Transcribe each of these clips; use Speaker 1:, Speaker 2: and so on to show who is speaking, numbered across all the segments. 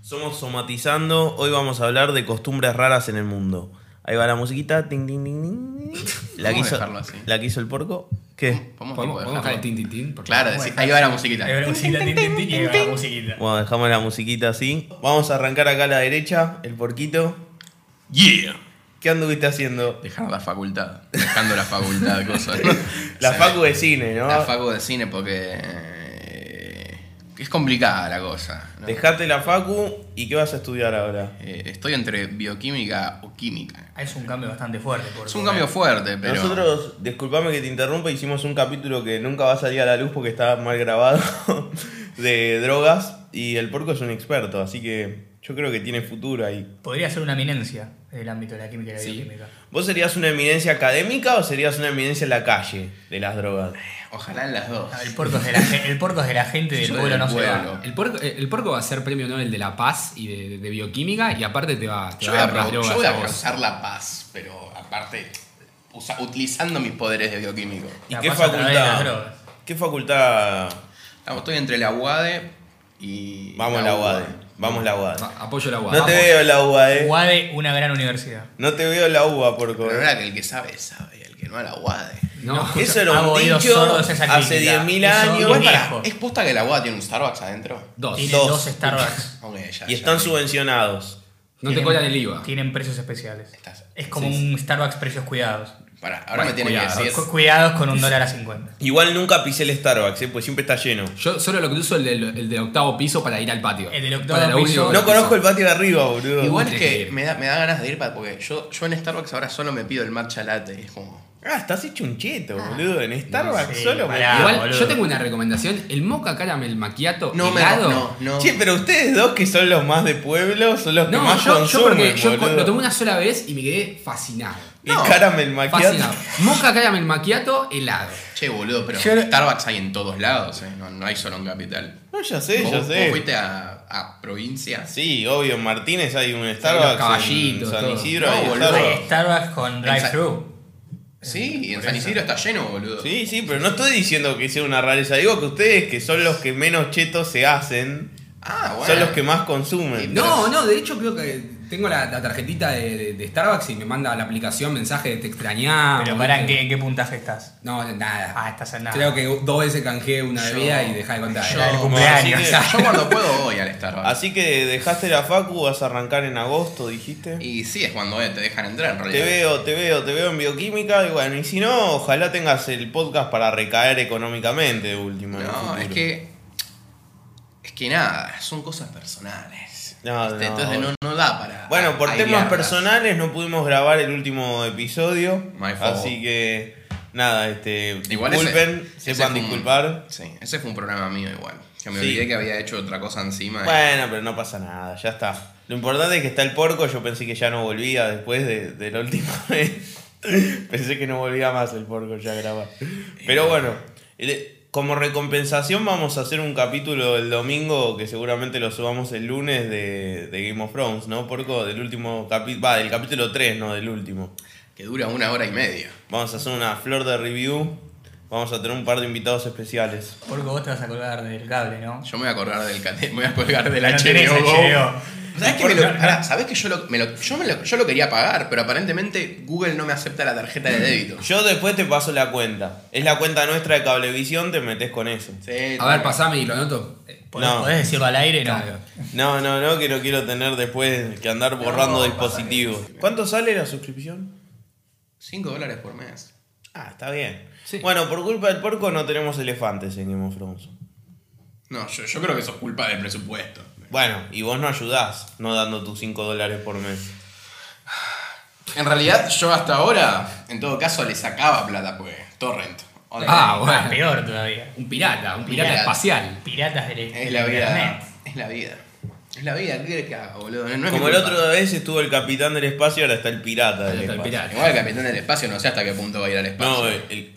Speaker 1: Somos somatizando, hoy vamos a hablar de costumbres raras en el mundo. Ahí va la musiquita, ting, ting, ting, ting, ting. La,
Speaker 2: Podemos
Speaker 1: quiso,
Speaker 2: dejarlo así.
Speaker 1: la quiso el porco. ¿Qué?
Speaker 2: Podemos, tipo,
Speaker 3: ¿Podemos, podemos
Speaker 2: dejarlo.
Speaker 3: dejar el tin, tin, tin, por
Speaker 2: Claro,
Speaker 3: favor?
Speaker 2: decir, ahí va la musiquita.
Speaker 3: Ahí va la musiquita, tin, tin, tin, y ahí va la musiquita.
Speaker 1: Bueno, dejamos la musiquita así. Vamos a arrancar acá a la derecha, el porquito.
Speaker 2: Yeah.
Speaker 1: ¿Qué anduviste haciendo?
Speaker 2: Dejar la facultad. Dejando la facultad, cosas.
Speaker 1: La
Speaker 2: Sí.
Speaker 1: facu de cine, ¿no?
Speaker 2: La facu de cine porque... eh, Es complicada la cosa. ¿no?
Speaker 1: Dejaste la facu y ¿qué vas a estudiar ahora?
Speaker 2: Eh, estoy entre bioquímica o química.
Speaker 3: Ah, Es un cambio bastante fuerte. porque-
Speaker 2: Es un cambio fuerte, pero...
Speaker 1: Nosotros, disculpame que te interrumpa, hicimos un capítulo que nunca va a salir a la luz porque está mal grabado de drogas y el porco es un experto, así que yo creo que tiene futuro ahí.
Speaker 3: Podría ser una eminencia del ámbito de la química y la
Speaker 2: Sí.
Speaker 3: bioquímica.
Speaker 1: ¿Vos serías una eminencia académica o serías una eminencia en la calle de las drogas?
Speaker 2: Ojalá en las dos.
Speaker 3: No, El porco es de la, gen- el porco es de la gente, del
Speaker 2: Yo
Speaker 3: pueblo
Speaker 2: del
Speaker 3: no se
Speaker 2: pueblo.
Speaker 3: va.
Speaker 4: El porco, el porco va a ser premio Nobel de la Paz y de, de bioquímica y aparte te va, te
Speaker 2: Yo voy
Speaker 4: va a
Speaker 2: a,
Speaker 4: dar las
Speaker 2: pro- yo
Speaker 4: drogas
Speaker 2: voy a
Speaker 4: a vos.
Speaker 2: causar la paz, pero aparte, usa- utilizando mis poderes de bioquímico.
Speaker 1: ¿Y
Speaker 3: La
Speaker 1: qué
Speaker 3: pasa a través de las
Speaker 1: facultad?
Speaker 3: drogas.
Speaker 1: ¿Qué facultad?
Speaker 2: Estamos- Estoy entre la UADE y.
Speaker 1: Vamos la UADE. Vamos la UADE.
Speaker 4: Va, Apoyo la UAD.
Speaker 1: No te veo en la UADE.
Speaker 3: UADE, una gran universidad.
Speaker 1: No te veo en la UA, porco.
Speaker 2: Pero era que el que sabe, sabe. El que no, la UADE.
Speaker 4: No,
Speaker 1: Eso era
Speaker 3: Hago
Speaker 1: un
Speaker 3: oídos
Speaker 1: dicho
Speaker 3: sordos a esa
Speaker 1: hace
Speaker 3: crítica.
Speaker 1: 10.000
Speaker 3: Eso
Speaker 1: años.
Speaker 2: Igual para-
Speaker 3: viejo.
Speaker 2: ¿Es posta que la UADE tiene un Starbucks adentro?
Speaker 4: dos.
Speaker 3: Tiene dos,
Speaker 1: dos.
Speaker 3: Starbucks.
Speaker 2: Ok, ya,
Speaker 1: Y
Speaker 2: ya.
Speaker 1: están subvencionados.
Speaker 4: No te
Speaker 3: Tienen-
Speaker 4: cobran el IVA.
Speaker 3: Tienen precios especiales.
Speaker 2: Estás-
Speaker 3: Es como
Speaker 4: sí,
Speaker 3: un Starbucks precios cuidados.
Speaker 2: Pará, ahora
Speaker 4: Bueno,
Speaker 2: me tienen
Speaker 4: cuidado.
Speaker 2: que decir.
Speaker 3: Cu- Cuidados con un dólar a 50.
Speaker 1: Igual nunca pisé el Starbucks, ¿eh? pues siempre está lleno.
Speaker 4: Yo solo lo que uso el del, el del octavo piso para ir al patio.
Speaker 3: El del octavo
Speaker 4: Para lo
Speaker 3: piso.
Speaker 4: único que
Speaker 1: No
Speaker 4: lo
Speaker 1: conozco
Speaker 4: uso.
Speaker 1: el patio de arriba, boludo.
Speaker 2: Igual
Speaker 4: Tenés
Speaker 2: es
Speaker 4: que
Speaker 2: que
Speaker 4: ir.
Speaker 2: me da, me da ganas de ir para. Porque yo, yo en Starbucks ahora solo me pido el matcha latte. y Es como.
Speaker 1: Ah, estás hecho un cheto, boludo. En Starbucks
Speaker 3: Sí,
Speaker 1: solo me.
Speaker 3: pará,
Speaker 4: Igual
Speaker 3: Ah, boludo.
Speaker 4: yo tengo una recomendación. El moca caramel macchiato
Speaker 2: No, me,
Speaker 4: helado.
Speaker 2: no, no.
Speaker 1: Che, pero ustedes dos que son los más de pueblo son los que
Speaker 4: No,
Speaker 1: más
Speaker 4: yo, yo
Speaker 1: consumen,
Speaker 4: porque yo
Speaker 1: boludo.
Speaker 4: lo tomé una sola vez y me quedé fascinado.
Speaker 1: Y
Speaker 2: No.
Speaker 1: caramel macchiato.
Speaker 4: Fascinado. Moca caramel macchiato helado.
Speaker 2: Che, boludo, pero
Speaker 3: Yo-
Speaker 2: Starbucks hay en todos lados, ¿eh? No, no hay solo en Capital.
Speaker 1: No, ya sé,
Speaker 2: ¿Vos,
Speaker 1: ya
Speaker 2: vos
Speaker 1: sé.
Speaker 2: fuiste a, a provincia?
Speaker 1: Sí, obvio, en Martínez hay un Starbucks. en
Speaker 4: caballitos,
Speaker 1: San
Speaker 4: todo.
Speaker 1: Isidro
Speaker 2: No,
Speaker 1: hay
Speaker 2: boludo.
Speaker 3: Hay
Speaker 1: Starbucks.
Speaker 3: Starbucks con drive-thru.
Speaker 2: Sí, y en
Speaker 3: Por
Speaker 2: San
Speaker 3: eso.
Speaker 2: Isidro está lleno, boludo.
Speaker 1: Eh, Sí, sí, pero no estoy diciendo que sea una rareza. Digo que ustedes, que son los que menos chetos se hacen,
Speaker 2: Ah, bueno.
Speaker 1: son los que más consumen.
Speaker 4: No, no, de hecho creo que tengo la, la tarjetita de, de- de Starbucks y me manda la aplicación mensaje de te extrañamos.
Speaker 3: Pero
Speaker 2: Ah,
Speaker 3: pará, ¿en
Speaker 4: ¿viste?
Speaker 3: qué, en qué puntaje estás?
Speaker 4: No, nada.
Speaker 3: Ah, estás en nada.
Speaker 4: Creo que dos veces canjeé una
Speaker 2: Yo-
Speaker 4: bebida y dejé de contar.
Speaker 2: yo-
Speaker 3: Era el
Speaker 2: no,
Speaker 3: cumpleaños.
Speaker 1: así
Speaker 2: Yo cuando puedo voy al Starbucks.
Speaker 1: Así que dejaste la facu, vas a arrancar en agosto, dijiste.
Speaker 2: Y sí, es cuando eh, te dejan entrar en
Speaker 1: Te
Speaker 2: realidad.
Speaker 1: veo, te veo, te veo en bioquímica y bueno, y si no, ojalá tengas el podcast para recaer económicamente de última. en el
Speaker 2: No,
Speaker 1: futuro.
Speaker 2: es que. Es que nada, son cosas personales.
Speaker 1: No,
Speaker 2: ¿viste?
Speaker 1: no.
Speaker 2: Entonces no, no da para.
Speaker 1: Bueno, por temas
Speaker 2: airearlas.
Speaker 1: personales no pudimos grabar el último episodio,
Speaker 2: My fault.
Speaker 1: así que nada, este,
Speaker 2: Igual ese-
Speaker 1: disculpen,
Speaker 2: ese
Speaker 1: sepan
Speaker 2: fue un-
Speaker 1: disculpar.
Speaker 2: Sí, ese fue un programa mío igual. Que me
Speaker 1: Sí.
Speaker 2: olvidé que había hecho otra cosa encima. y-
Speaker 1: Bueno, pero no pasa nada, ya está. Lo importante es que está el porco, yo pensé que ya no volvía después de, de la última vez. pensé que no volvía más el porco ya a grabar. Pero bueno, el- como recompensación vamos a hacer un capítulo el domingo que seguramente lo subamos el lunes de, de Game of Thrones, ¿no? Porco, del último capítulo, va, del capítulo 3, no del último.
Speaker 2: Que dura una hora y media.
Speaker 1: Vamos a hacer una flor de review, vamos a tener un par de invitados especiales.
Speaker 3: Porque vos te vas a colgar del cable, ¿no?
Speaker 2: Yo me voy a acordar del cate- me voy a colgar del
Speaker 3: No tenés
Speaker 2: HBO. Go.
Speaker 3: HBO.
Speaker 2: ¿Sabés que, me lo-
Speaker 3: No, no.
Speaker 2: pará, ¿sabés que yo, lo, me lo- yo, me lo- yo lo quería pagar, pero aparentemente Google no me acepta la tarjeta de débito?
Speaker 1: Yo después te paso la cuenta. Es la cuenta nuestra de Cablevisión, te metes con eso.
Speaker 2: Sí,
Speaker 4: A ver, pasame y lo anoto.
Speaker 3: ¿Podés,
Speaker 1: No.
Speaker 3: podés decirlo al aire? No. Ah,
Speaker 4: Claro.
Speaker 1: No, no, no, que no quiero tener después que andar borrando
Speaker 2: No,
Speaker 1: dispositivos.
Speaker 2: pasa que-
Speaker 1: ¿Cuánto sale la suscripción?
Speaker 2: 5 dólares por mes.
Speaker 1: Ah, está bien.
Speaker 4: Sí.
Speaker 1: Bueno, por culpa del porco no tenemos elefantes en Game of Thrones.
Speaker 2: No, yo, yo creo que eso es culpa del presupuesto.
Speaker 1: Bueno, y vos no ayudás no dando tus 5 dólares por mes.
Speaker 2: En realidad, yo hasta ahora, en todo caso, le sacaba plata, pues, torrent. Online.
Speaker 4: Ah,
Speaker 3: Ah,
Speaker 4: bueno.
Speaker 3: peor todavía.
Speaker 4: Un pirata, un pirata
Speaker 2: Pirata.
Speaker 4: espacial.
Speaker 3: Piratas del
Speaker 2: Es la
Speaker 3: del
Speaker 2: vida.
Speaker 3: internet.
Speaker 2: Es la vida. Es la vida, ¿qué querés que haga, boludo? No es mi
Speaker 1: Como el
Speaker 2: culpa.
Speaker 1: otro vez estuvo el capitán del espacio, ahora está el pirata del
Speaker 4: Ahí está el
Speaker 1: espacio.
Speaker 4: pirata.
Speaker 2: Igual el capitán del espacio no sé hasta qué punto va a ir al espacio.
Speaker 1: No, eh. el- el-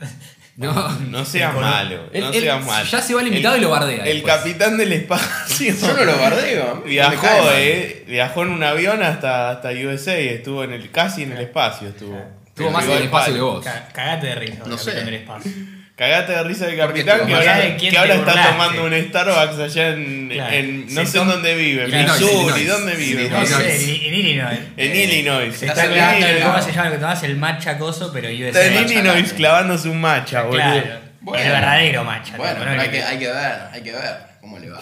Speaker 4: No.
Speaker 1: no seas
Speaker 3: El color-
Speaker 1: malo.
Speaker 4: Él-
Speaker 1: no
Speaker 4: él
Speaker 1: seas malo.
Speaker 4: ya se va al invitado
Speaker 1: El-
Speaker 4: y lo bardea
Speaker 1: El
Speaker 4: después.
Speaker 1: capitán del espacio.
Speaker 2: Yo no lo bardeo. me cae
Speaker 1: Viajó,
Speaker 2: mal.
Speaker 1: eh. Viajó en un avión hasta, hasta USA. Estuvo en el, casi en el espacio. Estuvo.
Speaker 4: Tuvo más en
Speaker 1: Llegó
Speaker 4: el
Speaker 1: al
Speaker 4: espacio
Speaker 1: palo.
Speaker 4: que vos.
Speaker 3: Ca- Cagate de risa.
Speaker 2: No
Speaker 3: capitán
Speaker 2: sé.
Speaker 3: del espacio.
Speaker 1: Cagaste de risa del
Speaker 2: Porque
Speaker 1: capitán
Speaker 2: te
Speaker 1: que
Speaker 2: burlaste.
Speaker 1: ahora,
Speaker 3: ¿De quién
Speaker 1: que
Speaker 3: te
Speaker 1: ahora está
Speaker 3: burlaste?
Speaker 1: tomando un Starbucks allá en.
Speaker 3: Claro.
Speaker 1: en- no
Speaker 3: Sí,
Speaker 1: sé en
Speaker 3: son-
Speaker 1: dónde vive,
Speaker 4: Illinois,
Speaker 1: Missouri,
Speaker 4: Illinois.
Speaker 1: ¿dónde vive?
Speaker 3: No
Speaker 4: Illinois.
Speaker 3: sé, en, en Illinois.
Speaker 1: En Illinois.
Speaker 3: Se
Speaker 2: Estás
Speaker 3: está
Speaker 2: en
Speaker 3: clavando el,
Speaker 2: Illinois.
Speaker 3: ¿cómo se llama lo que tomás? El matcha coso, pero USA.
Speaker 1: Está en
Speaker 2: Matcha
Speaker 1: Illinois
Speaker 2: latte.
Speaker 1: clavándose un macha, boludo.
Speaker 3: Claro.
Speaker 2: Bueno.
Speaker 3: El verdadero matcha.
Speaker 2: Bueno,
Speaker 3: tipo, ¿no?
Speaker 2: pero hay que, hay que ver, hay que ver cómo le va.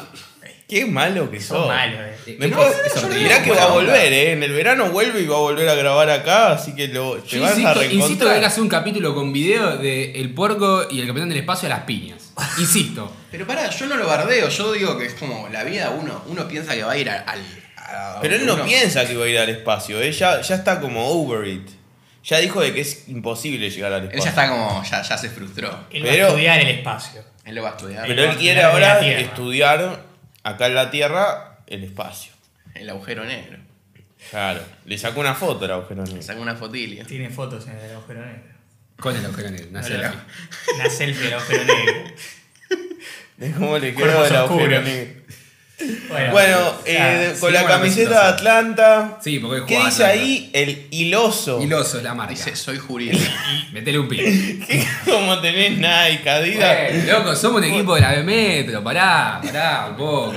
Speaker 1: Qué malo que
Speaker 3: Sos
Speaker 1: sos.
Speaker 3: malo, eh.
Speaker 1: Me
Speaker 4: No,
Speaker 1: puedo-
Speaker 4: es horrible.
Speaker 1: mirá que va a
Speaker 2: Buena onda.
Speaker 1: volver, ¿eh? En el verano vuelve y va a volver a grabar acá, así que lo, te
Speaker 4: Yo
Speaker 1: vas a
Speaker 4: insisto, insisto que hay
Speaker 1: reencontrar.
Speaker 4: que hacer un capítulo con video de El Puerco y el Capitán del Espacio a las piñas. Insisto.
Speaker 2: Pero pará, yo no lo bardeo, yo digo que es como la vida uno, uno piensa que va a ir al. al- a-
Speaker 1: Pero él no
Speaker 2: uno-
Speaker 1: piensa que va a ir al espacio, ¿eh? Ya, ya está como over it. Ya dijo de que es imposible llegar al
Speaker 2: Él ya
Speaker 1: espacio.
Speaker 2: está como, ya, ya se frustró.
Speaker 3: Él
Speaker 1: Pero-
Speaker 3: va a estudiar el espacio.
Speaker 2: Él lo va a estudiar.
Speaker 1: Pero él
Speaker 3: Imagínate
Speaker 1: quiere
Speaker 3: la
Speaker 1: ahora
Speaker 3: Tierra.
Speaker 1: estudiar acá en la Tierra el espacio.
Speaker 2: El agujero negro.
Speaker 1: Claro. Le sacó una foto al agujero negro.
Speaker 2: Saca una fotilia.
Speaker 3: Tiene fotos en el agujero negro.
Speaker 4: Con el agujero negro, una
Speaker 3: No,
Speaker 4: selfie.
Speaker 3: no. Una selfie del agujero negro.
Speaker 1: De cómo le quedó
Speaker 3: Cuerpos
Speaker 1: el agujero
Speaker 3: oscuros.
Speaker 1: negro.
Speaker 3: Bueno,
Speaker 1: Bueno,
Speaker 3: o sea,
Speaker 1: eh, con
Speaker 4: sí,
Speaker 1: la
Speaker 4: bueno,
Speaker 1: camiseta de
Speaker 4: presentación.
Speaker 1: Atlanta.
Speaker 4: Sí, porque
Speaker 1: ¿Qué
Speaker 4: juega
Speaker 1: dice
Speaker 4: Atlanta.
Speaker 1: ahí? El hiloso.
Speaker 4: Y Loso es la marca.
Speaker 2: Dice, soy jurídico.
Speaker 4: Metele un pie.
Speaker 1: ¿Qué? Como tenés Nike, Adidas.
Speaker 4: Eh, loco, somos un equipo de la B Metro. Pará, pará, un poco.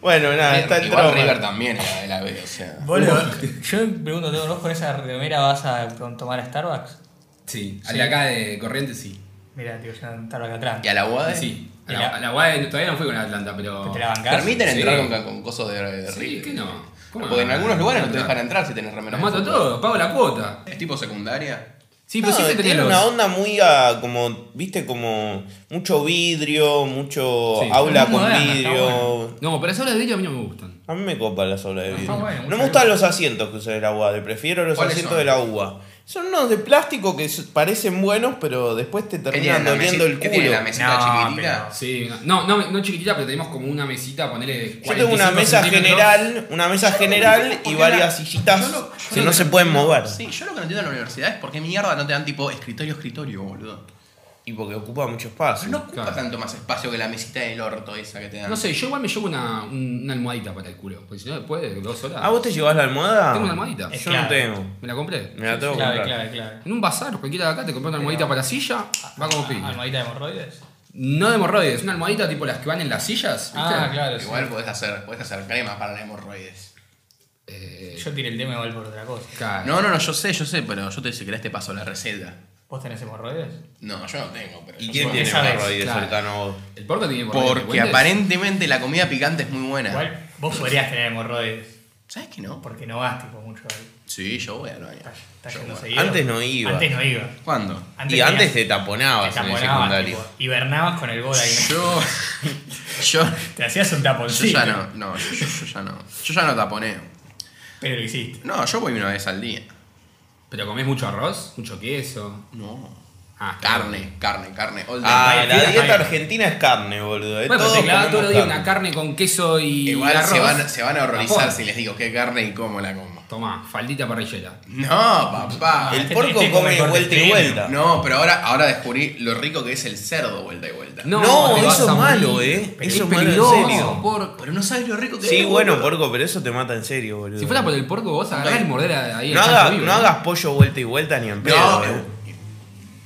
Speaker 1: Bueno, nada, Ah, está el
Speaker 2: Igual River
Speaker 1: trauma.
Speaker 2: también era de la B, o sea.
Speaker 3: vos lo- yo me pregunto, ¿te- ¿vos con esa remera vas a tomar a Starbucks?
Speaker 4: Sí, al de acá de Corrientes sí.
Speaker 3: Mirá, tío, ya un Starbucks atrás.
Speaker 2: ¿Y a la UAD?
Speaker 4: Sí. A
Speaker 3: Mirá.
Speaker 4: la, a la UAE todavía no fui con Atlanta, pero.
Speaker 3: ¿Te la bancás?
Speaker 2: ¿Permiten
Speaker 4: Sí.
Speaker 2: entrar con, con cosas de, de
Speaker 4: Sí,
Speaker 2: River?
Speaker 4: ¿qué no? ¿Cómo
Speaker 2: Porque en
Speaker 4: no?
Speaker 2: algunos lugares no te
Speaker 4: Claro.
Speaker 2: dejan entrar si tenés remera.
Speaker 4: Los
Speaker 2: de
Speaker 4: mato a
Speaker 2: fútbol.
Speaker 4: todos, pago la cuota.
Speaker 2: ¿Es tipo secundaria?
Speaker 4: Sí,
Speaker 1: No,
Speaker 4: pero siempre tenés
Speaker 1: tiene
Speaker 4: los.
Speaker 1: una onda muy a, como, viste, como mucho vidrio, mucho
Speaker 4: Sí.
Speaker 1: aula con
Speaker 3: Moderna, está
Speaker 1: vidrio.
Speaker 3: bueno.
Speaker 4: No, pero esas horas de vidrio a mí no me gustan.
Speaker 1: A mí me copan las obras de vidrio.
Speaker 3: está bueno,
Speaker 1: no
Speaker 3: mucho
Speaker 1: me gustan
Speaker 3: bien.
Speaker 1: los asientos que usan el agua, prefiero los
Speaker 2: ¿Cuáles
Speaker 1: asientos
Speaker 2: son?
Speaker 1: de la UBA. Son unos de plástico que s- parecen buenos, pero después te
Speaker 2: ¿Qué
Speaker 1: terminan
Speaker 2: tiene la
Speaker 1: doliendo
Speaker 2: mesita,
Speaker 1: el
Speaker 2: ¿qué tiene la
Speaker 1: culo.
Speaker 2: mesita
Speaker 3: No,
Speaker 2: chiquitita?
Speaker 3: pero-
Speaker 4: Sí, no, no, no chiquitita, pero tenemos como una mesita, ponele.
Speaker 1: Yo tengo una
Speaker 4: 45
Speaker 1: mesa
Speaker 4: centímetros.
Speaker 1: general, una mesa general y
Speaker 2: Porque la-
Speaker 1: varias sillitas
Speaker 2: yo lo- yo
Speaker 1: que
Speaker 2: lo
Speaker 1: no se pueden mover.
Speaker 2: Sí, yo lo que no entiendo en la universidad es por qué mierda no te dan tipo escritorio, escritorio, boludo.
Speaker 1: Y porque ocupa mucho espacio.
Speaker 2: No ocupa
Speaker 4: Claro.
Speaker 2: tanto más espacio que la mesita del orto esa que te dan.
Speaker 4: No sé, yo igual me llevo una, un- una almohadita para el culo. Porque si no, después de dos horas.
Speaker 1: ¿A vos te llevas la almohada?
Speaker 4: Tengo una almohadita.
Speaker 1: Yo
Speaker 3: Es
Speaker 1: no
Speaker 3: clave.
Speaker 1: tengo.
Speaker 4: Me la compré.
Speaker 1: Me la tengo que
Speaker 3: Clave,
Speaker 1: comprar.
Speaker 3: clave, clave.
Speaker 4: En un bazar, cualquiera de acá te compras una almohadita
Speaker 3: Pero- Ah,
Speaker 4: para la silla, va como piña.
Speaker 3: ¿Almohadita de hemorroides?
Speaker 4: No de hemorroides, una almohadita tipo las que van en las sillas. ¿viste?
Speaker 3: Ah, claro, sí.
Speaker 2: Igual podés hacer, podés hacer crema para las hemorroides.
Speaker 4: Eh,
Speaker 3: Yo tiré el tema igual por otra cosa.
Speaker 4: claro.
Speaker 2: No, no, no, yo sé, yo sé, pero yo te si querés te paso la receta.
Speaker 3: ¿Vos tenés hemorroides?
Speaker 2: No, yo no tengo, pero
Speaker 1: ¿Y
Speaker 2: yo
Speaker 1: quién
Speaker 2: supongo-
Speaker 1: tiene
Speaker 3: sabes?
Speaker 1: hemorroides
Speaker 4: Claro.
Speaker 1: cercano a vos?
Speaker 4: El porco tiene hemorroides, ¿te
Speaker 2: Porque
Speaker 4: cuentes?
Speaker 2: aparentemente la comida picante es muy buena.
Speaker 3: Igual vos podrías tener hemorroides.
Speaker 2: ¿Sabes que no?
Speaker 3: Porque no vas tipo mucho al.
Speaker 2: Sí, yo voy al baño.
Speaker 3: Estás
Speaker 2: Yo
Speaker 3: yendo
Speaker 2: voy.
Speaker 3: seguido.
Speaker 1: Antes no iba.
Speaker 3: Antes no iba.
Speaker 2: ¿Cuándo?
Speaker 1: y
Speaker 3: tenías-
Speaker 1: antes te
Speaker 3: te
Speaker 1: taponabas, en el
Speaker 3: taponabas,
Speaker 1: secundario.
Speaker 3: tipo, hibernabas con el bola ahí.
Speaker 2: Yo. yo.
Speaker 3: Te hacías un
Speaker 2: Yo
Speaker 3: taponcito.
Speaker 2: ya no, no, yo, yo- yo ya no. Yo ya no taponeo.
Speaker 3: Pero lo hiciste.
Speaker 2: No, yo voy una vez al día.
Speaker 4: Pero comés mucho arroz, mucho queso.
Speaker 2: No.
Speaker 4: Ah,
Speaker 2: Carne, carne, carne. all day.
Speaker 1: Ah,
Speaker 3: Ahí,
Speaker 1: la
Speaker 3: fíjate,
Speaker 1: dieta
Speaker 3: ahí.
Speaker 1: argentina es carne, boludo. ¿eh?
Speaker 4: Bueno, pero
Speaker 1: Todos
Speaker 4: te clavas todos
Speaker 1: comemos
Speaker 4: los días
Speaker 1: carne.
Speaker 4: una carne con queso y
Speaker 2: Igual
Speaker 4: arroz.
Speaker 2: se van, se van a horrorizar
Speaker 4: Tapón.
Speaker 2: si les digo qué carne y cómo la como.
Speaker 4: Tomá, faldita parrillera.
Speaker 2: No, papá.
Speaker 1: El
Speaker 3: Este-
Speaker 1: porco
Speaker 3: este come
Speaker 1: come
Speaker 3: corte
Speaker 1: vuelta y
Speaker 3: premium.
Speaker 1: vuelta.
Speaker 2: No, pero ahora, ahora descubrí lo rico que es el cerdo vuelta y vuelta.
Speaker 4: No,
Speaker 1: No,
Speaker 4: te vas
Speaker 1: eso
Speaker 4: a
Speaker 1: es
Speaker 4: morir.
Speaker 1: malo, eh.
Speaker 4: Es
Speaker 1: Eso es malo,
Speaker 4: peligroso.
Speaker 1: en serio.
Speaker 2: Por- pero no sabes lo rico que es.
Speaker 1: Sí, bueno,
Speaker 2: boludo.
Speaker 1: porco, pero eso te mata en serio, boludo.
Speaker 4: Si fuera por el porco, vos agarrás y morder a- ahí el
Speaker 1: no,
Speaker 4: chancho
Speaker 1: hagas-
Speaker 4: vivo,
Speaker 1: no hagas pollo vuelta y vuelta ni en pedo,
Speaker 2: No,
Speaker 1: eh.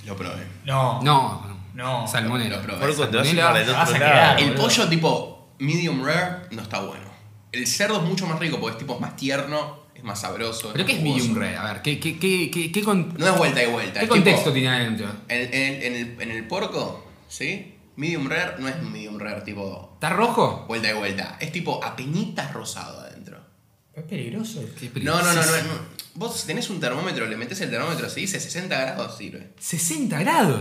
Speaker 2: lo probé.
Speaker 3: No.
Speaker 4: No,
Speaker 3: No.
Speaker 4: Salmonero.
Speaker 2: Lo probé.
Speaker 1: Porco, te vas a ir
Speaker 4: Salmonela,
Speaker 1: para el
Speaker 3: te vas
Speaker 1: otro
Speaker 3: a quedar.
Speaker 1: lado.
Speaker 2: El
Speaker 3: boludo.
Speaker 2: pollo tipo medium rare no está bueno. El cerdo es mucho más rico porque es tipo es más tierno, es más sabroso.
Speaker 4: ¿Pero qué es
Speaker 2: jugoso.
Speaker 4: medium rare? A ver, ¿qué, qué, qué, qué, qué con-
Speaker 2: No es vuelta y vuelta.
Speaker 4: ¿qué
Speaker 2: es
Speaker 4: contexto
Speaker 2: tipo-
Speaker 4: tiene adentro?
Speaker 2: En, el- en el- en el, en el porco, ¿sí? Medium rare no es medium rare, tipo
Speaker 4: ¿Está rojo?
Speaker 2: vuelta y vuelta. Es tipo apenitas rosado adentro.
Speaker 3: Es peligroso.
Speaker 4: Qué
Speaker 2: No, no, no, no.
Speaker 4: peligroso.
Speaker 2: no. Vos si tenés un termómetro, le metés el termómetro, se dice 60 grados, sirve.
Speaker 4: 60 grados.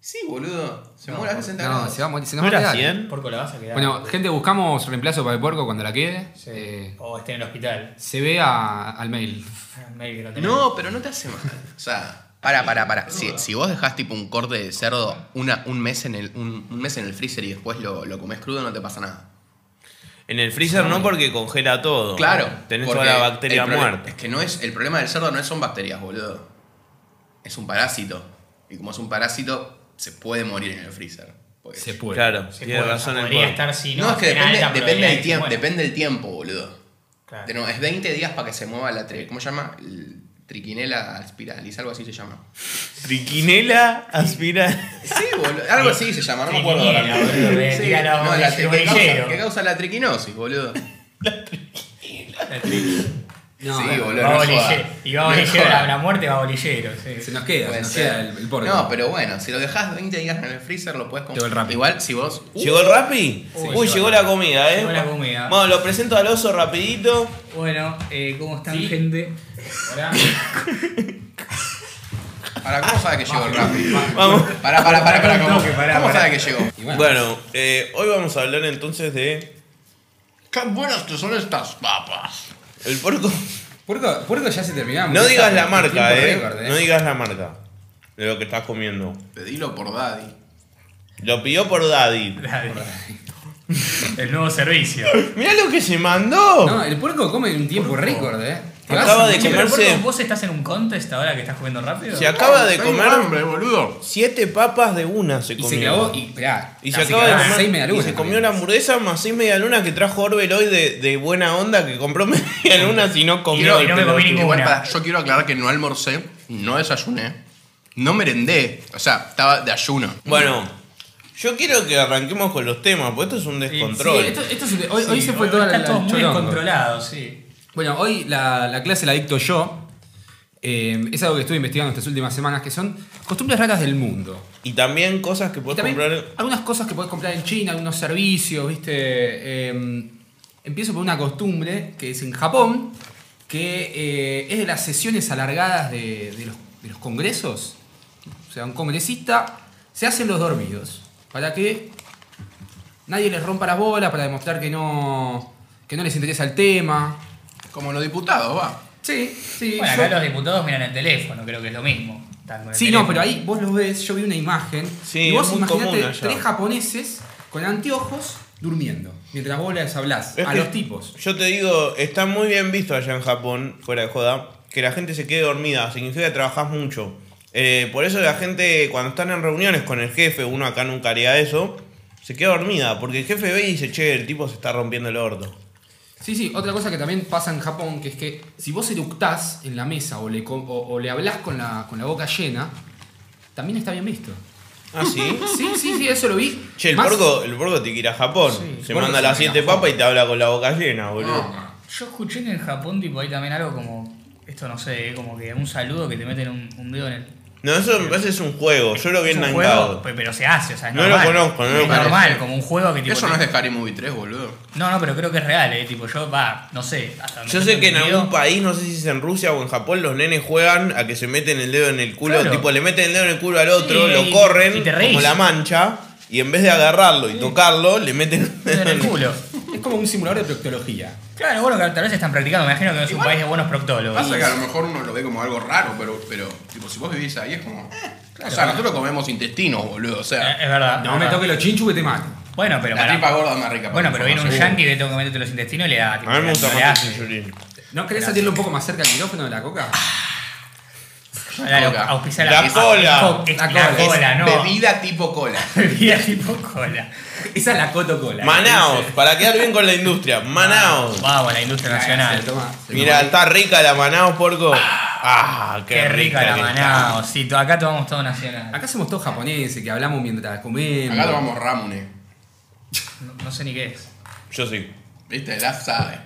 Speaker 2: Sí, boludo. Se
Speaker 3: No,
Speaker 2: muere a
Speaker 3: por-
Speaker 2: 60
Speaker 4: No,
Speaker 2: grados.
Speaker 4: se va a morir. Se nos
Speaker 1: ¿No
Speaker 4: va a
Speaker 1: era
Speaker 4: quedar.
Speaker 1: 100?
Speaker 3: Porco la vas a quedar.
Speaker 4: Bueno, gente, buscamos reemplazo para el puerco cuando la quede.
Speaker 3: Sí.
Speaker 4: Eh,
Speaker 3: O esté en el hospital.
Speaker 4: se ve a- al mail.
Speaker 3: Mail que no tenés.
Speaker 2: No, pero no te hace mal. O sea, para, para, para. Si, si vos dejás tipo un corte de cerdo una, un, mes en el, un, un mes en el freezer y después lo, lo comés crudo, no te pasa nada.
Speaker 1: En el freezer no porque congela todo.
Speaker 2: Claro.
Speaker 1: Tenés
Speaker 2: porque
Speaker 1: toda la bacteria
Speaker 2: el problema-
Speaker 1: muerta.
Speaker 2: Es que no es, el problema del cerdo no son bacterias, boludo. Es un parásito. Y como es un parásito, se puede morir en el freezer. Porque-
Speaker 4: Se puede.
Speaker 1: Claro,
Speaker 3: Se
Speaker 1: tiene
Speaker 3: puede-
Speaker 1: razón el
Speaker 3: podría
Speaker 1: porco.
Speaker 3: estar si
Speaker 2: no,
Speaker 3: no.
Speaker 2: es que
Speaker 3: tiene
Speaker 2: depende,
Speaker 3: alta
Speaker 2: depende
Speaker 3: probabilidad de
Speaker 2: del
Speaker 3: que
Speaker 2: tiempo,
Speaker 3: muera.
Speaker 2: depende del tiempo, boludo.
Speaker 3: Claro.
Speaker 2: De nuevo, es 20 días para que se mueva la tre- ¿Cómo se llama? El- Triquinela aspiralis, algo así se llama.
Speaker 1: Triquinela aspira.
Speaker 2: Sí, boludo. Algo así se llama, no me acuerdo ahora.
Speaker 3: Triquinela, boludo, me
Speaker 2: Sí,
Speaker 3: tira los-
Speaker 2: no, la que,
Speaker 3: el
Speaker 2: que causa,
Speaker 3: bolillero.
Speaker 2: que causa la triquinosis, boludo.
Speaker 4: No,
Speaker 2: sí,
Speaker 4: eh,
Speaker 2: boludo.
Speaker 3: Va
Speaker 2: no
Speaker 3: bolillero.
Speaker 2: joda.
Speaker 3: Y va
Speaker 2: No
Speaker 3: bolillero,
Speaker 2: joda.
Speaker 3: la, la muerte va bolillero. sí.
Speaker 4: Se nos queda, se
Speaker 2: Puede
Speaker 4: nos
Speaker 2: ser.
Speaker 4: queda el, el porco.
Speaker 2: No, pero bueno, si lo dejas 20 días en el freezer, lo puedes
Speaker 4: Te va el
Speaker 2: comprar.
Speaker 4: Rappi.
Speaker 2: Igual, si vos. uh,
Speaker 1: ¿Llegó el Rappi?
Speaker 3: Sí,
Speaker 1: Uy,
Speaker 3: llegó
Speaker 1: llegó
Speaker 3: el
Speaker 1: la
Speaker 3: Rappi.
Speaker 1: comida, eh.
Speaker 3: Llegó la comida.
Speaker 1: Bueno, lo presento al oso rapidito.
Speaker 3: Bueno, eh, ¿cómo están,
Speaker 4: Sí.
Speaker 3: gente?
Speaker 4: Hola.
Speaker 2: ¿Para cómo sabe que llegó el Rappi?
Speaker 1: Vamos.
Speaker 2: Pará, pará, pará, pará. ¿Cómo,
Speaker 3: Toque, pará,
Speaker 2: ¿cómo
Speaker 3: pará.
Speaker 2: sabe que llegó?
Speaker 4: Y bueno,
Speaker 1: Bueno, eh, hoy vamos a hablar entonces de.
Speaker 2: ¡Qué buenas que son estas papas!
Speaker 1: El porco.
Speaker 4: Puerco, puerco Ah, ya se terminaba.
Speaker 1: No digas la marca,
Speaker 4: Tiempo
Speaker 1: eh.
Speaker 4: récord,
Speaker 1: No digas la marca de lo que estás comiendo.
Speaker 2: Pedilo por daddy.
Speaker 1: Lo pidió por Daddy.
Speaker 3: El nuevo servicio.
Speaker 1: Mirá lo que se mandó.
Speaker 4: No, el puerco come un tiempo récord, eh. Te vas-
Speaker 1: Acaba de
Speaker 3: Che, pero
Speaker 1: comerse-
Speaker 3: Porco, ¿Vos estás en un contest ahora que estás comiendo rápido?
Speaker 1: Se acaba de
Speaker 2: Tengo
Speaker 1: comer
Speaker 2: hambre, boludo!
Speaker 1: siete papas de una. Se
Speaker 4: Y
Speaker 1: comió.
Speaker 4: se clavó y esperá.
Speaker 1: Y
Speaker 4: no,
Speaker 1: se acaba de
Speaker 4: clavó
Speaker 1: comer-
Speaker 4: seis medialunas
Speaker 1: y se comió
Speaker 4: también.
Speaker 1: la hamburguesa más seis medialunas que trajo Orbel hoy de, de buena onda que compró medialunas y no comió.
Speaker 3: Y no- y
Speaker 1: el
Speaker 3: no me comí
Speaker 1: pelotudo.
Speaker 3: ninguna.
Speaker 2: Igual, pará, yo quiero aclarar que no almorcé, no desayuné, no merendé. O sea, estaba de ayuno.
Speaker 1: Bueno, yo quiero que arranquemos con los temas, porque esto es un descontrol.
Speaker 4: Sí, esto, esto es un- hoy, hoy
Speaker 3: Sí,
Speaker 4: se fue toda la,
Speaker 3: Está
Speaker 4: la-
Speaker 3: todo muy
Speaker 4: chorongo.
Speaker 3: descontrolado, sí.
Speaker 4: Bueno, hoy la, la clase la dicto yo. Eh, es algo que estuve investigando estas últimas semanas, que son costumbres raras del mundo.
Speaker 1: Y también cosas que
Speaker 4: Y
Speaker 1: puedes
Speaker 4: también
Speaker 1: comprar.
Speaker 4: algunas cosas que podés comprar en China, algunos servicios, ¿viste? Eh, empiezo por una costumbre que es en Japón, que eh, es de las sesiones alargadas de, de los, de los congresos. O sea, un congresista se hacen los dormidos para que nadie les rompa las bolas, para demostrar que no, que no les interesa el tema.
Speaker 2: Como los diputados, va.
Speaker 4: Sí, sí.
Speaker 3: Bueno,
Speaker 4: yo-
Speaker 3: acá los diputados miran el teléfono, creo que es lo mismo. Están con el
Speaker 4: Sí, no,
Speaker 3: teléfono.
Speaker 4: pero ahí vos los ves, yo vi una imagen.
Speaker 1: Sí,
Speaker 4: y vos
Speaker 1: es muy
Speaker 4: imaginate
Speaker 1: común allá.
Speaker 4: tres japoneses con anteojos durmiendo. Mientras vos les hablás
Speaker 1: Es
Speaker 4: a
Speaker 1: que
Speaker 4: los tipos.
Speaker 1: Yo te digo, está muy bien visto allá en Japón, fuera de joda, que la gente se quede dormida, significa que trabajás mucho. Eh, por eso la gente, cuando están en reuniones con el jefe, uno acá nunca haría eso, se queda dormida, porque el jefe ve y dice, che, el tipo se está rompiendo el orto.
Speaker 4: Sí, sí, otra cosa que también pasa en Japón, que es que si vos eructás en la mesa o le, co- o, o le hablás con la, con la boca llena, también está bien visto.
Speaker 1: ¿Ah, sí?
Speaker 4: Sí, sí, sí, eso lo vi.
Speaker 1: Che, el
Speaker 4: Más-
Speaker 1: porco, el porco te quiere a Japón.
Speaker 4: Sí,
Speaker 1: se
Speaker 4: el porco
Speaker 1: manda
Speaker 4: se
Speaker 1: las
Speaker 4: quiere ir a
Speaker 1: siete
Speaker 4: Japón.
Speaker 1: papas y te habla con la boca llena, boludo.
Speaker 4: No.
Speaker 3: Yo escuché que en Japón, tipo, hay también algo como. Esto no sé, eh, como que un saludo que te meten un, un dedo en el.
Speaker 1: No, eso me parece es un juego. Yo lo vi
Speaker 3: Es
Speaker 1: en
Speaker 3: un
Speaker 1: Nankado.
Speaker 3: juego, pe- pero se hace, o sea, es
Speaker 1: No lo
Speaker 3: normal.
Speaker 1: conozco, no lo
Speaker 3: Es
Speaker 1: conozco.
Speaker 3: normal, como un juego que tipo.
Speaker 2: Eso no es
Speaker 3: te-
Speaker 2: de Harry Movie 3, boludo.
Speaker 3: no, no, pero creo que es real, eh. Tipo, yo, va, no sé. hasta donde
Speaker 1: Yo sé
Speaker 3: tengo
Speaker 1: que en
Speaker 3: entendido,
Speaker 1: algún país, no sé si es en Rusia o en Japón, los nenes juegan a que se meten el dedo en el culo.
Speaker 3: Claro.
Speaker 1: Tipo, le meten el dedo en el culo al otro,
Speaker 3: Sí,
Speaker 1: lo
Speaker 3: y-
Speaker 1: corren
Speaker 3: y te reís.
Speaker 1: como la mancha. Y en vez de agarrarlo y tocarlo, le meten el dedo
Speaker 3: En el culo.
Speaker 4: Es como un simulador de proctología.
Speaker 3: Claro, bueno, que tal vez están practicando. Me imagino que es un
Speaker 2: Igual-
Speaker 3: país de buenos proctólogos.
Speaker 2: Pasa que a lo mejor uno lo ve como algo raro, pero, pero tipo, si vos vivís ahí es como. eh, O sea, nosotros comemos intestinos, boludo. O
Speaker 3: Eh,
Speaker 2: sea,
Speaker 3: Es
Speaker 1: Ah,
Speaker 3: verdad. es
Speaker 4: No me
Speaker 3: verdad.
Speaker 4: toque los chinchu que te mato.
Speaker 3: Bueno, pero
Speaker 2: la
Speaker 3: pará.
Speaker 2: tripa gorda es más rica.
Speaker 3: Bueno, pero viene un
Speaker 2: Sí.
Speaker 3: yankee que tengo que meterte los intestinos y le da. tipo,
Speaker 1: A mí me gusta
Speaker 3: le
Speaker 1: más
Speaker 3: hace.
Speaker 1: el chunchurín.
Speaker 4: ¿No querés salirle un poco más cerca al micrófono de la coca?
Speaker 1: Ah,
Speaker 3: Dale,
Speaker 2: Coca.
Speaker 3: auspiciar
Speaker 1: La
Speaker 3: es-
Speaker 1: cola.
Speaker 3: es-
Speaker 4: La
Speaker 3: La
Speaker 4: cola,
Speaker 3: cola, no.
Speaker 2: Bebida tipo cola.
Speaker 3: Bebida tipo cola.
Speaker 4: Esa es la cotocola.
Speaker 1: Manaos, para quedar bien con la
Speaker 3: Ah,
Speaker 1: industria. Manaos.
Speaker 3: Vamos, la industria nacional.
Speaker 1: Mira, está rica la Manaos, porco. Ah, qué,
Speaker 3: Qué rica la
Speaker 1: que está.
Speaker 3: maná, sí, to- acá tomamos todo nacional.
Speaker 4: Acá somos todos japoneses que hablamos mientras comemos.
Speaker 2: Acá tomamos ramune.
Speaker 3: No, no sé ni qué es.
Speaker 1: Yo sí.
Speaker 2: Viste, el app sabe.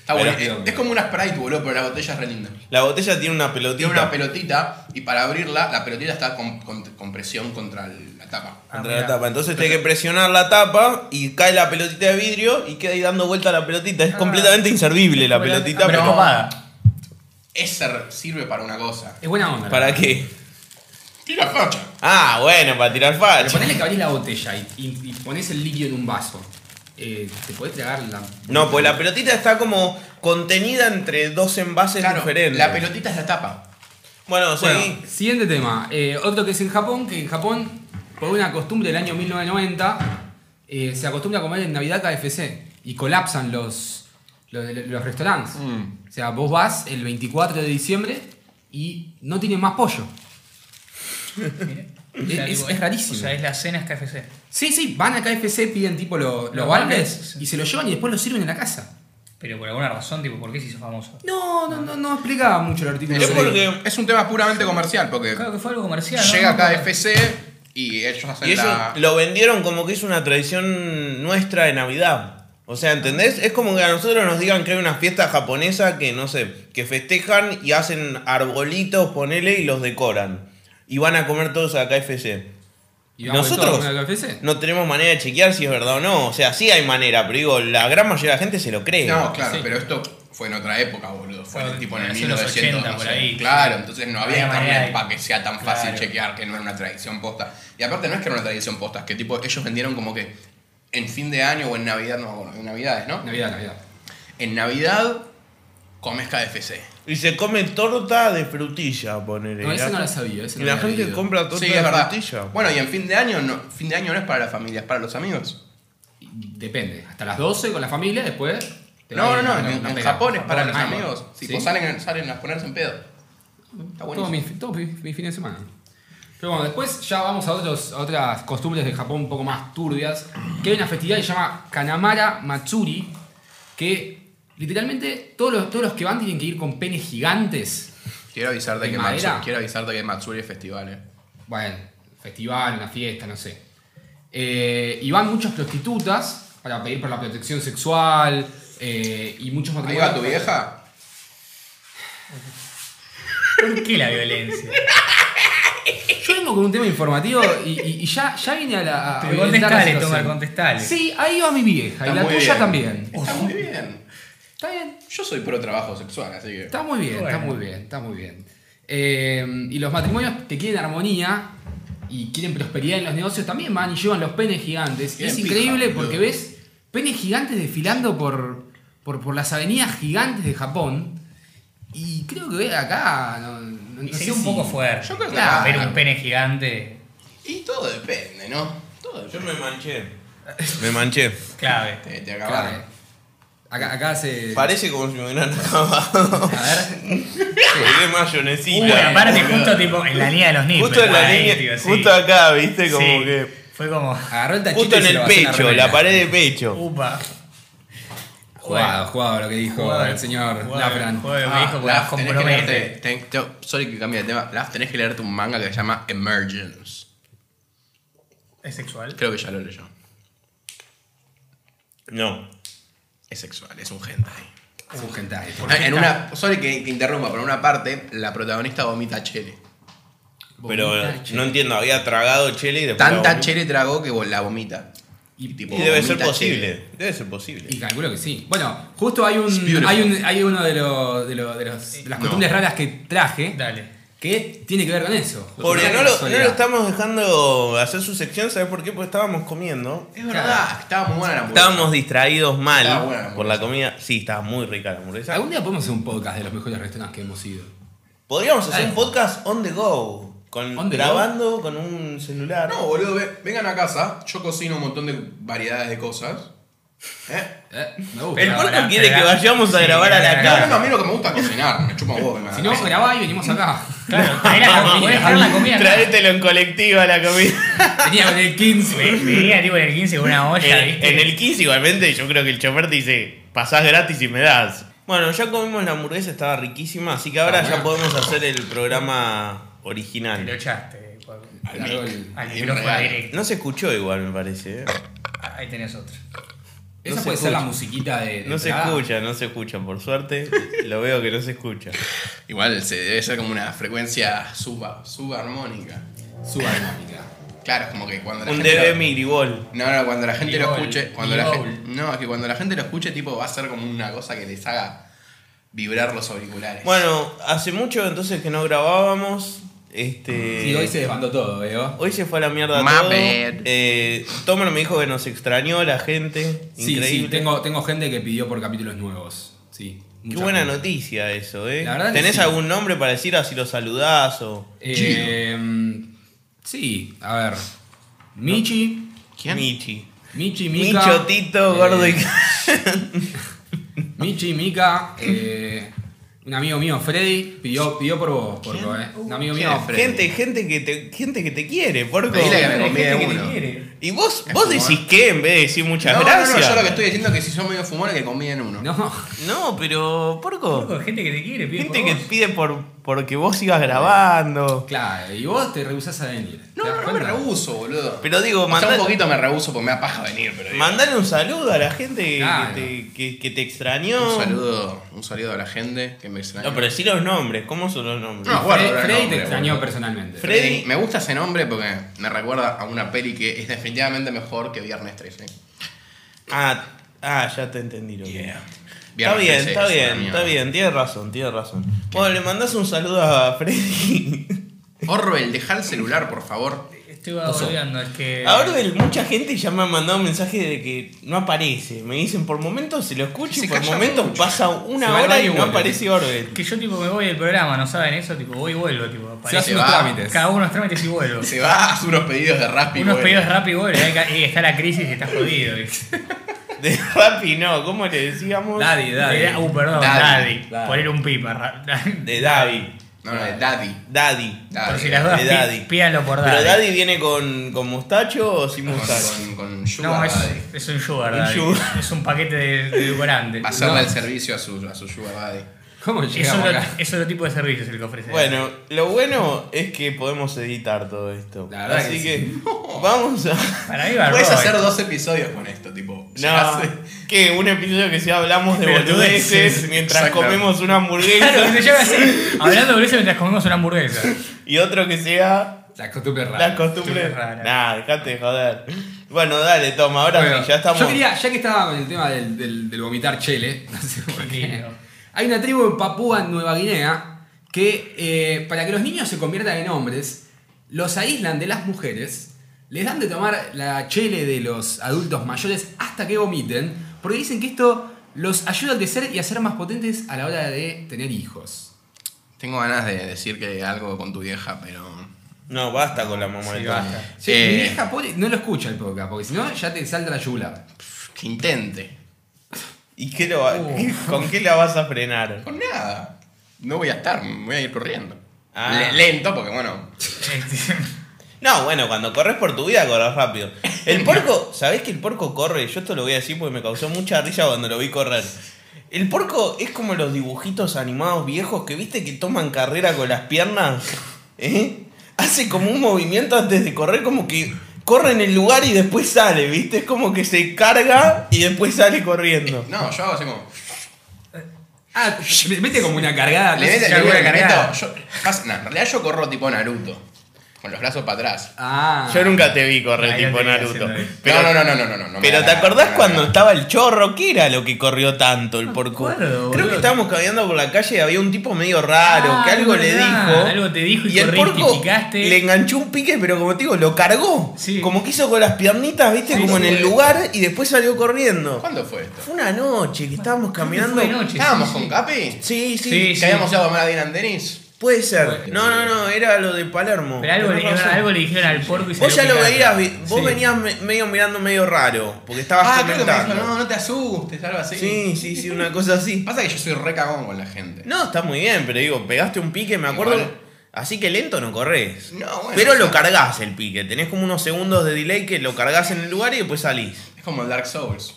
Speaker 2: Está
Speaker 1: Pero-
Speaker 2: bueno. Es, es como una Sprite, boludo, pero la botella es re linda.
Speaker 1: La botella tiene una pelotita.
Speaker 2: Tiene una pelotita y para abrirla, la pelotita está con, con- con presión contra el- la tapa.
Speaker 3: Ah,
Speaker 1: Contra
Speaker 3: mirá.
Speaker 1: la tapa. Entonces tiene que presionar la tapa y cae la pelotita de vidrio y queda ahí dando vuelta la pelotita. Es
Speaker 3: Ah.
Speaker 1: completamente inservible la pelotita,
Speaker 3: pero es
Speaker 1: pero
Speaker 3: copada.
Speaker 2: Esa re- sirve para una cosa.
Speaker 4: Es buena onda.
Speaker 1: ¿para qué?
Speaker 2: Tira facha.
Speaker 1: Ah, bueno, para tirar
Speaker 4: Pero
Speaker 1: facha.
Speaker 4: ponele que abrís la botella y, y- y ponés el líquido en un vaso. Eh, ¿Te podés tragar la.?
Speaker 1: No, pues la pelotita está como contenida entre dos envases
Speaker 2: Claro,
Speaker 1: diferentes.
Speaker 2: la pelotita es la tapa.
Speaker 1: Bueno,
Speaker 4: Bueno,
Speaker 1: seguí.
Speaker 4: siguiente tema. Eh, otro que es en Japón, que en Japón, por una costumbre del año 1990, eh, se acostumbra a comer en Navidad KFC y colapsan los, los, los restaurantes. O sea, vos vas el 24 de diciembre y no tienen más pollo.
Speaker 3: O sea,
Speaker 4: es-
Speaker 3: tipo,
Speaker 4: es rarísimo.
Speaker 3: O sea, es la cena es KFC.
Speaker 4: Sí, sí, van a KFC, piden tipo lo- los
Speaker 3: Los
Speaker 4: baldes
Speaker 3: baldes,
Speaker 4: y se los llevan y después los sirven en la casa.
Speaker 3: Pero por alguna razón, tipo, ¿por qué se hizo famoso?
Speaker 4: No, no, no, no explicaba mucho el artículo.
Speaker 2: Es,
Speaker 4: que leí.
Speaker 2: porque es un tema puramente comercial, porque
Speaker 3: Claro que fue algo comercial. ¿no?
Speaker 2: llega
Speaker 3: No,
Speaker 2: acá
Speaker 3: no,
Speaker 2: FC y ellos hacen
Speaker 1: Y ellos
Speaker 2: la.
Speaker 1: lo vendieron como que es una tradición nuestra de Navidad. O sea, ¿entendés? Es como que a nosotros nos digan que hay una fiesta japonesa que, no sé, que festejan y hacen arbolitos, ponele, y los decoran. Y van a comer todos a KFC.
Speaker 4: Y vamos
Speaker 1: ¿Nosotros?
Speaker 4: todos con el KFC.
Speaker 1: No tenemos manera de chequear si es verdad o no. O sea, sí hay manera, pero digo, la gran mayoría de la gente se lo cree.
Speaker 2: No, claro,
Speaker 4: sí.
Speaker 2: pero esto fue en otra época, boludo. Fue
Speaker 3: Fue
Speaker 2: tipo en el
Speaker 3: hace unos
Speaker 2: 1900,
Speaker 3: 80
Speaker 2: no
Speaker 3: por
Speaker 2: sé.
Speaker 3: ahí.
Speaker 2: Claro, entonces no había
Speaker 3: Había manera
Speaker 2: internet
Speaker 3: de-
Speaker 2: para que sea tan fácil
Speaker 3: Claro.
Speaker 2: chequear que no era una tradición posta. Y aparte no es que era una tradición posta, es que tipo ellos vendieron como que en fin de año o en Navidad, no, bueno, en Navidades, ¿no?
Speaker 4: Navidad, Navidad.
Speaker 2: En Navidad comes KFC.
Speaker 1: Y se come torta de frutilla, ponele.
Speaker 4: No, esa no
Speaker 1: Y
Speaker 4: la sabía. esa
Speaker 1: y
Speaker 4: no
Speaker 1: la
Speaker 4: había
Speaker 1: gente
Speaker 4: leído.
Speaker 1: compra torta
Speaker 2: Sí,
Speaker 1: de
Speaker 2: es verdad.
Speaker 1: frutilla.
Speaker 2: Bueno, y en fin de año no, fin de año no es para la familia, es para los amigos.
Speaker 4: Depende. Hasta las 12 con la familia, después. te
Speaker 2: No, no,
Speaker 4: vas a ir
Speaker 2: no,
Speaker 4: a
Speaker 2: en,
Speaker 4: una-
Speaker 2: en
Speaker 4: una pega.
Speaker 2: Japón es para los
Speaker 4: Ah,
Speaker 2: amigos.
Speaker 4: ¿sí?
Speaker 2: Si pues salen, salen a ponerse en pedo. Está
Speaker 4: Todo mi,
Speaker 2: buenísimo.
Speaker 4: todo mi- mi fin de semana. Pero bueno, después ya vamos a, otros, a otras costumbres de Japón un poco más turbias. Que hay una festividad que se llama Kanamara Matsuri. Que literalmente todos los, todos los que van tienen que ir con penes gigantes.
Speaker 2: Quiero avisarte,
Speaker 4: ¿En
Speaker 2: que
Speaker 4: madera?
Speaker 2: Matsuri, quiero avisarte que Matsuri es festival, eh.
Speaker 4: Bueno, festival, una fiesta, no sé. Eh, y van muchas prostitutas para pedir por la protección sexual. eh, y muchos
Speaker 2: Ahí
Speaker 4: matrimonios.
Speaker 2: va tu vieja.
Speaker 3: ¿Por qué la violencia?
Speaker 4: Eh, Yo vengo con un tema informativo y, y- y ya, ya vine a la. a
Speaker 3: Pero
Speaker 4: orientar la
Speaker 3: contestale,
Speaker 4: situación.
Speaker 3: Tomás, contestale.
Speaker 4: Sí, ahí va mi vieja.
Speaker 2: Está
Speaker 4: y la
Speaker 2: muy
Speaker 4: tuya
Speaker 2: bien.
Speaker 4: también.
Speaker 2: Está muy bien.
Speaker 4: Está bien.
Speaker 2: Yo soy pro trabajo sexual, así que.
Speaker 4: Está muy bien, está
Speaker 3: Bueno.
Speaker 4: muy bien, está muy bien. Eh, y los matrimonios que quieren armonía y quieren prosperidad en los negocios también van y llevan los penes gigantes. Y
Speaker 2: Quieren
Speaker 4: es
Speaker 2: pija,
Speaker 4: increíble
Speaker 2: boludo.
Speaker 4: porque ves penes gigantes desfilando por, por, por las avenidas gigantes de Japón. Y creo que acá. No, no-
Speaker 3: Y
Speaker 4: no sé
Speaker 3: sería un
Speaker 4: si-
Speaker 3: poco fuerte.
Speaker 2: Yo creo que
Speaker 4: Claro.
Speaker 3: Ver un pene gigante,
Speaker 2: Y todo depende, ¿no? Todo
Speaker 1: Yo
Speaker 2: depende. Eh,
Speaker 1: me manché. Me manché.
Speaker 3: clave.
Speaker 2: Te, te
Speaker 4: Claro.
Speaker 2: acabaron.
Speaker 4: Acá, acá se.
Speaker 1: Parece como si me hubieran acabado.
Speaker 4: A ver.
Speaker 1: Le
Speaker 3: Uy,
Speaker 1: mayonesita.
Speaker 3: aparte,
Speaker 2: boludo.
Speaker 3: justo tipo en la línea de los niños.
Speaker 1: justo en la línea, justo acá, viste, como que.
Speaker 3: Fue como,
Speaker 4: Agarró el tachito
Speaker 1: Justo
Speaker 4: y
Speaker 1: en
Speaker 4: se lo
Speaker 1: el
Speaker 4: basó en la
Speaker 1: pecho,
Speaker 4: remera.
Speaker 1: la pared de pecho.
Speaker 3: upa.
Speaker 4: Jugado, jugado lo que dijo el señor Lafran.
Speaker 3: me
Speaker 2: Ah,
Speaker 3: dijo que
Speaker 2: Laf,
Speaker 3: las
Speaker 2: tenés que leerte,
Speaker 3: compromete.
Speaker 2: ten- yo- sorry que cambie de tema. Laf, tenés que leerte un manga que se llama Emergence.
Speaker 3: ¿Es sexual?
Speaker 2: Creo que ya lo leyó.
Speaker 1: No.
Speaker 2: Es sexual, es un hentai.
Speaker 4: Es un hentai.
Speaker 2: Ah, En una, sorry que, que interrumpa, pero en una parte la protagonista vomita chele.
Speaker 1: Pero
Speaker 4: Vomita,
Speaker 1: eh,
Speaker 4: che.
Speaker 1: no entiendo, había tragado chele y después. la
Speaker 2: Tanta
Speaker 1: vomi-
Speaker 2: chele tragó que la vomita. Y, tipo,
Speaker 1: Y debe
Speaker 2: vomita
Speaker 1: ser posible.
Speaker 2: chele.
Speaker 1: Debe ser
Speaker 4: Y
Speaker 1: posible.
Speaker 4: calculo que sí. Bueno, justo hay
Speaker 2: It's
Speaker 4: un.
Speaker 2: beautiful.
Speaker 4: Hay, un, hay uno de, lo- de, lo- de los- de las
Speaker 2: No.
Speaker 4: costumbres raras que traje
Speaker 3: Dale.
Speaker 4: que tiene que ver con eso.
Speaker 1: Porque
Speaker 4: Una
Speaker 1: no lo, no
Speaker 4: casualidad.
Speaker 1: lo estamos dejando hacer su sección, ¿sabes por qué? Porque estábamos comiendo.
Speaker 2: Es verdad, estaba muy buena la hamburguesa.
Speaker 1: Estábamos distraídos
Speaker 2: Estaba buena la
Speaker 1: mal
Speaker 2: hamburguesa.
Speaker 1: por la comida. Sí, estaba muy rica la hamburguesa.
Speaker 4: Algún día podemos hacer un podcast de los mejores restaurantes que hemos ido.
Speaker 1: Podríamos hacer
Speaker 4: Dale.
Speaker 1: un podcast on the go. Con,
Speaker 4: On the
Speaker 1: grabando con un celular.
Speaker 2: No, boludo, ve- vengan a casa, yo cocino un montón de variedades de cosas. ¿Eh?
Speaker 4: Eh, me gusta.
Speaker 1: El
Speaker 3: Ahora,
Speaker 1: puerco quiere que
Speaker 3: espera.
Speaker 1: vayamos a
Speaker 3: Sí,
Speaker 1: grabar a la
Speaker 3: ahora,
Speaker 2: No, no,
Speaker 1: casa.
Speaker 2: no, a mí lo que me gusta es cocinar, me chupa vos.
Speaker 4: Si no, grabá y venimos acá.
Speaker 3: Claro, trae la comida. podés traer la comida.
Speaker 1: Traételo en colectivo a la comida.
Speaker 4: Venía con el 15.
Speaker 3: Ve- Venía tipo en el 15 con una olla,
Speaker 1: en,
Speaker 3: ¿viste?
Speaker 1: en el 15 igualmente yo creo que el chofer te dice, pasás gratis y me das. Bueno, ya comimos la hamburguesa, estaba riquísima, así que ahora
Speaker 2: Ah,
Speaker 1: ya
Speaker 2: bueno.
Speaker 1: podemos hacer el programa
Speaker 3: Lo
Speaker 1: original.
Speaker 3: echaste. por-
Speaker 4: Alargó el-
Speaker 3: Al
Speaker 2: Es
Speaker 3: micrófono
Speaker 2: real.
Speaker 3: directo.
Speaker 1: No se escuchó igual, me parece. ¿eh?
Speaker 3: Ahí tenés otro.
Speaker 4: Esa
Speaker 1: No se
Speaker 4: puede ser la
Speaker 1: escucha.
Speaker 4: musiquita de. de
Speaker 1: No se
Speaker 4: entrada.
Speaker 1: escucha, no se escucha, por suerte. Lo veo que no se escucha.
Speaker 2: Igual se debe ser como una frecuencia suba, subarmónica.
Speaker 4: Subarmónica.
Speaker 2: Claro, es como que cuando la
Speaker 1: Un
Speaker 2: gente.
Speaker 1: DB
Speaker 2: lo-
Speaker 1: Migribol.
Speaker 2: No, no, cuando la gente lo
Speaker 3: Ligol,
Speaker 2: escuche. Cuando la
Speaker 3: ligol.
Speaker 2: gen- No, es que cuando la gente lo escuche, tipo, va a ser como una cosa que les haga vibrar los auriculares.
Speaker 1: Bueno, hace mucho entonces que no grabábamos. Este...
Speaker 4: Y hoy se desbandó todo, veo.
Speaker 1: Hoy se fue a la mierda
Speaker 2: My
Speaker 1: todo.
Speaker 2: bad.
Speaker 1: Eh, Tomer me dijo que nos extrañó la gente.
Speaker 4: Sí,
Speaker 1: Increíble.
Speaker 4: sí, tengo, tengo gente que pidió por capítulos nuevos. Sí.
Speaker 1: Qué
Speaker 4: mucha
Speaker 1: buena
Speaker 4: gente.
Speaker 1: noticia eso, ¿eh?
Speaker 4: La verdad que
Speaker 1: ¿Tenés
Speaker 4: sí.
Speaker 1: algún nombre para decir así lo saludás o
Speaker 4: Eh, sí, a ver. Michi,
Speaker 1: Michi?
Speaker 4: Michi, Mica.
Speaker 1: Micho, Tito,
Speaker 4: eh,
Speaker 1: Gordo y...
Speaker 4: Michi, Mica. eh, Un amigo mío, Freddy, pidió, pidió por vos, porco, eh. Un amigo
Speaker 2: ¿Quién
Speaker 4: mío,
Speaker 2: es Freddy?
Speaker 1: Gente, gente que te, gente que te quiere, porco.
Speaker 2: Pedile que me
Speaker 1: Gente
Speaker 2: convide
Speaker 1: que te
Speaker 2: uno.
Speaker 1: quiere. Y vos, vos
Speaker 2: como-
Speaker 1: decís qué en vez de decir muchas
Speaker 2: No, no,
Speaker 1: gracias.
Speaker 2: no, yo lo que estoy diciendo es que si son medio fumones que conviden uno.
Speaker 4: No,
Speaker 1: No, pero, porco.
Speaker 3: Loco, gente que te quiere, pide
Speaker 1: gente
Speaker 3: por
Speaker 1: que
Speaker 3: vos.
Speaker 1: pide por porque vos ibas grabando.
Speaker 4: claro, y vos te rehusás a venir.
Speaker 2: No,
Speaker 4: ¿Te das
Speaker 2: no, no me
Speaker 4: cuenta?
Speaker 2: rehuso, boludo.
Speaker 1: Pero digo,
Speaker 2: O sea,
Speaker 1: mandá-
Speaker 2: un poquito me rehuso porque me da paja venir, pero. digo,
Speaker 1: Mandale un saludo a la gente
Speaker 4: Claro.
Speaker 1: que, te, que- que te extrañó.
Speaker 2: Un saludo, un saludo a la gente que me extraña.
Speaker 1: No, pero sí los nombres. ¿Cómo son los nombres?
Speaker 2: No,
Speaker 4: Fre-
Speaker 2: guardo el
Speaker 4: Freddy
Speaker 2: nombre,
Speaker 4: te extrañó
Speaker 2: boludo.
Speaker 4: personalmente.
Speaker 1: Fre-
Speaker 2: Freddy,
Speaker 1: Freddy-
Speaker 2: me gusta ese nombre porque me recuerda a una peli que es definitivamente mejor que Viernes 13.
Speaker 1: Ah, ah, ya te entendí lo que- Está
Speaker 2: Viernes
Speaker 1: bien,
Speaker 2: 13
Speaker 1: está
Speaker 2: es una
Speaker 1: bien,
Speaker 2: mierda.
Speaker 1: está bien, tienes razón, tienes razón. Bueno, le mandás un saludo a Freddy.
Speaker 2: Orwell, deja el celular, por favor.
Speaker 3: Estoy volviendo, es que.
Speaker 1: Ahora del- mucha gente ya me ha mandado mensajes de que no aparece. Me dicen, por momentos se lo escucho
Speaker 2: Se
Speaker 1: y por
Speaker 2: calla
Speaker 1: momentos
Speaker 2: mucho.
Speaker 1: pasa
Speaker 4: Se
Speaker 1: una
Speaker 4: va al
Speaker 1: hora y
Speaker 4: baño y
Speaker 1: no
Speaker 4: vuelve.
Speaker 1: aparece Orwell.
Speaker 3: Que yo tipo me voy del programa, ¿no saben eso? Tipo, voy y vuelvo, tipo.
Speaker 4: Se
Speaker 3: aparece-
Speaker 4: hace unos
Speaker 2: va.
Speaker 4: trámites.
Speaker 3: Cada uno de los trámites y vuelvo.
Speaker 2: Se va, hace unos pedidos de Rappi.
Speaker 3: Unos
Speaker 2: güey.
Speaker 3: pedidos rápido y vuelvo. y hay que- y está la crisis y está jodido. ¿viste?
Speaker 1: De Rappi no, ¿cómo le decíamos?
Speaker 4: Daddy, daddy.
Speaker 3: De- Uh, perdón,
Speaker 2: Daddy.
Speaker 3: Daddy.
Speaker 4: Daddy.
Speaker 3: Poner un pipa. ra-
Speaker 1: De David.
Speaker 2: No, no, es Daddy.
Speaker 1: Daddy.
Speaker 2: Daddy.
Speaker 3: Por si las dudas,
Speaker 1: De
Speaker 3: pi-
Speaker 1: Daddy.
Speaker 3: pídanlo por Daddy.
Speaker 1: ¿Pero Daddy viene con, con mustacho o sin
Speaker 2: Con,
Speaker 1: mustacho?
Speaker 2: con, con Sugar
Speaker 3: No, es,
Speaker 2: Daddy.
Speaker 3: es un sugar
Speaker 1: Un
Speaker 3: daddy.
Speaker 1: sugar.
Speaker 3: Es un paquete de, de edulcorante.
Speaker 2: Pasarle el servicio a su, a su Sugar Daddy.
Speaker 4: ¿Cómo
Speaker 3: Es
Speaker 4: llegamos
Speaker 3: otro,
Speaker 4: acá?
Speaker 3: es otro tipo de servicios el que ofrece.
Speaker 1: Bueno, lo bueno es que podemos editar todo esto.
Speaker 4: La verdad
Speaker 1: Así
Speaker 4: que
Speaker 1: que, vamos a.
Speaker 3: Para mí va
Speaker 2: Puedes
Speaker 3: Roy.
Speaker 2: hacer dos episodios con esto, tipo. ya
Speaker 1: No,
Speaker 2: sé.
Speaker 1: que un episodio que sea hablamos de
Speaker 3: De
Speaker 1: boludeces
Speaker 3: boludeces,
Speaker 1: mientras
Speaker 2: exacto.
Speaker 1: comemos una hamburguesa
Speaker 3: Claro, que se llama así. Hablando de eso mientras comemos una hamburguesa.
Speaker 1: y otro que sea
Speaker 4: La costumbre rara.
Speaker 1: las costumbres.
Speaker 3: costumbres raras.
Speaker 1: Nah, dejate de joder. Bueno, dale, toma, ahora
Speaker 4: Bueno,
Speaker 1: sí, ya estamos.
Speaker 4: Yo quería, ya que estaba en el tema del, del- del vomitar chele, no sé por qué.
Speaker 3: Lindo.
Speaker 4: Hay una tribu en Papúa Nueva Guinea que eh, para que los niños se conviertan en hombres, los aíslan de las mujeres, les dan de tomar la chele de los adultos mayores hasta que vomiten, porque dicen que esto los ayuda a crecer y a ser más potentes a la hora de tener hijos.
Speaker 2: Tengo ganas de decir que algo con tu vieja, pero.
Speaker 1: No, basta con la mamá de Tommy.
Speaker 3: Sí, basta.
Speaker 4: Sí,
Speaker 2: Eh.
Speaker 4: Mi vieja pobre no lo escucha el podcast, porque si no ya te salta la yugular.
Speaker 2: Que intente.
Speaker 1: ¿Y qué lo va-
Speaker 3: Uh.
Speaker 1: con qué la vas a frenar?
Speaker 2: Con nada. No voy a estar, me voy a ir corriendo.
Speaker 1: Ah.
Speaker 2: Le- Lento, porque bueno.
Speaker 3: Este,
Speaker 1: No, bueno, cuando corres por tu vida, corres rápido. El porco, ¿sabés que el porco corre? Yo esto lo voy a decir porque me causó mucha risa cuando lo vi correr. El porco es como los dibujitos animados viejos que viste que toman carrera con las piernas. ¿Eh? Hace como un movimiento antes de correr, como que corre en el lugar y después sale, ¿viste? Es como que se carga y después sale corriendo.
Speaker 2: No, yo hago así como.
Speaker 4: Ah, mete como una cargada.
Speaker 2: Le metes
Speaker 3: sí,
Speaker 2: el
Speaker 3: alguna
Speaker 2: carrito.
Speaker 3: cargada.
Speaker 2: Yo, pasa- no, en realidad yo corro tipo Naruto. Con los brazos para atrás.
Speaker 4: Ah.
Speaker 1: Yo nunca te vi correr
Speaker 3: Ahí
Speaker 1: tipo
Speaker 3: lo tenía
Speaker 1: Naruto.
Speaker 3: haciendo ahí.
Speaker 1: Pero,
Speaker 2: no, no, no, no, no, no, no. me
Speaker 1: pero
Speaker 2: da
Speaker 1: ¿te
Speaker 2: nada,
Speaker 1: acordás
Speaker 2: me da
Speaker 1: cuando
Speaker 2: nada.
Speaker 1: estaba el chorro? ¿Qué era lo que corrió tanto el porco? Creo
Speaker 3: acuerdo,
Speaker 1: que
Speaker 3: boludo.
Speaker 1: estábamos caminando por la calle y había un tipo medio raro
Speaker 3: Ah,
Speaker 1: que algo
Speaker 3: es
Speaker 1: le
Speaker 3: verdad,
Speaker 1: dijo.
Speaker 3: algo te dijo y
Speaker 1: el
Speaker 3: corriste,
Speaker 1: porco
Speaker 3: picaste.
Speaker 1: le enganchó un pique, pero como te digo, lo cargó.
Speaker 3: Sí.
Speaker 1: Como que hizo con las piernitas, viste,
Speaker 2: Sí,
Speaker 1: como
Speaker 2: sí,
Speaker 1: en el
Speaker 2: boludo.
Speaker 1: lugar y después salió corriendo.
Speaker 2: ¿Cuándo fue esto?
Speaker 1: Fue una noche que estábamos caminando.
Speaker 3: fue de noche.
Speaker 2: ¿Estábamos
Speaker 3: sí,
Speaker 2: con
Speaker 3: sí.
Speaker 2: Capi?
Speaker 1: Sí, sí,
Speaker 3: Sí,
Speaker 2: ¿Que habíamos ido a tomar a Dylan Dennis?
Speaker 1: Puede ser. No, no, no, era lo de Palermo.
Speaker 3: Pero algo,
Speaker 1: Tenés
Speaker 3: le,
Speaker 1: razón.
Speaker 3: algo le dijeron al porco y se
Speaker 1: Vos ya lo
Speaker 3: picaron.
Speaker 1: veías, vi- vos
Speaker 3: Sí.
Speaker 1: venías me- medio mirando medio raro, porque estabas
Speaker 2: Ah, creo que me
Speaker 1: comentando.
Speaker 2: dijo, no, no te asustes, algo así.
Speaker 1: Sí, sí, sí, una cosa así.
Speaker 2: Pasa que yo soy re cagón con la gente.
Speaker 1: No, está muy bien, pero digo, pegaste un pique, me acuerdo.
Speaker 2: Igual.
Speaker 1: Así que lento no corres.
Speaker 2: No, bueno,
Speaker 1: pero
Speaker 2: o sea-
Speaker 1: lo cargas el pique. Tenés como unos segundos de delay que lo cargas en el lugar y después salís.
Speaker 2: Es como el Dark Souls.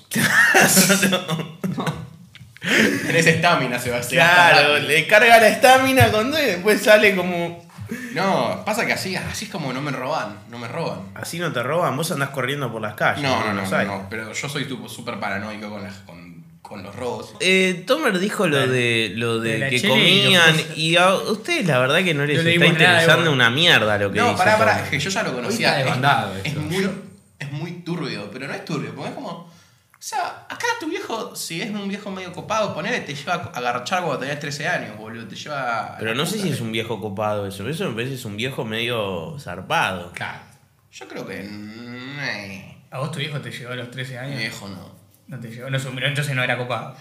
Speaker 2: Tenés estamina, Sebastián.
Speaker 1: Claro, le carga la estamina con y después sale como.
Speaker 2: No, pasa que así, así es como no me roban, no me roban.
Speaker 1: Así no te roban, vos andás corriendo por las calles.
Speaker 2: No, no,
Speaker 1: en
Speaker 2: no,
Speaker 1: Buenos
Speaker 2: no,
Speaker 1: Aires.
Speaker 2: no, pero yo soy tipo súper paranoico con, las- con, con los robos.
Speaker 1: Eh, Tomer dijo lo de lo de,
Speaker 3: De la
Speaker 1: que
Speaker 3: chele y
Speaker 1: comían
Speaker 3: los-
Speaker 1: y a ustedes la verdad que no les
Speaker 3: No
Speaker 1: está
Speaker 3: leímos nada,
Speaker 1: interesando
Speaker 3: igual.
Speaker 1: una mierda lo que
Speaker 2: No,
Speaker 1: dice
Speaker 2: pará, pará,
Speaker 1: Tomer.
Speaker 2: es que yo ya lo
Speaker 4: está
Speaker 2: conocía.
Speaker 4: desbandado
Speaker 2: Es,
Speaker 4: esto.
Speaker 2: es muy, es muy turbio, pero no es turbio, porque es como. O sea, acá tu viejo, si es un viejo medio copado, ponele, te lleva a agarchar cuando tenías 13 años, boludo. Te lleva. a
Speaker 1: Pero
Speaker 2: la
Speaker 1: no sé
Speaker 2: puta.
Speaker 1: si es un viejo copado eso, eso me parece es un viejo medio zarpado.
Speaker 4: Claro.
Speaker 2: Yo creo que. eh,
Speaker 3: ¿A vos tu viejo te llegó a los 13
Speaker 2: mi
Speaker 3: años?
Speaker 2: viejo no.
Speaker 3: No te llegó, no sumió, entonces no era copado.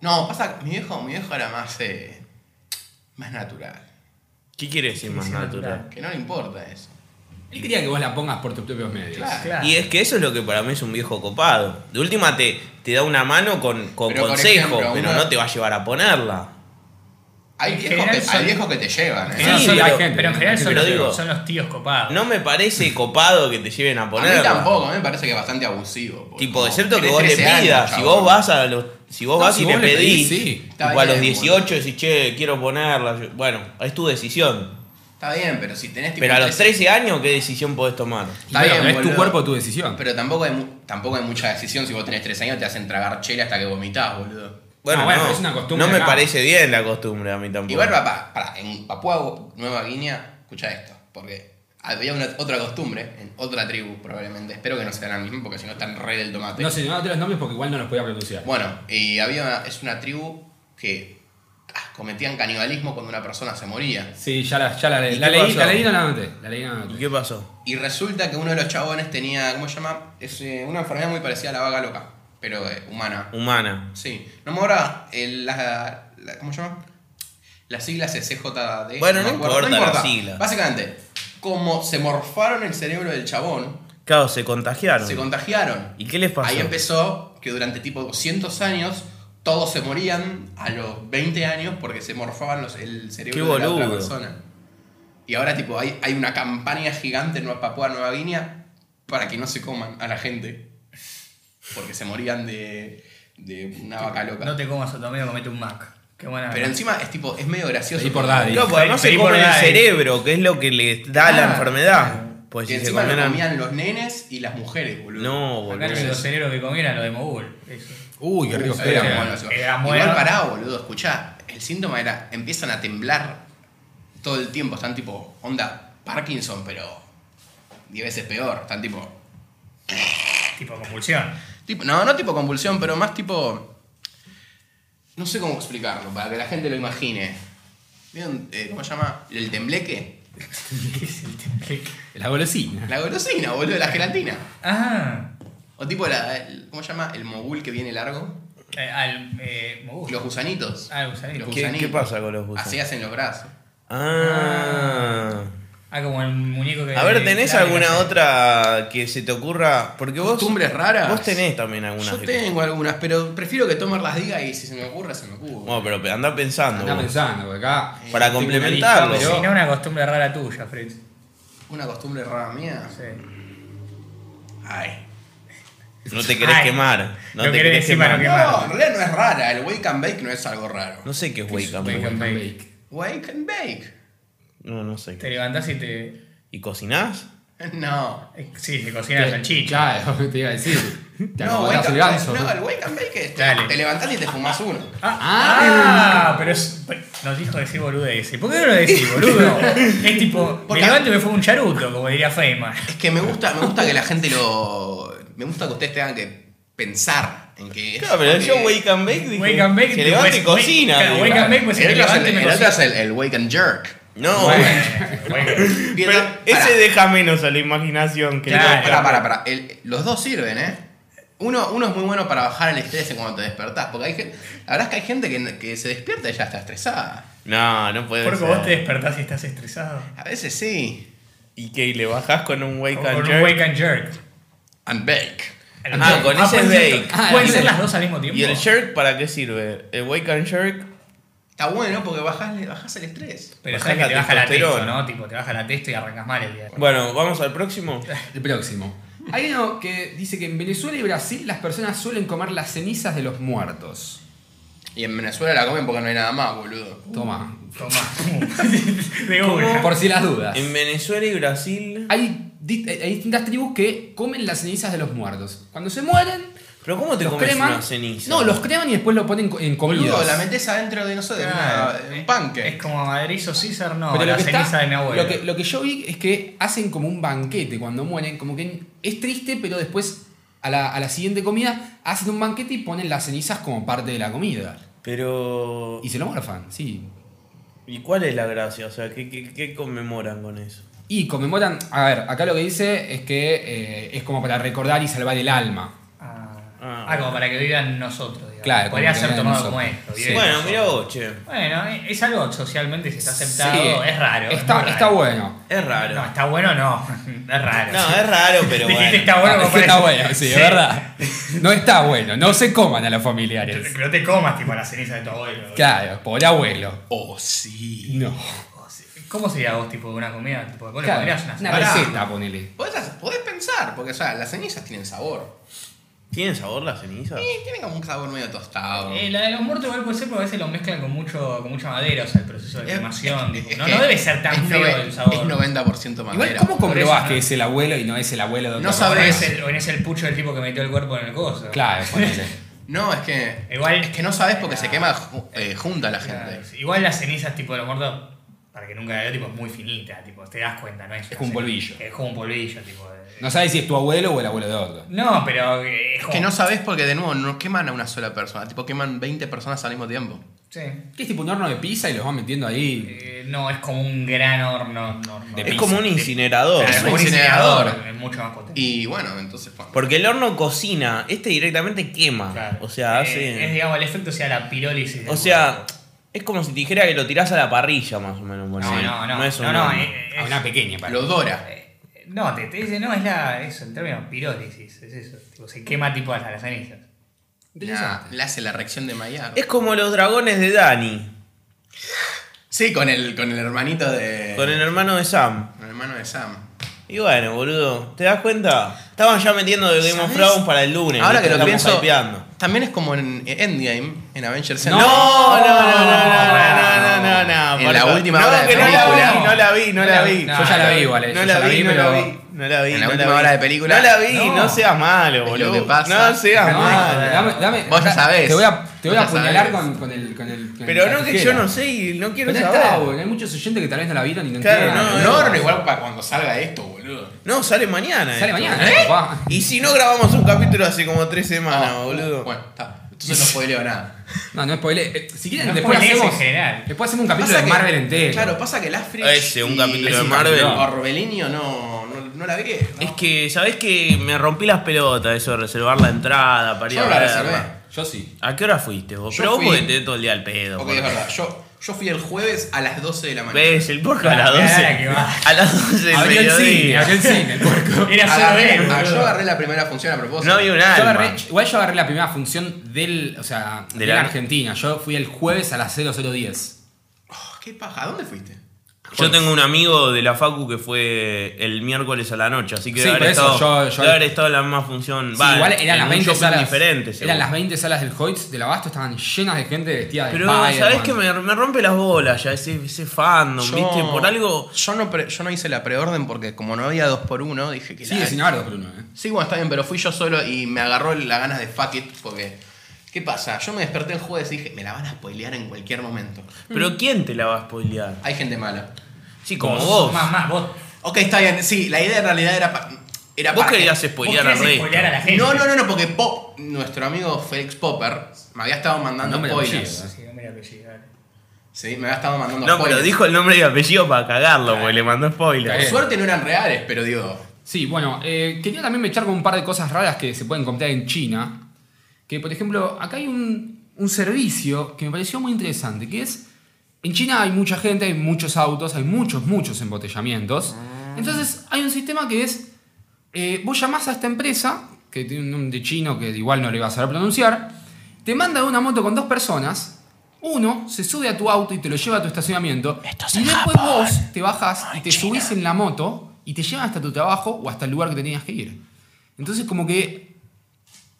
Speaker 2: No, pasa que mi viejo, mi viejo era más. eh, más natural.
Speaker 1: ¿Qué quiere decir más
Speaker 3: Sí,
Speaker 1: natural?
Speaker 2: Que no le importa eso.
Speaker 4: Él quería que vos la pongas por tus propios medios.
Speaker 2: Claro.
Speaker 3: Claro.
Speaker 1: Ah, Y es que eso es lo que para mí es un viejo copado. De última te, te da una mano con, con
Speaker 2: Pero, por
Speaker 1: consejo,
Speaker 2: ejemplo,
Speaker 1: pero
Speaker 2: uno-
Speaker 1: no te va a llevar a ponerla.
Speaker 2: Hay
Speaker 3: En
Speaker 2: viejos,
Speaker 3: general
Speaker 2: que, hay
Speaker 3: son-
Speaker 2: viejos que te llevan, ¿eh?
Speaker 1: Sí,
Speaker 3: No, son-
Speaker 1: pero-
Speaker 3: hay gente, pero en general
Speaker 1: pero
Speaker 3: son los,
Speaker 1: digo-
Speaker 3: son los tíos copados.
Speaker 1: No me parece copado que te lleven a
Speaker 2: A mí
Speaker 1: poner.
Speaker 2: tampoco, a mí me parece que es bastante abusivo. porque
Speaker 1: Tipo,
Speaker 2: como
Speaker 1: excepto que
Speaker 2: tenés
Speaker 1: vos le
Speaker 2: 13 años,
Speaker 1: pidas. Si
Speaker 2: chabón.
Speaker 1: vos vas a los. Si vos
Speaker 4: No,
Speaker 1: vas
Speaker 4: si
Speaker 1: y
Speaker 4: vos
Speaker 1: le
Speaker 4: le
Speaker 1: pedís.
Speaker 4: pedís, sí.
Speaker 1: tipo,
Speaker 2: Está
Speaker 1: a los
Speaker 2: bien,
Speaker 1: 18 decís, che, quiero ponerla. yo- Bueno, es tu decisión.
Speaker 2: Está bien, pero si tenés tipo
Speaker 1: Pero a los
Speaker 2: 13
Speaker 1: 13 años, ¿qué decisión podés tomar?
Speaker 4: Y
Speaker 2: Está
Speaker 4: bueno,
Speaker 2: bien,
Speaker 4: pero es
Speaker 2: boludo.
Speaker 4: tu cuerpo, tu decisión.
Speaker 2: Pero tampoco hay, mu- tampoco hay mucha decisión. Si vos tenés 3 años, te hacen tragar chela hasta que vomitas, boludo.
Speaker 1: Bueno, no,
Speaker 4: No, bueno, pero es una costumbre
Speaker 1: no me
Speaker 4: acá.
Speaker 1: parece bien la costumbre a mí tampoco.
Speaker 2: Igual, papá, para, en Papúa Nueva Guinea, escucha esto, porque había una, otra costumbre, en otra tribu probablemente. Espero que no sea la misma, porque si no están re del tomate.
Speaker 4: No sé, no te los nombres porque igual no los podía pronunciar.
Speaker 2: Bueno, y había una- es una tribu que ah, cometían canibalismo cuando una persona se moría.
Speaker 4: Sí, ya la, ya la,
Speaker 1: ¿Y
Speaker 4: la
Speaker 1: qué
Speaker 4: leí,
Speaker 1: pasó?
Speaker 4: la leí, no la anoté. La leí, no la
Speaker 1: ¿Y
Speaker 4: anoté.
Speaker 1: qué pasó?
Speaker 2: Y resulta que uno de los chabones tenía, ¿cómo se llama? Es eh, una enfermedad muy parecida a la vaga loca, pero eh, humana.
Speaker 1: Humana.
Speaker 2: Sí. No me ahora el, la, la- ¿cómo se llama? Las siglas es CJD.
Speaker 1: Bueno, no
Speaker 2: me
Speaker 1: importa
Speaker 2: acuerdo,
Speaker 1: la sigla.
Speaker 2: Básicamente, como se morfaron el cerebro del chabón,
Speaker 1: Claro, se contagiaron.
Speaker 2: se contagiaron.
Speaker 1: ¿Y qué les pasó?
Speaker 2: Ahí empezó que durante tipo 200 años todos se morían a los 20 años porque se morfaban los- el cerebro
Speaker 1: Qué
Speaker 2: de la otra
Speaker 1: boludo.
Speaker 2: persona. Y ahora tipo hay, hay una campaña gigante en Nueva Papúa Nueva Guinea para que no se coman a la gente. Porque se morían de, de una vaca loca.
Speaker 3: No te comas a tu amigo, comete un Mac. Qué buena.
Speaker 2: Pero encima es tipo, es medio gracioso.
Speaker 4: Pedí por daddy.
Speaker 1: Claro, porque además se
Speaker 3: Pedí por
Speaker 1: comen el
Speaker 3: ahí.
Speaker 1: cerebro, que es lo que les da
Speaker 2: Claro.
Speaker 1: la enfermedad. Pues
Speaker 2: Porque
Speaker 1: si se
Speaker 2: encima lo
Speaker 1: comieran-
Speaker 2: comían los nenes y las mujeres, boludo.
Speaker 1: No,
Speaker 3: Acá
Speaker 1: boludo.
Speaker 3: los los cerebros que comieran, lo de Mogul. eso.
Speaker 4: Uy, qué rico
Speaker 2: Eso
Speaker 4: que
Speaker 2: era
Speaker 4: era.
Speaker 2: bueno, eso.
Speaker 3: Era bueno.
Speaker 2: Igual pará, boludo, escuchá. El síntoma era, empiezan a temblar todo el tiempo. Están tipo, onda, Parkinson, pero 10 veces peor. Están tipo,
Speaker 3: Tipo compulsión.
Speaker 2: tipo, no, no tipo convulsión, pero más tipo... No sé cómo explicarlo, para que la gente lo imagine. ¿Vieron, eh, ¿Cómo se llama? ¿El tembleque?
Speaker 4: La golosina.
Speaker 2: La golosina, boludo, la gelatina.
Speaker 3: Ah,
Speaker 2: O tipo, la, el- ¿cómo se llama? El mogul que viene largo.
Speaker 3: eh, al eh, Mogul.
Speaker 2: Los gusanitos.
Speaker 3: Ah, el gusanito.
Speaker 2: Los
Speaker 1: ¿Qué-
Speaker 2: gusanitos.
Speaker 1: qué pasa con los gusanitos?
Speaker 2: Así hacen los brazos.
Speaker 1: Ah.
Speaker 3: Ah, como el muñeco que.
Speaker 1: A ver, ¿tenés
Speaker 3: claro,
Speaker 1: alguna
Speaker 3: que hace-
Speaker 1: otra que se te ocurra? Porque vos.
Speaker 2: ¿Costumbres raras?
Speaker 1: Vos tenés también alguna.
Speaker 2: Yo tengo algunas, pero prefiero que Tomer las diga y si se me ocurre, se me ocurre.
Speaker 1: Bueno, Oh, pero andá pensando.
Speaker 4: Andá
Speaker 1: vos.
Speaker 4: pensando, porque acá.
Speaker 1: Para
Speaker 4: tengo una
Speaker 1: complementarlo.
Speaker 4: lista,
Speaker 3: Si
Speaker 4: pero-
Speaker 3: no, una costumbre rara tuya, Fritz.
Speaker 2: Una costumbre rara mía.
Speaker 3: Sí.
Speaker 2: Ay.
Speaker 1: No te querés
Speaker 3: Ay.
Speaker 1: quemar. No
Speaker 3: Lo
Speaker 1: te
Speaker 3: querés
Speaker 1: querés
Speaker 3: encima,
Speaker 1: quemar.
Speaker 3: lo
Speaker 2: No,
Speaker 1: No,
Speaker 3: Qué raro.
Speaker 2: en realidad no es rara. El wake and bake no es algo raro.
Speaker 1: sé qué es wake up.
Speaker 3: Wake
Speaker 1: man.
Speaker 3: up.
Speaker 2: Wake and bake.
Speaker 1: No, no sé.
Speaker 3: Te levantás y te.
Speaker 1: ¿Y cocinás?
Speaker 2: No.
Speaker 3: eh, Sí, te cocinas salchicha.
Speaker 4: Claro, te iba a decir. Te
Speaker 2: no,
Speaker 4: acomodás
Speaker 2: wake
Speaker 4: el
Speaker 2: and-
Speaker 4: ganso.
Speaker 2: no, el wake and bake es
Speaker 3: Dale.
Speaker 2: te levantás y te fumas uno.
Speaker 3: Ah, pero es- pero nos dijo decir boludez. ¿Por qué no lo decís, boludo? es tipo, me
Speaker 2: Porque-
Speaker 3: levanto y me fue un charuto, como diría Feynman.
Speaker 2: Es que me gusta, me gusta que la gente lo. Me gusta que ustedes tengan que pensar en que es.
Speaker 1: Claro, pero yo
Speaker 2: porque-
Speaker 1: wake and bake. dije,
Speaker 3: Wake and bake,
Speaker 1: Se levanta y
Speaker 3: wake-
Speaker 1: cocina.
Speaker 3: claro,
Speaker 1: digo.
Speaker 3: wake and bake, pues,
Speaker 2: El
Speaker 3: me
Speaker 2: otro es el,
Speaker 3: levanto y me
Speaker 2: el otro
Speaker 3: cocino.
Speaker 2: es el- el wake and jerk.
Speaker 1: No,
Speaker 3: Bueno, bueno.
Speaker 1: pero
Speaker 2: Bien, pará.
Speaker 1: ese deja menos a la imaginación que el
Speaker 3: Claro.
Speaker 1: otro.
Speaker 2: Pará, pará, pará. El- los dos sirven, ¿eh? Uno, uno es muy bueno para bajar el estrés en cuando te despertás. Porque hay, gen- la verdad es que hay gente que, que se despierta y ya está estresada.
Speaker 1: No, no puede
Speaker 3: Porque
Speaker 1: ser.
Speaker 3: vos te despertás y estás estresado.
Speaker 2: A veces sí.
Speaker 1: ¿Y qué? ¿Y le bajás con un
Speaker 3: O
Speaker 1: wake
Speaker 3: Con
Speaker 1: and
Speaker 3: un
Speaker 1: jerk?
Speaker 3: wake and jerk.
Speaker 2: And bake.
Speaker 1: Ah, con ese
Speaker 3: pueden ser-
Speaker 1: bake.
Speaker 4: Ah,
Speaker 3: Pueden
Speaker 4: el
Speaker 3: ser
Speaker 4: bake.
Speaker 3: las dos al mismo tiempo.
Speaker 1: ¿Y el jerk para qué sirve? ¿El wake and jerk?
Speaker 2: Está bueno porque bajás, bajás el estrés.
Speaker 3: Pero
Speaker 1: Bajás
Speaker 3: sabes que
Speaker 1: la
Speaker 3: te baja la testa,
Speaker 1: testosterona.
Speaker 3: ¿no? Tipo, te baja la testa y arrancas mal el día.
Speaker 1: Bueno, vamos al próximo.
Speaker 4: El próximo. Hay uno que dice que en Venezuela y Brasil las personas suelen comer las cenizas de los muertos.
Speaker 2: Y en Venezuela la comen porque no hay nada más, boludo.
Speaker 4: Toma.
Speaker 3: Toma. De una.
Speaker 4: Por si las dudas.
Speaker 1: En Venezuela y Brasil.
Speaker 4: Hay, di- eh, hay distintas tribus que comen las cenizas de los muertos. Cuando se mueren,
Speaker 1: ¿Pero cómo te
Speaker 4: los
Speaker 1: comes
Speaker 4: creman.
Speaker 1: una ceniza?
Speaker 4: No, los creman y después lo ponen co- en
Speaker 2: Boludo, la
Speaker 4: comidas.
Speaker 2: metés adentro de nosotros.
Speaker 3: Claro. ¿eh?
Speaker 2: en un
Speaker 3: Es
Speaker 2: panque.
Speaker 3: como Madrid o César, no,
Speaker 4: Pero
Speaker 3: la
Speaker 4: lo que,
Speaker 3: ceniza
Speaker 4: está-
Speaker 3: de mi abuelo.
Speaker 4: lo, que, lo que yo vi es que hacen como un banquete cuando mueren, como que es triste, pero después a la, a la siguiente comida hacen un banquete y ponen las cenizas como parte de la comida.
Speaker 1: Pero.
Speaker 4: Y se lo morfan, sí.
Speaker 1: ¿Y cuál es la gracia? O sea, ¿qué, qué- qué conmemoran con eso?
Speaker 4: Y conmemoran, a ver, acá lo que dice es que eh, es como para recordar y salvar el alma.
Speaker 3: Ah,
Speaker 1: Ah,
Speaker 3: ah, como para que vivan nosotros, digamos.
Speaker 4: Claro,
Speaker 3: Podría
Speaker 4: como que
Speaker 3: ser
Speaker 4: no
Speaker 3: tomado
Speaker 4: nosotros.
Speaker 3: como esto.
Speaker 4: Sí.
Speaker 3: bien.
Speaker 1: Bueno, mirá vos, che.
Speaker 3: Bueno, eh, es es algo que socialmente se está aceptado,
Speaker 4: Sí.
Speaker 3: es raro. es
Speaker 4: Está,
Speaker 3: muy
Speaker 4: está
Speaker 3: raro.
Speaker 4: bueno.
Speaker 1: Es raro.
Speaker 3: No,
Speaker 1: No,
Speaker 3: está bueno, no. Es raro.
Speaker 1: es raro, pero
Speaker 3: Dijiste,
Speaker 1: bueno.
Speaker 3: está bueno,
Speaker 4: Ah,
Speaker 3: como
Speaker 4: es que está
Speaker 3: parece.
Speaker 4: bueno, sí, es verdad. No está bueno, no se coman a los familiares.
Speaker 3: Que no te comas tipo la ceniza de tu abuelo.
Speaker 4: Claro, por abuelo.
Speaker 2: Oh, sí.
Speaker 4: No.
Speaker 3: ¿Cómo sería vos, tipo, una comida? Tipo, vos le
Speaker 4: Claro,
Speaker 3: pondrías una
Speaker 4: una
Speaker 2: Pará.
Speaker 4: receta, ponele.
Speaker 2: Podés, hacer- podés pensar, porque o sea, las cenizas tienen sabor.
Speaker 1: ¿Tienen sabor las cenizas?
Speaker 2: Eh, tienen como un sabor medio tostado.
Speaker 3: Eh, la de los muertos igual puede ser porque a veces lo mezclan con mucho con mucha madera, o sea, el proceso de
Speaker 2: Es-
Speaker 3: quemación.
Speaker 2: es-
Speaker 3: tipo,
Speaker 2: es
Speaker 3: no,
Speaker 2: que
Speaker 3: no debe ser
Speaker 2: es
Speaker 3: tan feo
Speaker 2: nove-
Speaker 3: el sabor.
Speaker 2: Es 90% madera.
Speaker 4: Igual, ¿cómo
Speaker 3: por
Speaker 4: comprobás
Speaker 3: eso,
Speaker 4: que
Speaker 3: ¿no?
Speaker 4: es el abuelo y no es el abuelo de otro?
Speaker 2: No
Speaker 3: o,
Speaker 2: sabré.
Speaker 3: es el, o es el pucho del tipo que metió el cuerpo en el coso.
Speaker 4: Claro, ponele.
Speaker 2: No, es que.
Speaker 3: Igual-
Speaker 2: Es que no sabes porque se
Speaker 3: Claro.
Speaker 2: quema ju- eh, junta la gente.
Speaker 3: Claro, sí. Igual las cenizas tipo de los muertos, para que nunca vea, tipo, es muy finita, tipo, te das cuenta, ¿no? Es, una
Speaker 4: como un
Speaker 3: ceniza.
Speaker 4: polvillo.
Speaker 3: Es como un polvillo, tipo. de-
Speaker 4: No sabes si es tu abuelo o el abuelo de otro.
Speaker 3: No, pero eh, es
Speaker 2: Es
Speaker 3: como.
Speaker 2: que no sabes porque de nuevo no queman a una sola persona, tipo queman 20 personas al mismo tiempo.
Speaker 3: Sí.
Speaker 4: Que es tipo un horno de pizza y los van metiendo ahí.
Speaker 3: Eh, no, es como un gran horno. no, no.
Speaker 4: De
Speaker 1: Es
Speaker 4: pizza.
Speaker 1: como un incinerador.
Speaker 3: Claro,
Speaker 2: Es
Speaker 3: es como
Speaker 2: un
Speaker 3: un
Speaker 2: incinerador.
Speaker 3: incinerador. Es mucho más potente.
Speaker 2: Y bueno, entonces bueno.
Speaker 1: Porque el horno cocina, este directamente quema.
Speaker 3: Claro.
Speaker 1: O sea,
Speaker 3: Eh,
Speaker 1: hace.
Speaker 3: Es, digamos, el efecto sea la pirólisis. del
Speaker 1: o sea,
Speaker 3: cuerpo.
Speaker 1: es como si te dijera que lo tirás a la parrilla, más o menos.
Speaker 3: No,
Speaker 1: bueno, sí.
Speaker 3: no, no.
Speaker 1: es un
Speaker 3: no, no,
Speaker 1: horno.
Speaker 3: eh,
Speaker 4: A
Speaker 3: es-
Speaker 4: una pequeña, para.
Speaker 2: lo dora.
Speaker 3: eh, no, te, te dice, no, es la. Eso, en términos pirólisis. Es eso. Tipo, se quema tipo hasta las cenizas.
Speaker 2: Nah, le hace la reacción de Maillard.
Speaker 1: Es como los dragones de Dani,
Speaker 2: Sí, con el, con el hermanito de.
Speaker 1: con el hermano de Sam.
Speaker 2: con el hermano de Sam.
Speaker 1: Y bueno, boludo, ¿te das cuenta? Estaban ya metiendo de Game of
Speaker 2: ¿Sabés?
Speaker 1: Thrones para el lunes.
Speaker 2: Ahora que
Speaker 1: ¿viste?
Speaker 2: lo
Speaker 1: Estamos
Speaker 2: pienso,
Speaker 1: hypeando.
Speaker 2: también es como en Endgame, en Avengers
Speaker 4: No,
Speaker 2: Endgame.
Speaker 1: No, no, no, no, no, no, no, no.
Speaker 2: En
Speaker 1: por
Speaker 2: la
Speaker 1: favor.
Speaker 2: última
Speaker 1: no,
Speaker 2: hora de
Speaker 1: que no la
Speaker 2: película.
Speaker 1: vi, no la vi, no la vi.
Speaker 4: Yo ya la vi, igual, eh.
Speaker 1: No la
Speaker 4: Yo ya la
Speaker 1: vi,
Speaker 4: vi,
Speaker 1: no la
Speaker 4: pero-
Speaker 1: vi. No la vi.
Speaker 2: En la
Speaker 1: no
Speaker 2: última
Speaker 1: vi.
Speaker 2: hora de película.
Speaker 1: No la vi, no,
Speaker 3: No.
Speaker 1: seas malo,
Speaker 2: Es lo
Speaker 1: boludo.
Speaker 2: que pasa.
Speaker 1: No seas
Speaker 4: No,
Speaker 1: malo.
Speaker 4: dame, dame,
Speaker 2: Vos ya sabés.
Speaker 4: Te voy a, te voy a
Speaker 2: Vos ya
Speaker 4: apuñalar
Speaker 2: sabés.
Speaker 4: con, con el, con el. con
Speaker 1: Pero
Speaker 4: la
Speaker 1: no que yo
Speaker 4: tijera.
Speaker 1: no sé y no quiero
Speaker 4: Pero está,
Speaker 1: saber.
Speaker 4: boludo. Hay muchos oyentes que tal vez no la vieron y no
Speaker 1: Claro,
Speaker 4: entienden.
Speaker 1: no,
Speaker 2: No, no, igual para cuando salga esto, boludo.
Speaker 1: No, sale mañana. ¿eh?
Speaker 4: Sale
Speaker 1: esto.
Speaker 3: ¿Eh?
Speaker 4: mañana, eh, papá.
Speaker 1: Y si no grabamos un capítulo hace como tres semanas,
Speaker 2: Ah,
Speaker 1: boludo.
Speaker 2: Bueno, está. Entonces no spoileo nada.
Speaker 4: No, no spoilé. Eh, Si quieren,
Speaker 3: No
Speaker 4: después
Speaker 3: spoilees en
Speaker 4: hacemos.
Speaker 3: general.
Speaker 4: Después hacemos un capítulo
Speaker 2: Pasa
Speaker 4: de
Speaker 2: que-
Speaker 4: Marvel entero.
Speaker 2: Claro, pasa que el Afric.
Speaker 1: Ese, un capítulo de Marvel.
Speaker 2: Orbelinio no, no, no la vi. ¿no?
Speaker 1: Es que, ¿sabés que Me rompí las pelotas eso de reservar la entrada para ir
Speaker 2: Yo
Speaker 1: a
Speaker 2: no la
Speaker 1: verla.
Speaker 2: reservé.
Speaker 4: Yo sí.
Speaker 1: ¿A qué hora fuiste vos?
Speaker 2: Yo
Speaker 1: Pero vos
Speaker 2: fui-
Speaker 1: podés tener todo el día al pedo.
Speaker 2: Ok,
Speaker 1: boludo.
Speaker 2: es verdad. Yo, yo fui el jueves a las 12 de la mañana.
Speaker 1: ¿Ves? El porco a las
Speaker 3: Claro,
Speaker 1: 12.
Speaker 3: claro que va.
Speaker 1: A las 12 del
Speaker 4: Abrió el cine,
Speaker 1: mediodía.
Speaker 4: abrió el cine, el puerco.
Speaker 3: Era solo
Speaker 2: Agarré-
Speaker 3: él,
Speaker 2: ah, yo
Speaker 3: boludo.
Speaker 2: agarré la primera función a propósito.
Speaker 1: No había un
Speaker 4: Yo
Speaker 1: alma.
Speaker 4: agarré- igual yo agarré la primera función del, o sea,
Speaker 1: De
Speaker 4: de
Speaker 1: la-
Speaker 4: la Argentina. Yo fui el jueves a las 0010.
Speaker 2: Oh, ¿Qué paja? ¿A dónde fuiste?
Speaker 1: Yo tengo un amigo de la Facu que fue el miércoles a la noche, así que
Speaker 4: Sí,
Speaker 1: debe, haber
Speaker 4: por eso
Speaker 1: estado,
Speaker 4: yo- yo-
Speaker 1: debe haber estado en la misma función.
Speaker 4: Sí,
Speaker 1: Va,
Speaker 4: igual eran
Speaker 1: en
Speaker 4: las
Speaker 1: un
Speaker 4: 20
Speaker 1: shopping
Speaker 4: salas.
Speaker 1: diferente,
Speaker 4: eran
Speaker 1: seguro.
Speaker 4: las 20 salas del Hoyts del Abasto, estaban llenas de gente vestida de
Speaker 1: Pero,
Speaker 4: Spider-Man.
Speaker 1: ¿sabés que me, me rompe las bolas ya ese, ese fandom, viste? Por algo...
Speaker 2: Yo no, pre- yo no hice la preorden porque, como no había 2x1, dije que.
Speaker 4: Sí,
Speaker 2: la-
Speaker 4: sin embargo, Bruno, eh.
Speaker 2: Sí, bueno, está bien, pero fui yo solo y me agarró la ganas de fuck it porque. ¿Qué pasa? Yo me desperté el jueves y dije, me la van a spoilear en cualquier momento.
Speaker 4: Mm.
Speaker 1: Pero ¿quién te la va a spoilear?
Speaker 2: Hay gente mala.
Speaker 1: Sí, como vos.
Speaker 3: Más, más, vos.
Speaker 2: Ok, está bien, sí, la idea en realidad era, pa- era
Speaker 1: Vos
Speaker 2: para. que-
Speaker 1: querías
Speaker 3: Vos
Speaker 1: spoilear al
Speaker 3: querés
Speaker 1: rey.
Speaker 3: spoilear a la gente.
Speaker 2: No, no, no, no, porque Pop, nuestro amigo Félix Popper, me había estado mandando
Speaker 4: No me lo
Speaker 2: spoilers.
Speaker 4: apellido,
Speaker 3: Sí, no me lo apellido, dale.
Speaker 2: Sí, me había estado mandando
Speaker 1: No,
Speaker 2: spoilers.
Speaker 1: pero dijo el nombre y apellido para cagarlo, porque le mandó spoiler.
Speaker 2: Por suerte no eran reales, pero digo.
Speaker 4: Sí, bueno, eh, quería también me echar con un par de cosas raras que se pueden comprar en China. Que, por ejemplo, acá hay un, un servicio que me pareció muy interesante, que es, en China hay mucha gente, hay muchos autos, hay muchos, muchos embotellamientos. Entonces, hay un sistema que es, eh, vos llamás a esta empresa, que tiene un nombre chino que igual no le vas a saber pronunciar, te manda una moto con dos personas, uno se sube a tu auto y te lo lleva a tu estacionamiento, y después vos te bajas y te subís en la moto y te llevan hasta tu trabajo o hasta el lugar que tenías que ir. Entonces, como que,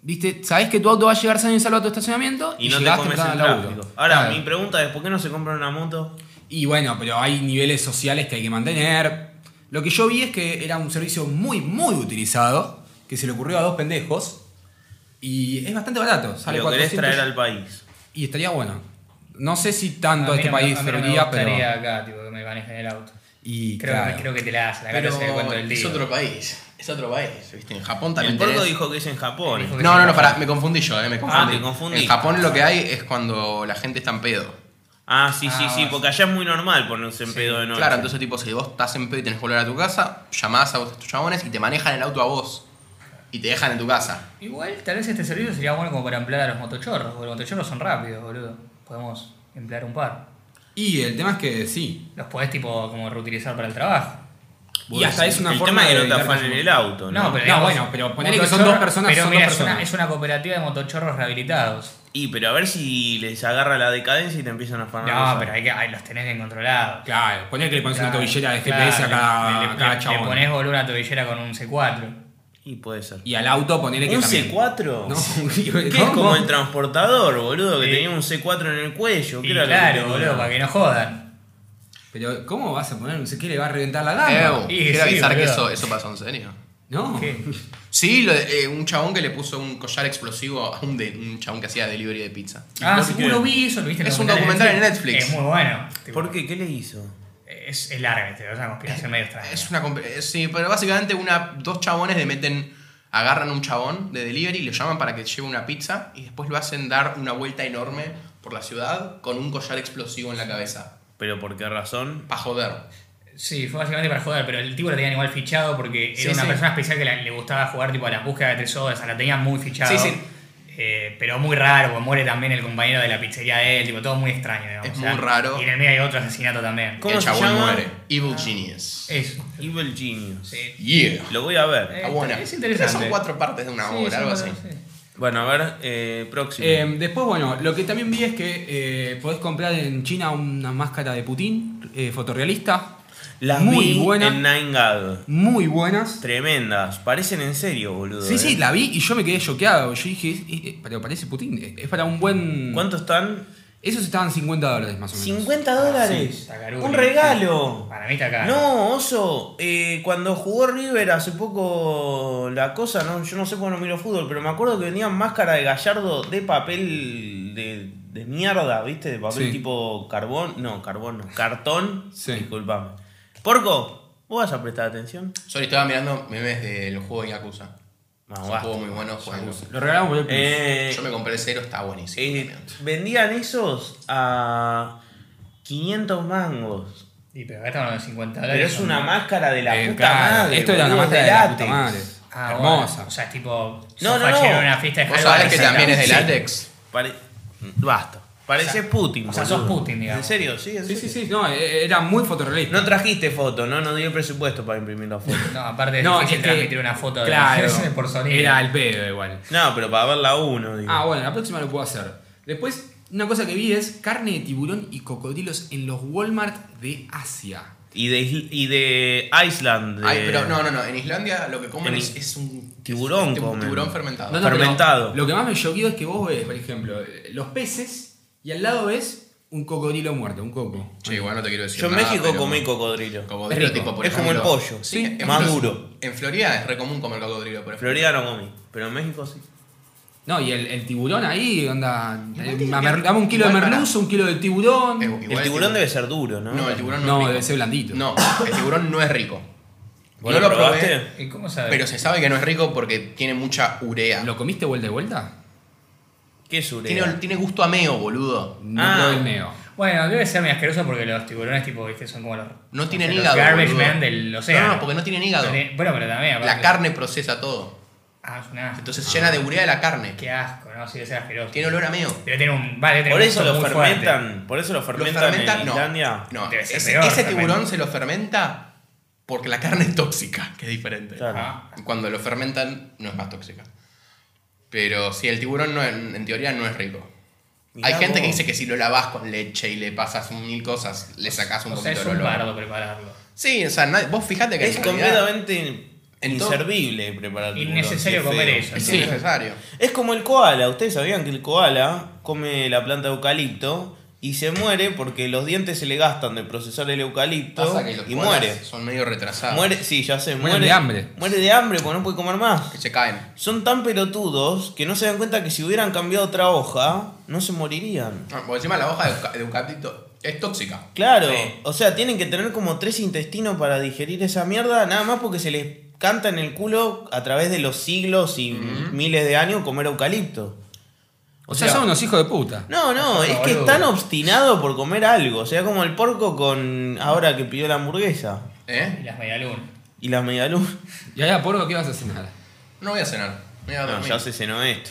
Speaker 4: viste, sabés que tu auto va a llegar sano y salvo a tu estacionamiento
Speaker 1: Y no te
Speaker 4: llegás
Speaker 1: comes
Speaker 4: temprano
Speaker 1: el
Speaker 4: al laburo.
Speaker 1: tráfico. Ahora,
Speaker 4: Claro.
Speaker 1: mi pregunta es, ¿por qué no se compran una moto?
Speaker 4: Y bueno, pero hay niveles sociales que hay que mantener. Lo que yo vi es que era un servicio muy, muy utilizado, que se le ocurrió a dos pendejos. Y es bastante barato, sale
Speaker 1: Lo querés
Speaker 4: 400
Speaker 1: traer al país.
Speaker 4: y estaría bueno. No sé si tanto
Speaker 3: A mí
Speaker 4: este
Speaker 3: no me-
Speaker 4: país
Speaker 3: a mí no me
Speaker 4: serviría,
Speaker 3: gustaría
Speaker 4: pero...
Speaker 3: acá, tipo, que me manejen el auto.
Speaker 4: Y
Speaker 3: Creo,
Speaker 4: claro.
Speaker 3: que, creo que te la hacen, la
Speaker 2: Pero
Speaker 3: gana se cuento del día.
Speaker 2: es otro país. Es otro país. ¿Viste? En Japón también.
Speaker 1: El porco
Speaker 2: tenés-
Speaker 1: dijo que es en Japón.
Speaker 3: Dijo-
Speaker 2: No, no, no, pará, me confundí yo, eh, me confundí.
Speaker 1: te confundí.
Speaker 2: En Japón lo que hay es cuando la gente está en pedo.
Speaker 1: Ah, sí, sí,
Speaker 3: Ah,
Speaker 1: sí,
Speaker 3: bueno.
Speaker 1: porque allá es muy normal ponerse en pedo de noche.
Speaker 2: Claro, entonces tipo, si vos estás en pedo y tenés que volver a tu casa, llamás a vos- a tus chabones y te manejan el auto a vos. y te dejan en tu casa.
Speaker 3: Igual, tal vez este servicio sería bueno como para emplear a los motochorros, porque los motochorros son rápidos, boludo. Podemos emplear un par.
Speaker 4: Y el tema es que sí.
Speaker 3: Los podés, tipo, como reutilizar para el trabajo.
Speaker 4: Y hasta es una
Speaker 1: el
Speaker 4: forma
Speaker 1: tema es que
Speaker 4: de
Speaker 1: no te
Speaker 4: evitar
Speaker 1: afanen el auto, ¿no?
Speaker 3: No, pero,
Speaker 4: No,
Speaker 3: digamos,
Speaker 4: bueno, pero ponele que son dos personas,
Speaker 3: pero
Speaker 4: son
Speaker 3: mira,
Speaker 4: dos
Speaker 3: es una-
Speaker 4: personas.
Speaker 3: Es, una, cooperativa de motochorros rehabilitados.
Speaker 1: Y pero a ver si les agarra la decadencia y te empiezan a afanar. los
Speaker 3: No,
Speaker 1: autos.
Speaker 3: pero hay que, ay, los tenés bien controlados.
Speaker 4: Claro, poner que le pones Ah, una
Speaker 3: Claro,
Speaker 4: tobillera de
Speaker 3: claro,
Speaker 4: GPS a cada,
Speaker 3: le-
Speaker 4: a cada
Speaker 3: le-
Speaker 4: chabón.
Speaker 3: Le ponés boludo una tobillera con un C4.
Speaker 1: Y puede ser.
Speaker 4: Y al auto ponerle que
Speaker 1: ¿Un
Speaker 4: también.
Speaker 1: C4?
Speaker 4: No,
Speaker 1: ¿Qué
Speaker 4: no,
Speaker 1: es como
Speaker 4: no.
Speaker 1: el transportador, boludo? Que
Speaker 3: Sí.
Speaker 1: tenía un C4 en el cuello. ¿Qué
Speaker 3: Y
Speaker 1: era lo que
Speaker 3: claro,
Speaker 1: tenía?
Speaker 3: boludo, para que no jodan.
Speaker 4: Pero, ¿cómo vas a poner un sé qué? Le va a reventar la gama.
Speaker 2: Ew,
Speaker 3: Y
Speaker 2: quiero
Speaker 3: sí,
Speaker 2: avisar que
Speaker 3: boludo.
Speaker 2: eso, eso pasó en serio.
Speaker 4: No.
Speaker 3: ¿Qué?
Speaker 2: Sí, lo de- eh, un chabón que le puso un collar explosivo a un, de- un chabón que hacía delivery de pizza.
Speaker 3: Ah,
Speaker 1: ¿Por
Speaker 3: sí,
Speaker 1: qué?
Speaker 3: uno vi eso, lo viste en el
Speaker 2: Es un documental en Netflix.
Speaker 3: Es muy bueno. tipo,
Speaker 1: ¿Por qué? ¿Qué le hizo?
Speaker 3: Es, es larga, este, es una conspiración medio extraña.
Speaker 2: Es una comp- eh, sí, pero básicamente una, dos chabones le meten, agarran un chabón de delivery, le llaman para que lleve una pizza y después lo hacen dar una vuelta enorme por la ciudad con un collar explosivo en la cabeza.
Speaker 1: ¿Pero por qué razón?
Speaker 2: Para joder.
Speaker 3: Sí, fue básicamente para joder, pero el tipo lo tenían igual fichado porque
Speaker 2: Sí,
Speaker 3: era una
Speaker 2: sí.
Speaker 3: persona especial que la- le gustaba jugar tipo a las búsquedas de tesoros, o sea, la tenían muy fichado.
Speaker 2: Sí, sí.
Speaker 3: Eh, pero muy raro, porque muere también el compañero de la pizzería de él, tipo, todo muy extraño, digamos.
Speaker 2: Es
Speaker 3: o sea,
Speaker 2: muy raro.
Speaker 3: Y en el medio hay otro asesinato también.
Speaker 1: ¿Cómo
Speaker 2: el
Speaker 1: se
Speaker 2: chabón
Speaker 1: llama?
Speaker 2: muere. Evil
Speaker 3: Ah.
Speaker 2: Genius.
Speaker 3: Eso.
Speaker 1: Evil Genius.
Speaker 3: Sí.
Speaker 2: Yeah.
Speaker 1: Lo voy a ver.
Speaker 3: Eh,
Speaker 2: Está buena.
Speaker 3: es interesante.
Speaker 2: Son cuatro partes de una
Speaker 3: Sí,
Speaker 2: hora,
Speaker 3: son
Speaker 2: algo así.
Speaker 3: cuatro- sí.
Speaker 1: Bueno, a ver, eh, próximo.
Speaker 4: Eh, después, bueno, lo que también vi es que eh, podés comprar en China una máscara de Putin, eh, fotorrealista.
Speaker 1: Las
Speaker 4: muy
Speaker 1: vi
Speaker 4: buena.
Speaker 1: en Nine Gag.
Speaker 4: Muy buenas.
Speaker 1: Tremendas. Parecen en serio, boludo.
Speaker 4: Sí,
Speaker 1: eh.
Speaker 4: sí, la vi y yo me quedé choqueado. Yo dije, "Eh, eh, pero parece Putin. eh, Es para un buen.
Speaker 1: ¿Cuántos están?
Speaker 4: Esos estaban 50 dólares más o menos.
Speaker 1: 50 dólares.
Speaker 3: Sí, está caro.
Speaker 1: un regalo.
Speaker 3: Para mí está acá.
Speaker 1: No, oso, eh, cuando jugó River hace poco la cosa, no, yo no sé por qué no miro fútbol, pero me acuerdo que vendían máscara de gallardo de papel de, de mierda, ¿viste? De papel
Speaker 4: Sí.
Speaker 1: tipo carbón, no, carbón, no, cartón,
Speaker 4: Sí.
Speaker 1: disculpame. Porco, ¿vos vas a prestar atención?
Speaker 2: Solo estaba mirando memes del juego de Yakuza.
Speaker 1: No,
Speaker 2: Es un
Speaker 1: basta.
Speaker 2: juego muy bueno. jueguenlo.
Speaker 4: Lo regalamos por el Plus.
Speaker 1: Eh,
Speaker 2: Yo me compré el cero, está buenísimo.
Speaker 1: eh,
Speaker 2: también.
Speaker 1: vendían esos a 500 mangos.
Speaker 3: Y pero acá estamos en los 50 dólares.
Speaker 1: Pero es
Speaker 3: son-
Speaker 1: una máscara de la
Speaker 4: Eh,
Speaker 1: puta
Speaker 4: claro,
Speaker 1: madre.
Speaker 4: Esto era la
Speaker 1: boludo,
Speaker 4: máscara
Speaker 1: de
Speaker 4: de la
Speaker 1: látex.
Speaker 4: puta madre.
Speaker 3: Ah, bueno.
Speaker 4: Hermosa.
Speaker 3: O sea, es tipo.
Speaker 1: No, no,
Speaker 3: sofá
Speaker 1: no.
Speaker 3: lleno en una fiesta de
Speaker 2: Vos
Speaker 3: Halloween,
Speaker 2: sabés que también es de
Speaker 3: sí.
Speaker 2: látex.
Speaker 1: Pare- mm, Basta. Pareces Putin.
Speaker 3: o sea,
Speaker 1: boludo.
Speaker 3: sos Putin, digamos.
Speaker 1: En serio, sí, en
Speaker 4: Sí,
Speaker 1: serio.
Speaker 4: sí, sí. No, eh, era muy fotorrealista.
Speaker 1: No trajiste foto, no nos dio presupuesto para imprimir la foto.
Speaker 3: No, aparte
Speaker 4: No,
Speaker 3: no, es
Speaker 4: es
Speaker 3: difícil
Speaker 4: que-
Speaker 3: transmitir una foto de-
Speaker 4: Claro.
Speaker 3: por sonido.
Speaker 4: Era el pedo igual.
Speaker 1: No, pero para verla uno, digo.
Speaker 4: Ah, bueno, la próxima lo puedo hacer. Después, una cosa que vi es carne de tiburón y cocodrilos en los Walmart de Asia.
Speaker 1: y, de, isl- y de Island. de-
Speaker 2: Ay, pero no, no, no. En Islandia lo que comen
Speaker 1: En
Speaker 2: es,
Speaker 1: I-
Speaker 2: es un
Speaker 1: tiburón
Speaker 2: es un
Speaker 1: comen.
Speaker 2: tiburón fermentado.
Speaker 4: No, no, pero
Speaker 1: Fermentado.
Speaker 4: Lo que más me choqueó es que vos ves, por ejemplo, eh, los peces y al lado ves un cocodrilo muerto, un coco.
Speaker 2: Che, igual no te quiero decir
Speaker 1: Yo en
Speaker 2: nada,
Speaker 1: México
Speaker 2: Ah, pero-
Speaker 1: comí cocodrilo.
Speaker 2: Cocodrilo
Speaker 4: Es rico.
Speaker 2: tipo, por
Speaker 1: Es como
Speaker 2: ejemplo-
Speaker 1: el pollo,
Speaker 2: Sí,
Speaker 1: sí,
Speaker 2: en
Speaker 1: más
Speaker 2: Flor-
Speaker 1: duro.
Speaker 2: En Florida es re común comer cocodrilo, por
Speaker 1: En
Speaker 2: ejemplo.
Speaker 1: Florida no comí, pero en México sí.
Speaker 4: No, y el, el tiburón ahí, onda.
Speaker 2: Igual
Speaker 4: eh,
Speaker 2: tiene
Speaker 4: la
Speaker 2: que-
Speaker 4: mer- dame un kilo de
Speaker 2: igual para-
Speaker 4: merluzo, un kilo de tiburón.
Speaker 2: Eh, igual
Speaker 1: el tiburón debe ser duro, ¿no?
Speaker 2: No, el tiburón no,
Speaker 4: no,
Speaker 2: es rico.
Speaker 4: debe ser blandito.
Speaker 2: No, el tiburón no es rico.
Speaker 1: ¿Vos
Speaker 2: No
Speaker 1: lo
Speaker 2: lo probé,
Speaker 1: probaste?
Speaker 3: ¿Y cómo sabes?
Speaker 2: Pero se sabe que no es rico porque tiene mucha urea.
Speaker 4: ¿Lo comiste vuelta y vuelta?
Speaker 1: ¿Qué es urea?
Speaker 2: Tiene, tiene gusto a meo, boludo.
Speaker 4: No
Speaker 1: Ah.
Speaker 4: probé el neo.
Speaker 3: Bueno, debe ser muy asqueroso porque los tiburones, tipo, viste, son como los.
Speaker 2: No tienen
Speaker 3: los
Speaker 2: hígado.
Speaker 3: Garbage
Speaker 2: boludo.
Speaker 3: man del
Speaker 2: No,
Speaker 3: océano.
Speaker 2: no, porque no tienen hígado.
Speaker 3: tiene- Bueno, pero también.
Speaker 2: La
Speaker 3: aparte-
Speaker 2: carne procesa todo.
Speaker 3: Ah, es una.
Speaker 2: Entonces llena de urea la carne.
Speaker 3: Qué asco, ¿no? Sí, debe ser asqueroso.
Speaker 2: Tiene olor a meo.
Speaker 3: Debe tener un. Vale, debe tener
Speaker 1: Por
Speaker 3: un
Speaker 1: eso
Speaker 3: gusto
Speaker 1: lo
Speaker 3: muy fuerte.
Speaker 1: fermentan. Por eso lo
Speaker 2: Lo
Speaker 1: fermentan,
Speaker 2: fermentan,
Speaker 1: en
Speaker 2: no.
Speaker 1: Islandia.
Speaker 2: No,
Speaker 3: Debe ser
Speaker 2: ese,
Speaker 3: peor,
Speaker 2: ese
Speaker 3: fermento.
Speaker 2: tiburón se lo fermenta porque la carne es tóxica, que es diferente.
Speaker 1: Claro.
Speaker 3: Ah,
Speaker 2: Cuando lo fermentan no es más tóxica. Pero sí, el tiburón no- en, en teoría no es rico.
Speaker 1: Mirá
Speaker 2: Hay gente que
Speaker 1: vos.
Speaker 2: dice que si lo lavas con leche y le pasas mil cosas, le sacas un
Speaker 3: o sea,
Speaker 2: poquito
Speaker 3: es
Speaker 2: de
Speaker 3: un
Speaker 2: olor.
Speaker 3: bardo prepararlo.
Speaker 2: Sí, o sea, nadie- vos fijate que en
Speaker 1: Es
Speaker 2: realidad
Speaker 1: completamente
Speaker 2: En todo-
Speaker 1: inservible preparar el tiburón,
Speaker 3: Innecesario
Speaker 1: qué feo.
Speaker 3: comer eso.
Speaker 2: es
Speaker 3: ¿no?
Speaker 2: innecesario.
Speaker 1: Es como el koala. Ustedes sabían que el koala come la planta de eucalipto y se muere porque los dientes se le gastan de procesar el eucalipto
Speaker 2: Pasa que los
Speaker 1: y
Speaker 2: koalas
Speaker 1: muere.
Speaker 2: Son medio retrasados.
Speaker 1: Muere, sí, ya sé,
Speaker 4: Mueren
Speaker 1: muere
Speaker 4: de hambre.
Speaker 1: Muere de hambre porque no puede comer más.
Speaker 2: Que se caen.
Speaker 1: Son tan pelotudos que no se dan cuenta que si hubieran cambiado otra hoja, no se morirían.
Speaker 2: Ah, porque encima la hoja de, euca- de eucalipto es tóxica.
Speaker 1: Claro,
Speaker 3: Sí.
Speaker 1: o sea, tienen que tener como tres intestinos para digerir esa mierda, nada más porque se les canta en el culo a través de los siglos y miles de años comer eucalipto.
Speaker 4: O sea, son unos hijos de puta.
Speaker 1: No, no, es que
Speaker 3: Ah, boludo.
Speaker 1: es tan obstinado por comer algo. O sea, como el porco con. Ahora que pidió la hamburguesa
Speaker 2: ¿Eh?
Speaker 3: Y las medialunas.
Speaker 1: y la medialuna.
Speaker 4: Y allá, porco, ¿qué vas a cenar?
Speaker 2: No voy a cenar. Me voy
Speaker 3: Ah,
Speaker 2: a
Speaker 1: No,
Speaker 2: dormir.
Speaker 1: ya se cenó esto.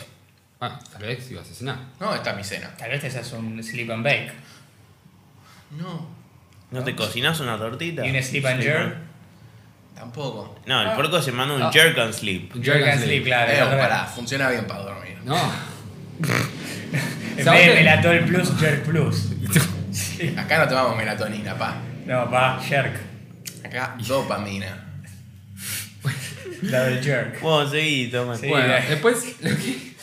Speaker 4: Ah, tal vez ibas a cenar.
Speaker 2: No, esta es mi cena.
Speaker 3: Tal vez te haces un sleep and bake.
Speaker 2: No,
Speaker 1: ¿No te cocinas una tortita?
Speaker 3: Y un sleep and
Speaker 1: Sí,
Speaker 3: jerk.
Speaker 1: man.
Speaker 2: tampoco.
Speaker 1: No, el
Speaker 3: Ah.
Speaker 1: porco se manda un
Speaker 4: Ah.
Speaker 1: jerk and sleep.
Speaker 4: Un
Speaker 3: Jerk and
Speaker 4: sleep.
Speaker 3: sleep, claro.
Speaker 2: Eh,
Speaker 3: es verdad.
Speaker 2: pará, funciona bien para dormir.
Speaker 4: No.
Speaker 3: En vez
Speaker 4: ¿Sabes
Speaker 3: de
Speaker 4: qué?
Speaker 3: Melatol Plus, Jerk Plus.
Speaker 2: Acá no tomamos melatonina, pa.
Speaker 3: No, va, Jerk.
Speaker 2: Acá dopamina.
Speaker 3: La del Jerk.
Speaker 1: Bueno, seguí, toma.
Speaker 3: Sí.
Speaker 4: Bueno,
Speaker 3: eh.
Speaker 4: después lo que,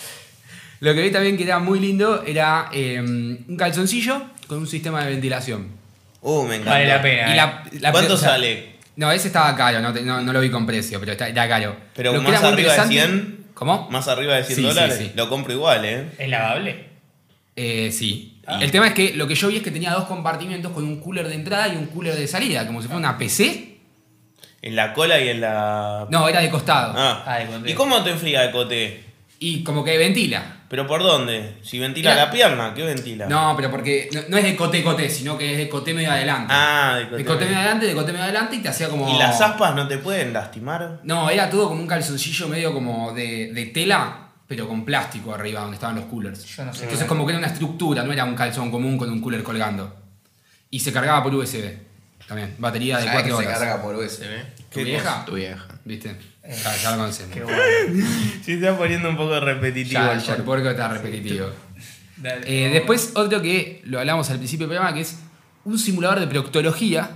Speaker 4: lo que vi también que era muy lindo era eh, un calzoncillo con un sistema de ventilación.
Speaker 1: Uh, me encanta.
Speaker 3: Vale la pena.
Speaker 4: Y la- la-
Speaker 1: ¿Cuánto
Speaker 4: o sea,
Speaker 1: sale?
Speaker 4: No, ese estaba caro, no, te- no, no lo vi con precio, pero está- era caro.
Speaker 1: Pero
Speaker 4: Lo que
Speaker 1: más
Speaker 4: era muy
Speaker 1: arriba de
Speaker 4: interesante-
Speaker 1: 100.
Speaker 4: ¿Cómo?
Speaker 1: Más arriba de 100
Speaker 4: Sí, sí,
Speaker 1: dólares.
Speaker 4: sí.
Speaker 1: Lo compro igual, ¿eh?
Speaker 3: ¿Es lavable?
Speaker 4: Eh, sí.
Speaker 1: Ah.
Speaker 4: El tema es que lo que yo vi es que tenía dos compartimentos con un cooler de entrada y un cooler de salida, como si fuera una PC.
Speaker 1: En la cola y en la.
Speaker 4: No, era de costado.
Speaker 1: Ah.
Speaker 3: Ah, de coté.
Speaker 1: ¿Y cómo te enfría el coté?
Speaker 4: Y como que ventila.
Speaker 1: ¿Pero por dónde? Si ventila
Speaker 4: Mira.
Speaker 1: la pierna, ¿qué ventila?
Speaker 4: No, pero porque no, no es de coté coté, sino que es de coté medio adelante.
Speaker 1: Ah, de coté.
Speaker 4: de coté medio adelante, de coté medio adelante y te hacía como.
Speaker 1: ¿Y las aspas no te pueden lastimar?
Speaker 4: No, era todo como un calzoncillo medio como de, de tela, pero con plástico arriba donde estaban los coolers.
Speaker 3: Yo no sé.
Speaker 4: Entonces, como que era una estructura, no era un calzón común con un cooler colgando. Y se cargaba por USB también, batería Ah, de
Speaker 2: ¿Sabés
Speaker 4: 4
Speaker 2: que se
Speaker 4: horas.
Speaker 2: carga por USB?
Speaker 4: ¿Tu
Speaker 1: ¿Qué
Speaker 4: vieja?
Speaker 2: Tu vieja.
Speaker 4: ¿Viste? Ya, ya lo conocemos.
Speaker 3: Eh, Qué bueno.
Speaker 1: Se está poniendo un poco repetitivo.
Speaker 4: Ya,
Speaker 1: el
Speaker 4: ya el
Speaker 1: podcast.
Speaker 4: porco está repetitivo.
Speaker 3: Dale.
Speaker 4: Eh, después, otro que lo hablamos al principio del programa, que es un simulador de proctología.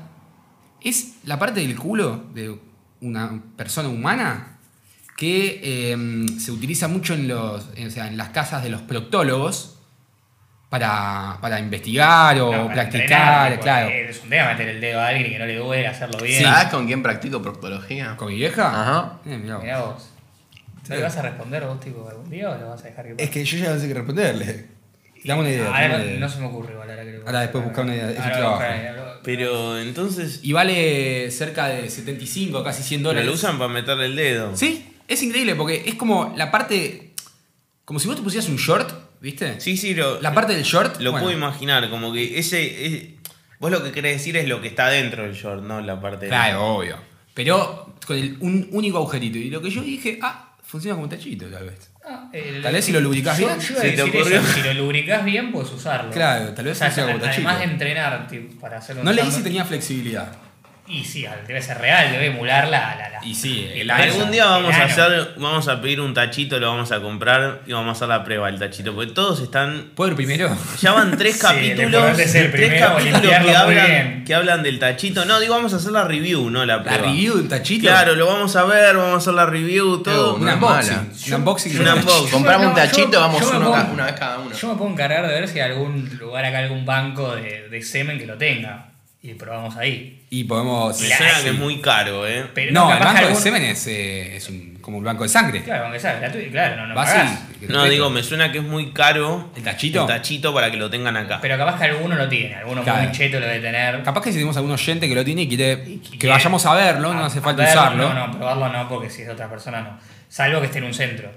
Speaker 4: Es la parte del culo de una persona humana que eh, se utiliza mucho en, los, en- o sea, en las casas de los proctólogos para, para investigar o
Speaker 3: No, para entrenar,
Speaker 4: practicar,
Speaker 3: tipo,
Speaker 4: claro.
Speaker 3: eh, Es un tema meter el dedo a alguien y que no le duele hacerlo bien.
Speaker 2: ¿Sabés con quién practico proctología?
Speaker 4: ¿Con mi vieja?
Speaker 2: Ajá.
Speaker 4: Eh, mirá vos.
Speaker 3: Mirá vos. ¿Le vas a responder vos, tipo, algún día o lo vas a dejar que pase? Ah,
Speaker 4: Es que yo ya no sé qué responderle. Dame una idea. dame
Speaker 3: Ahora
Speaker 4: una idea.
Speaker 3: no se me ocurre igual. Ahora, que lo-
Speaker 4: Ahora después buscar una idea, es un
Speaker 3: Ahora
Speaker 4: trabajo.
Speaker 3: buscar una idea, lo-
Speaker 1: Pero entonces.
Speaker 4: Y vale cerca de 75, casi 100
Speaker 1: ¿pero
Speaker 4: dólares.
Speaker 1: lo usan para meterle el dedo.
Speaker 4: Sí, es increíble porque es como la parte. Como si vos te pusieras un short, ¿viste?
Speaker 1: Sí, sí, lo,
Speaker 4: La parte del short.
Speaker 1: lo
Speaker 4: bueno,
Speaker 1: puedo imaginar. Como que ese. es- vos lo que querés decir es lo que está dentro del short, no la parte de-
Speaker 4: Claro, obvio. Pero con el, un único agujerito. Y lo que yo dije, ah, funciona como un tachito, tal vez.
Speaker 3: Ah, el-
Speaker 4: Tal vez si lo lubricás
Speaker 3: Yo-
Speaker 4: bien.
Speaker 3: yo iba a
Speaker 1: Si te
Speaker 3: decir
Speaker 1: ocurrió.
Speaker 3: eso, si lo lubricás bien, puedes usarlo.
Speaker 4: Claro, tal vez
Speaker 3: O sea,
Speaker 4: sea como
Speaker 3: Además de
Speaker 4: tachito.
Speaker 3: entrenar tipo, para hacer un
Speaker 4: No leí
Speaker 3: chamba-
Speaker 4: si tenía flexibilidad.
Speaker 3: Y sí, debe ser real, debe emular la. la, la-
Speaker 4: Y sí, el
Speaker 3: brazo,
Speaker 1: Algún día vamos
Speaker 3: el
Speaker 1: a
Speaker 3: ano.
Speaker 1: hacer, vamos a pedir un tachito, lo vamos a comprar y vamos a hacer la prueba del tachito, porque todos están,
Speaker 4: ¿Puedo ir primero?
Speaker 1: ya van tres
Speaker 3: Sí, lo
Speaker 1: capítulos,
Speaker 3: importante es el
Speaker 1: tres
Speaker 3: primero,
Speaker 1: capítulos
Speaker 3: limpiarlo
Speaker 1: que
Speaker 3: muy
Speaker 1: hablan,
Speaker 3: bien.
Speaker 1: que hablan del tachito. No, digo, vamos a hacer la review, no la
Speaker 4: La
Speaker 1: prueba.
Speaker 4: review de un tachito.
Speaker 1: Claro, lo vamos a ver, vamos a hacer la review, todo.
Speaker 2: Pero,
Speaker 4: Un
Speaker 2: no es
Speaker 4: unboxing.
Speaker 2: mala.
Speaker 4: Un unboxing. de
Speaker 1: un
Speaker 4: un
Speaker 1: unboxing.
Speaker 4: tachito.
Speaker 2: Compramos
Speaker 3: Yo
Speaker 2: un
Speaker 3: no,
Speaker 2: tachito,
Speaker 3: yo-
Speaker 2: vamos
Speaker 3: yo me
Speaker 2: uno,
Speaker 3: pongo-
Speaker 2: cada- una vez cada uno.
Speaker 3: Yo me puedo encargar de ver si hay algún lugar acá, algún banco de, de semen que lo tenga. Y probamos ahí.
Speaker 4: Y podemos.
Speaker 1: Me suena que es muy caro, eh.
Speaker 3: Pero
Speaker 4: No, el
Speaker 3: capaz
Speaker 4: banco de
Speaker 3: algún-
Speaker 4: semen es, eh, es un- como un banco de sangre.
Speaker 3: Claro, aunque sea gratuito, claro, no, no
Speaker 4: Vas y-
Speaker 3: pagás.
Speaker 4: que te
Speaker 1: No,
Speaker 4: meto.
Speaker 1: digo, me suena que es muy caro
Speaker 4: ¿El tachito?
Speaker 1: el tachito para que lo tengan acá.
Speaker 3: Pero capaz que alguno lo tiene, alguno
Speaker 4: Claro.
Speaker 3: muy cheto lo debe tener.
Speaker 4: Capaz que si tenemos algún oyente que lo tiene y quiere
Speaker 3: Y
Speaker 4: que
Speaker 3: quiere-
Speaker 4: vayamos a verlo, no hace
Speaker 3: a
Speaker 4: falta
Speaker 3: verlo,
Speaker 4: usarlo.
Speaker 3: No, no, probarlo no, porque si es de otra persona no. Salvo que esté en un centro.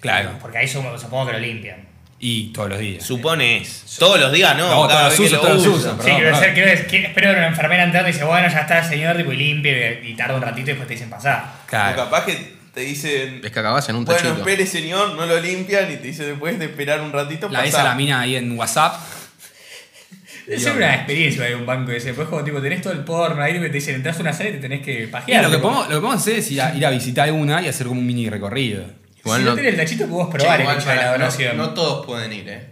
Speaker 4: Claro.
Speaker 3: Porque ahí supongo, supongo que lo limpian.
Speaker 4: Y todos los días.
Speaker 1: Supone es. Todos los días, no.
Speaker 4: No,
Speaker 1: cada vez
Speaker 4: todos los
Speaker 1: que
Speaker 4: usos, todos los
Speaker 1: uso.
Speaker 4: usos. Perdón,
Speaker 3: sí, quiero
Speaker 4: perdón.
Speaker 3: decir, quiero decir, que- espero que una enfermera entrando y dice, bueno, ya está el señor, tipo, y limpie, y tarda un ratito y después te dicen pasar.
Speaker 1: O
Speaker 4: Claro.
Speaker 1: Capaz que te dicen,
Speaker 2: Es que acabás en un
Speaker 1: Bueno,
Speaker 2: tachito.
Speaker 1: espere señor, no lo limpian y te dice después de esperar un ratito
Speaker 4: La ves
Speaker 1: pasá.
Speaker 4: a la mina ahí en WhatsApp.
Speaker 3: Es una experiencia de un banco ese. Después, como tipo, tenés todo el porno ahí, te dicen, entras a una sala y te tenés que
Speaker 4: Y
Speaker 3: pajear.
Speaker 4: lo que,
Speaker 3: tipo.
Speaker 4: podemos, lo que podemos hacer es ir a, ir a visitar una y hacer como un mini recorrido.
Speaker 2: Igual
Speaker 3: si no,
Speaker 2: no-
Speaker 3: tenés el tachito, podés
Speaker 2: Che,
Speaker 3: probar el
Speaker 2: igual
Speaker 3: hecho de la
Speaker 2: para- no-
Speaker 3: donación.
Speaker 2: no todos pueden ir, eh.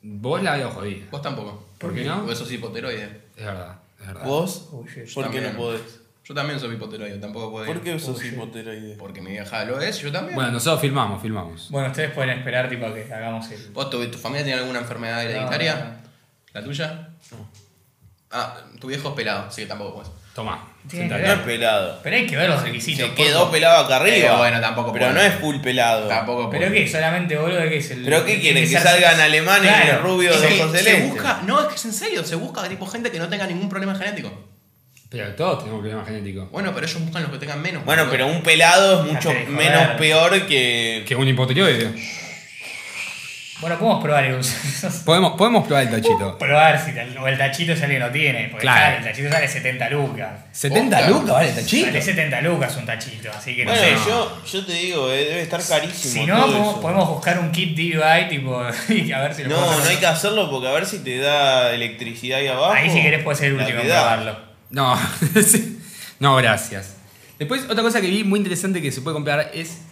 Speaker 4: Vos la veo jodida.
Speaker 2: Vos tampoco.
Speaker 4: ¿Por qué no?
Speaker 2: Porque sos hipoteroide.
Speaker 4: Es verdad, es verdad.
Speaker 1: ¿Vos?
Speaker 3: Uy, yo- yo
Speaker 1: ¿Por qué
Speaker 2: también.
Speaker 1: no podés?
Speaker 2: Yo también soy hipoteroide, tampoco puedo ir.
Speaker 1: ¿Por qué sos hipoteroide?
Speaker 2: Porque mi vieja lo es, yo también.
Speaker 4: Bueno, nosotros filmamos, filmamos.
Speaker 3: Bueno, ustedes pueden esperar, tipo, a que hagamos el.
Speaker 2: ¿Vos, tu, tu familia tiene alguna enfermedad hereditaria?
Speaker 3: No, no, no.
Speaker 2: ¿La tuya? Ah, tu viejo es pelado, sí, tampoco puedes.
Speaker 4: Tomá.
Speaker 3: Tiene que
Speaker 1: No
Speaker 4: sentate.
Speaker 1: es
Speaker 3: ver.
Speaker 1: pelado.
Speaker 3: Pero hay que ver los requisitos.
Speaker 2: Se
Speaker 1: Quedó
Speaker 2: Tampoco.
Speaker 1: pelado acá arriba.
Speaker 2: Pero Eh, bueno, tampoco
Speaker 1: Pero
Speaker 2: puede.
Speaker 1: no es full pelado.
Speaker 2: Tampoco
Speaker 3: ¿Pero
Speaker 2: puedes.
Speaker 3: qué? ¿Solamente boludo que es el.?
Speaker 1: ¿Pero qué quiere?
Speaker 3: tiene
Speaker 1: ¿Que
Speaker 3: ser-
Speaker 1: salgan alemanes,
Speaker 3: Claro.
Speaker 1: rubios,
Speaker 2: Es
Speaker 1: de
Speaker 2: que
Speaker 1: ojos
Speaker 2: se
Speaker 1: celestes?
Speaker 2: busca, no, es que es en serio, se busca tipo gente que no tenga ningún problema genético.
Speaker 4: Pero todos tenemos problemas genéticos.
Speaker 2: Bueno, pero ellos buscan los que tengan menos.
Speaker 1: Bueno,
Speaker 2: boludo.
Speaker 1: pero un pelado es mucho
Speaker 3: Dejate de joder.
Speaker 1: menos peor que...
Speaker 4: Que un hipotiroide.
Speaker 3: Bueno, podemos probar el uso.
Speaker 4: Podemos, podemos probar el tachito.
Speaker 3: probar si tal- o el tachito si alguien lo tiene. Porque
Speaker 4: Claro.
Speaker 3: claro, el tachito sale 70 lucas.
Speaker 4: 70
Speaker 2: Oscar.
Speaker 4: lucas vale el tachito.
Speaker 3: Sale 70 lucas un tachito, así que no
Speaker 1: Bueno,
Speaker 3: sé.
Speaker 1: yo, yo te digo, eh, debe estar carísimo.
Speaker 3: Si no,
Speaker 1: todo
Speaker 3: podemos,
Speaker 1: eso.
Speaker 3: podemos buscar un kit DIY, tipo, y a ver si lo podemos
Speaker 1: No, no
Speaker 3: hacer.
Speaker 1: hay que hacerlo porque a ver si te da electricidad ahí abajo.
Speaker 3: Ahí si querés puedes ser el
Speaker 1: la
Speaker 3: último en
Speaker 1: que da.
Speaker 3: probarlo.
Speaker 4: No, sí. no, gracias. Después, otra cosa que vi muy interesante que se puede comprar es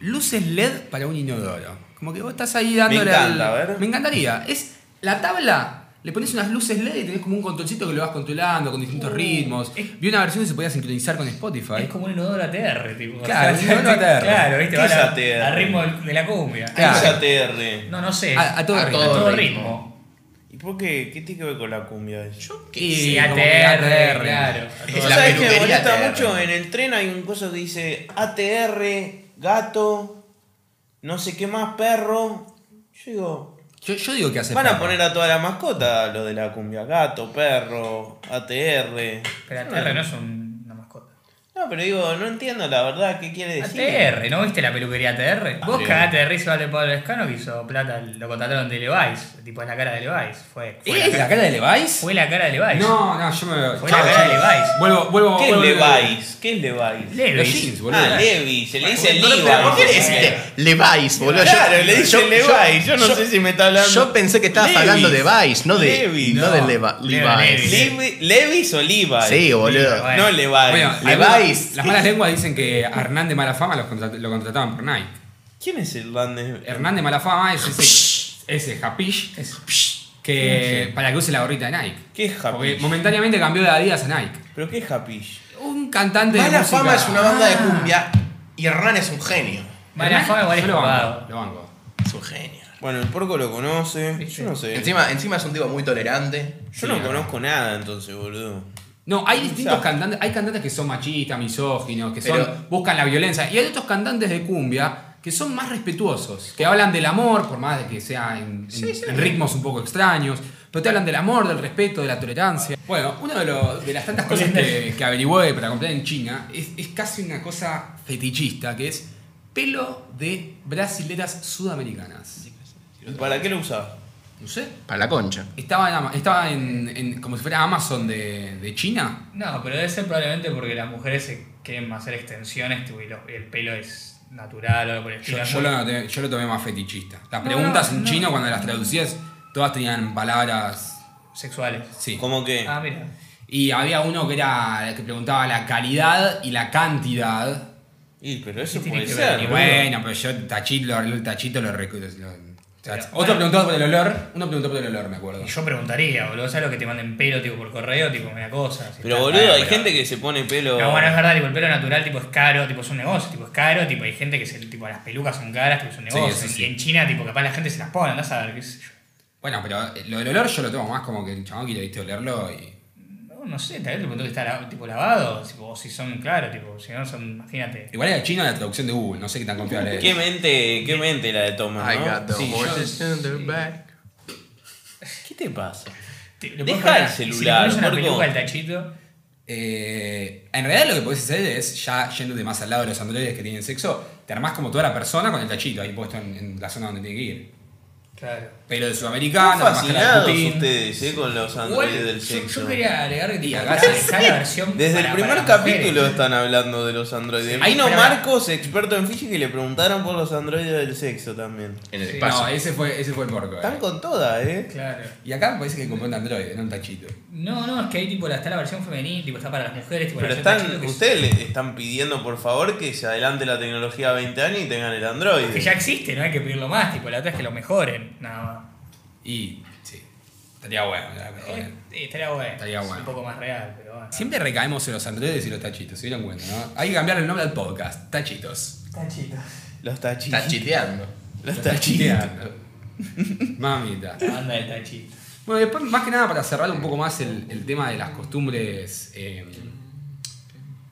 Speaker 4: luces LED para un inodoro. Como que vos estás ahí dándole
Speaker 1: encanta,
Speaker 4: al-
Speaker 1: a ver.
Speaker 4: Me encantaría. Es la tabla, le pones unas luces LED y tenés como un controlcito que lo vas controlando con distintos
Speaker 3: Uh,
Speaker 4: ritmos.
Speaker 3: es-
Speaker 4: Vi una versión que se podía sincronizar con Spotify.
Speaker 3: Es como un inodoro ATR, tipo.
Speaker 4: Claro, un inodoro ATR.
Speaker 3: Claro, viste,
Speaker 1: ¿Qué
Speaker 3: va
Speaker 1: es
Speaker 3: la-
Speaker 1: ATR?
Speaker 3: al ritmo del- de la cumbia.
Speaker 1: ¿Qué es
Speaker 4: Claro.
Speaker 1: ATR?
Speaker 3: No, no sé.
Speaker 4: A, a todo
Speaker 2: a
Speaker 4: ritmo.
Speaker 2: todo
Speaker 3: todo
Speaker 2: ritmo.
Speaker 3: ritmo.
Speaker 1: ¿Y por qué? ¿Qué tiene que ver con la cumbia eso?
Speaker 2: Yo qué
Speaker 4: Y
Speaker 2: sé.
Speaker 3: Sí,
Speaker 4: como que
Speaker 3: ATR,
Speaker 4: ATR.
Speaker 3: claro.
Speaker 2: Es
Speaker 1: ¿Vos
Speaker 2: la
Speaker 1: sabés que me
Speaker 2: peluquería
Speaker 1: molesta
Speaker 2: ATR.
Speaker 1: mucho? En el tren hay un coso que dice ATR, gato, no sé qué más, perro. Yo digo,
Speaker 4: Yo, yo digo que hace
Speaker 1: van a
Speaker 4: falta.
Speaker 1: poner a toda la mascota lo de la cumbia. Gato, perro, ATR.
Speaker 3: Pero ATR no es un- una mascota.
Speaker 1: No, pero digo, no entiendo la verdad qué quiere decir.
Speaker 3: ATR, ¿no viste la peluquería ATR? Vos
Speaker 1: Ah, Sí.
Speaker 3: cagate de risa vale Pablo Escano que hizo plata, lo contrataron de Levi's, tipo en la cara de Levi's. Fue, fue,
Speaker 4: ¿Es la cara de Levi's?
Speaker 3: fue la cara de Levi's.
Speaker 4: No, no, yo me
Speaker 3: Fue
Speaker 4: Chao,
Speaker 3: la cara de
Speaker 4: chicos.
Speaker 3: Levi's.
Speaker 4: Vuelvo, vuelvo.
Speaker 1: ¿Qué es
Speaker 4: vuelvo-
Speaker 1: Levi's? ¿Qué es Levi's?
Speaker 4: Los
Speaker 3: Levi's.
Speaker 4: jeans, boludo.
Speaker 1: Ah, Levi, se le dice
Speaker 2: No,
Speaker 1: Levi's.
Speaker 2: pero ¿Por qué le decís
Speaker 3: Levi's.
Speaker 2: Levi's, boludo?
Speaker 1: Claro,
Speaker 2: Yo-
Speaker 1: le dice
Speaker 2: yo-
Speaker 1: Levi's. Yo no sé si me está hablando.
Speaker 2: Yo pensé que estabas
Speaker 1: Levi's.
Speaker 2: hablando de Vice, no de,
Speaker 1: Levi's.
Speaker 2: no.
Speaker 1: No.
Speaker 2: de Leva-
Speaker 3: Levi's.
Speaker 2: Levi's.
Speaker 1: Levi- ¿Levi's o Levi's?
Speaker 2: Sí, boludo.
Speaker 3: Levi's.
Speaker 1: No Levi's.
Speaker 4: Bueno,
Speaker 2: Levi's.
Speaker 4: Las malas lenguas dicen que a Hernán de mala fama los contrat- lo contrataban por Nike.
Speaker 1: ¿Quién es el
Speaker 4: Hernán de mala fama es ese, ese Japish que para que use la gorrita de Nike.
Speaker 1: ¿Qué es Japish?
Speaker 4: Porque momentáneamente cambió de Adidas a Nike.
Speaker 1: ¿Pero qué es Hapish?
Speaker 4: Un cantante de
Speaker 2: Mala
Speaker 4: música-
Speaker 2: Fama es una banda de
Speaker 4: Ah.
Speaker 2: cumbia y Hernán es un genio.
Speaker 3: Mala
Speaker 4: Hernán,
Speaker 3: fama igual es
Speaker 4: yo lo banco,
Speaker 3: jugado.
Speaker 4: lo banco.
Speaker 2: Es un genio.
Speaker 1: Bueno, el porco lo conoce.
Speaker 3: Sí,
Speaker 1: Yo no sé.
Speaker 2: Encima, encima es un tipo muy tolerante.
Speaker 1: Yo no conozco nada entonces, boludo.
Speaker 4: No, hay distintos
Speaker 1: Quizá.
Speaker 4: cantantes, hay cantantes que son machistas, misóginos, que son
Speaker 2: Pero-
Speaker 4: buscan la violencia y hay otros cantantes de cumbia que son más respetuosos, que hablan del amor, por más de que sea en, en- en ritmos un poco extraños, pero te hablan del amor, del respeto, de la tolerancia. Bueno, una de, lo- de las tantas cosas que, que averigüé para comprar en China es, es casi una cosa fetichista, que es pelo de brasileras sudamericanas.
Speaker 1: ¿Para qué lo usás?
Speaker 4: No sé.
Speaker 2: Para la concha.
Speaker 4: Estaba en, Ama- estaba en- en- como si fuera Amazon de, de China.
Speaker 3: No, pero debe ser probablemente porque las mujeres se quieren hacer extensiones tipo, y, lo- y el pelo es natural o algo por el
Speaker 4: Yo,
Speaker 3: estilo.
Speaker 4: yo lo, noté- yo lo tomé más fetichista. Las
Speaker 3: No,
Speaker 4: preguntas
Speaker 3: no,
Speaker 4: en
Speaker 3: no.
Speaker 4: chino, cuando las traducías, todas tenían palabras.
Speaker 3: Sexuales.
Speaker 4: Sí.
Speaker 1: ¿Cómo que?
Speaker 3: Ah, mira.
Speaker 4: Y había uno que era que preguntaba la calidad y la cantidad.
Speaker 1: Y, pero eso
Speaker 3: ¿Qué
Speaker 1: puede
Speaker 3: tiene que
Speaker 1: ser.
Speaker 3: ver?
Speaker 4: Y
Speaker 1: boludo.
Speaker 4: bueno, pero yo el tachito lo, el tachito lo recu- lo- o sea,
Speaker 3: Pero,
Speaker 4: otro
Speaker 3: bueno.
Speaker 4: preguntó por el olor, uno preguntó por el olor, me acuerdo.
Speaker 3: Y yo preguntaría, boludo, ¿sabes lo que te manden pelo tipo por correo? Tipo, me da cosa. si
Speaker 1: Pero
Speaker 3: está
Speaker 1: boludo,
Speaker 3: raro,
Speaker 1: hay
Speaker 3: Ah, pero-
Speaker 1: gente que se pone pelo.
Speaker 3: No, bueno, es verdad, tipo, el pelo natural tipo es caro, tipo es un negocio, tipo es caro, tipo hay gente que se, tipo las pelucas son caras, tipo es un
Speaker 4: Sí,
Speaker 3: negocio.
Speaker 4: eso sí.
Speaker 3: Y en China, tipo, capaz la gente se las pone, andás a ver, qué sé yo.
Speaker 4: Bueno, pero eh, lo del olor yo lo tomo más como que el chabón quiere viste olerlo y.
Speaker 3: No, no sé, tal vez tipo, tengo que estar la- tipo lavado, tipo, o si son, claro, tipo, si no son, imagínate.
Speaker 4: Igual era chino la traducción de Google, no sé qué tan confiable es.
Speaker 1: ¿Qué mente, qué mente la de Thomas,
Speaker 2: I
Speaker 1: ¿no?
Speaker 2: got the
Speaker 1: Sí, yo-
Speaker 2: horses in their back.
Speaker 1: ¿Qué te pasa?
Speaker 3: Te- le
Speaker 1: Deja
Speaker 3: pones una-
Speaker 1: el celular,
Speaker 3: Si le pones una
Speaker 1: porco.
Speaker 3: peluca al tachito.
Speaker 4: Eh, en realidad lo que podés hacer es, ya yendo de más al lado de los androides que tienen sexo, te armás como toda la persona con el tachito ahí puesto en, en la zona donde tiene que ir.
Speaker 3: Claro.
Speaker 4: Pero de
Speaker 1: Están
Speaker 4: sudamericano, la máscara de
Speaker 1: fascinados
Speaker 4: Putin.
Speaker 1: ustedes, eh, con los androides del
Speaker 3: yo,
Speaker 1: sexo.
Speaker 3: yo quería agregar que tipo,
Speaker 4: Y
Speaker 3: acá
Speaker 4: acá
Speaker 3: se sale la versión.
Speaker 1: Desde
Speaker 3: para-
Speaker 1: el primer
Speaker 3: para
Speaker 1: capítulo
Speaker 3: mujeres. ¿eh?
Speaker 1: están hablando de los androides.
Speaker 3: Sí,
Speaker 1: Vino
Speaker 3: pero-
Speaker 1: Marcos, experto en física, y le preguntaron por los androides del sexo también.
Speaker 2: En el
Speaker 3: Sí.
Speaker 2: espacio.
Speaker 4: No, ese fue, ese fue el porco. eh.
Speaker 1: Están con todas, ¿eh?
Speaker 3: Claro.
Speaker 4: Y acá parece que compró un androide, no un tachito.
Speaker 3: No, no, es que ahí tipo la- está la versión femenina, tipo, está para las mujeres, tipo,
Speaker 1: Pero
Speaker 3: la versión
Speaker 1: están,
Speaker 3: tachito que es-
Speaker 1: ustedes le están pidiendo por favor que se adelante la tecnología a 20 años y tengan el Android.
Speaker 3: Que ya existe, no hay que pedirlo más, tipo, la otra es que lo mejoren, nada más.
Speaker 4: Y sí, estaría bueno. la
Speaker 3: Eh,
Speaker 4: verdad.
Speaker 3: eh, estaría bueno.
Speaker 4: Estaría
Speaker 3: es
Speaker 4: bueno.
Speaker 3: Un poco más real, pero bueno.
Speaker 4: Siempre recaemos en los androides y los tachitos, se dieron cuenta, ¿no? Hay que cambiar el nombre al podcast, tachitos.
Speaker 3: Tachito.
Speaker 1: Los tachitos.
Speaker 2: Está chiteando.
Speaker 1: Los tachitos.
Speaker 4: Tachitos. Mamita.
Speaker 3: La banda del tachito.
Speaker 4: Bueno, después, más que nada, para cerrar un poco más el, el tema de las costumbres eh,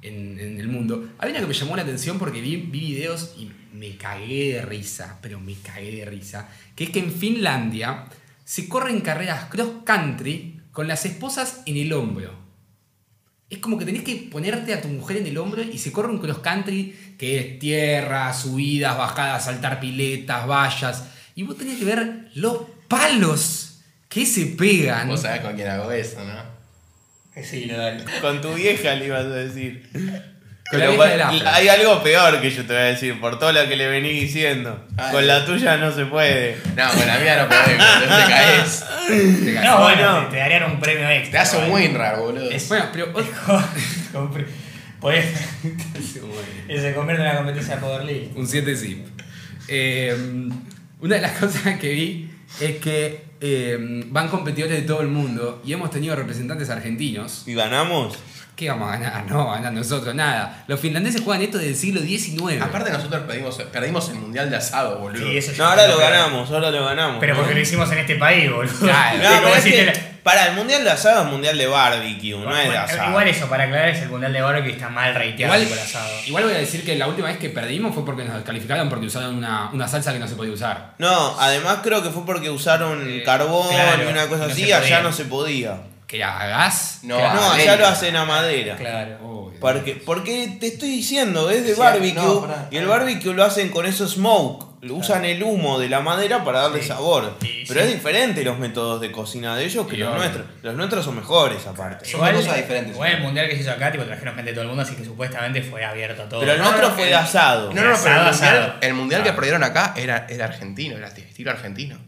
Speaker 4: en, en el mundo, hay una que me llamó la atención porque vi, vi videos y me cagué de risa, pero me cagué de risa, que es que en Finlandia se corren carreras cross country con las esposas en el hombro. Es como que tenés que ponerte a tu mujer en el hombro y se corre un cross country que es tierra, subidas, bajadas, saltar piletas, vallas. Y vos tenés que ver los palos que se pegan.
Speaker 2: Vos sabés con quién hago eso, ¿no?
Speaker 3: Sí, lo dale.
Speaker 1: Con tu vieja le ibas a decir.
Speaker 4: Con la
Speaker 1: Pero
Speaker 4: vieja
Speaker 1: pa-
Speaker 4: del afro.
Speaker 1: hay algo peor que yo te voy a decir, por todo lo que le vení diciendo.
Speaker 2: Ay.
Speaker 1: Con la tuya no se puede.
Speaker 2: No, con la mía no podés, boludo, te caes.
Speaker 4: Te
Speaker 3: No,
Speaker 4: cagás.
Speaker 3: bueno,
Speaker 1: bueno.
Speaker 3: Te, te darían un premio extra.
Speaker 2: Te hace un
Speaker 3: ¿vale?
Speaker 2: winrar, boludo.
Speaker 3: Es-
Speaker 4: Bueno, pero ot-
Speaker 3: Con pre- Podés- se convierte en una competencia de Power League.
Speaker 4: un 7 zip. Eh, una de las cosas que vi es que eh, van competidores de todo el mundo y hemos tenido representantes argentinos.
Speaker 1: ¿Y ganamos?
Speaker 4: ¿Qué vamos a ganar? No, van a ganar nosotros nada. Los finlandeses juegan esto del siglo XIX.
Speaker 2: Aparte nosotros perdimos, perdimos el mundial de asado, boludo.
Speaker 3: Sí, eso
Speaker 1: No,
Speaker 3: yo
Speaker 1: ahora
Speaker 3: creo
Speaker 1: lo
Speaker 3: que-
Speaker 1: ganamos, ahora lo ganamos.
Speaker 3: Pero
Speaker 1: ¿no?
Speaker 3: porque lo hicimos en este país, boludo.
Speaker 4: Claro.
Speaker 1: No,
Speaker 3: Es como
Speaker 1: pero es
Speaker 3: si te
Speaker 1: que-
Speaker 3: la-
Speaker 1: para el mundial de asado es mundial de barbecue, no es de
Speaker 3: Bueno,
Speaker 1: asado.
Speaker 3: Igual eso, para aclarar, es el mundial de barrio que está mal reiteado
Speaker 4: Igual,
Speaker 3: por asado.
Speaker 4: igual voy a decir que la última vez que perdimos fue porque nos descalificaron porque usaron una, una salsa que no se podía usar.
Speaker 1: No, además creo que fue porque usaron carbón
Speaker 3: Eh, claro,
Speaker 1: y una cosa
Speaker 3: no
Speaker 1: así,
Speaker 3: se podía.
Speaker 1: allá no se podía.
Speaker 4: Que era a gas.
Speaker 2: No,
Speaker 4: que era-
Speaker 1: no,
Speaker 2: madera.
Speaker 1: allá lo hacen a madera.
Speaker 3: Claro.
Speaker 4: Oh, Dios.
Speaker 1: Porque, porque te estoy diciendo, es de
Speaker 2: Sí,
Speaker 1: barbecue
Speaker 2: no, pará,
Speaker 1: y el
Speaker 2: pará.
Speaker 1: barbecue lo hacen con eso smoke. lo Usan el humo de la madera para darle
Speaker 3: Sí,
Speaker 1: sabor.
Speaker 3: sí,
Speaker 1: Pero
Speaker 3: sí.
Speaker 1: es diferente los métodos de cocina de ellos que
Speaker 4: Y
Speaker 1: los
Speaker 4: obvio.
Speaker 1: nuestros. Los nuestros son mejores aparte.
Speaker 2: Son dos cosas diferentes.
Speaker 3: Igual el mundial que se hizo acá, tipo, trajeron gente de todo el mundo, así que supuestamente fue abierto a todo.
Speaker 1: Pero el
Speaker 2: no,
Speaker 1: nuestro
Speaker 2: no,
Speaker 1: fue
Speaker 2: el-
Speaker 1: de asado.
Speaker 2: No, no, no, pero el
Speaker 3: Asado,
Speaker 2: mundial,
Speaker 3: asado.
Speaker 2: el mundial que
Speaker 3: Claro.
Speaker 2: perdieron acá era, era argentino, era estilo argentino.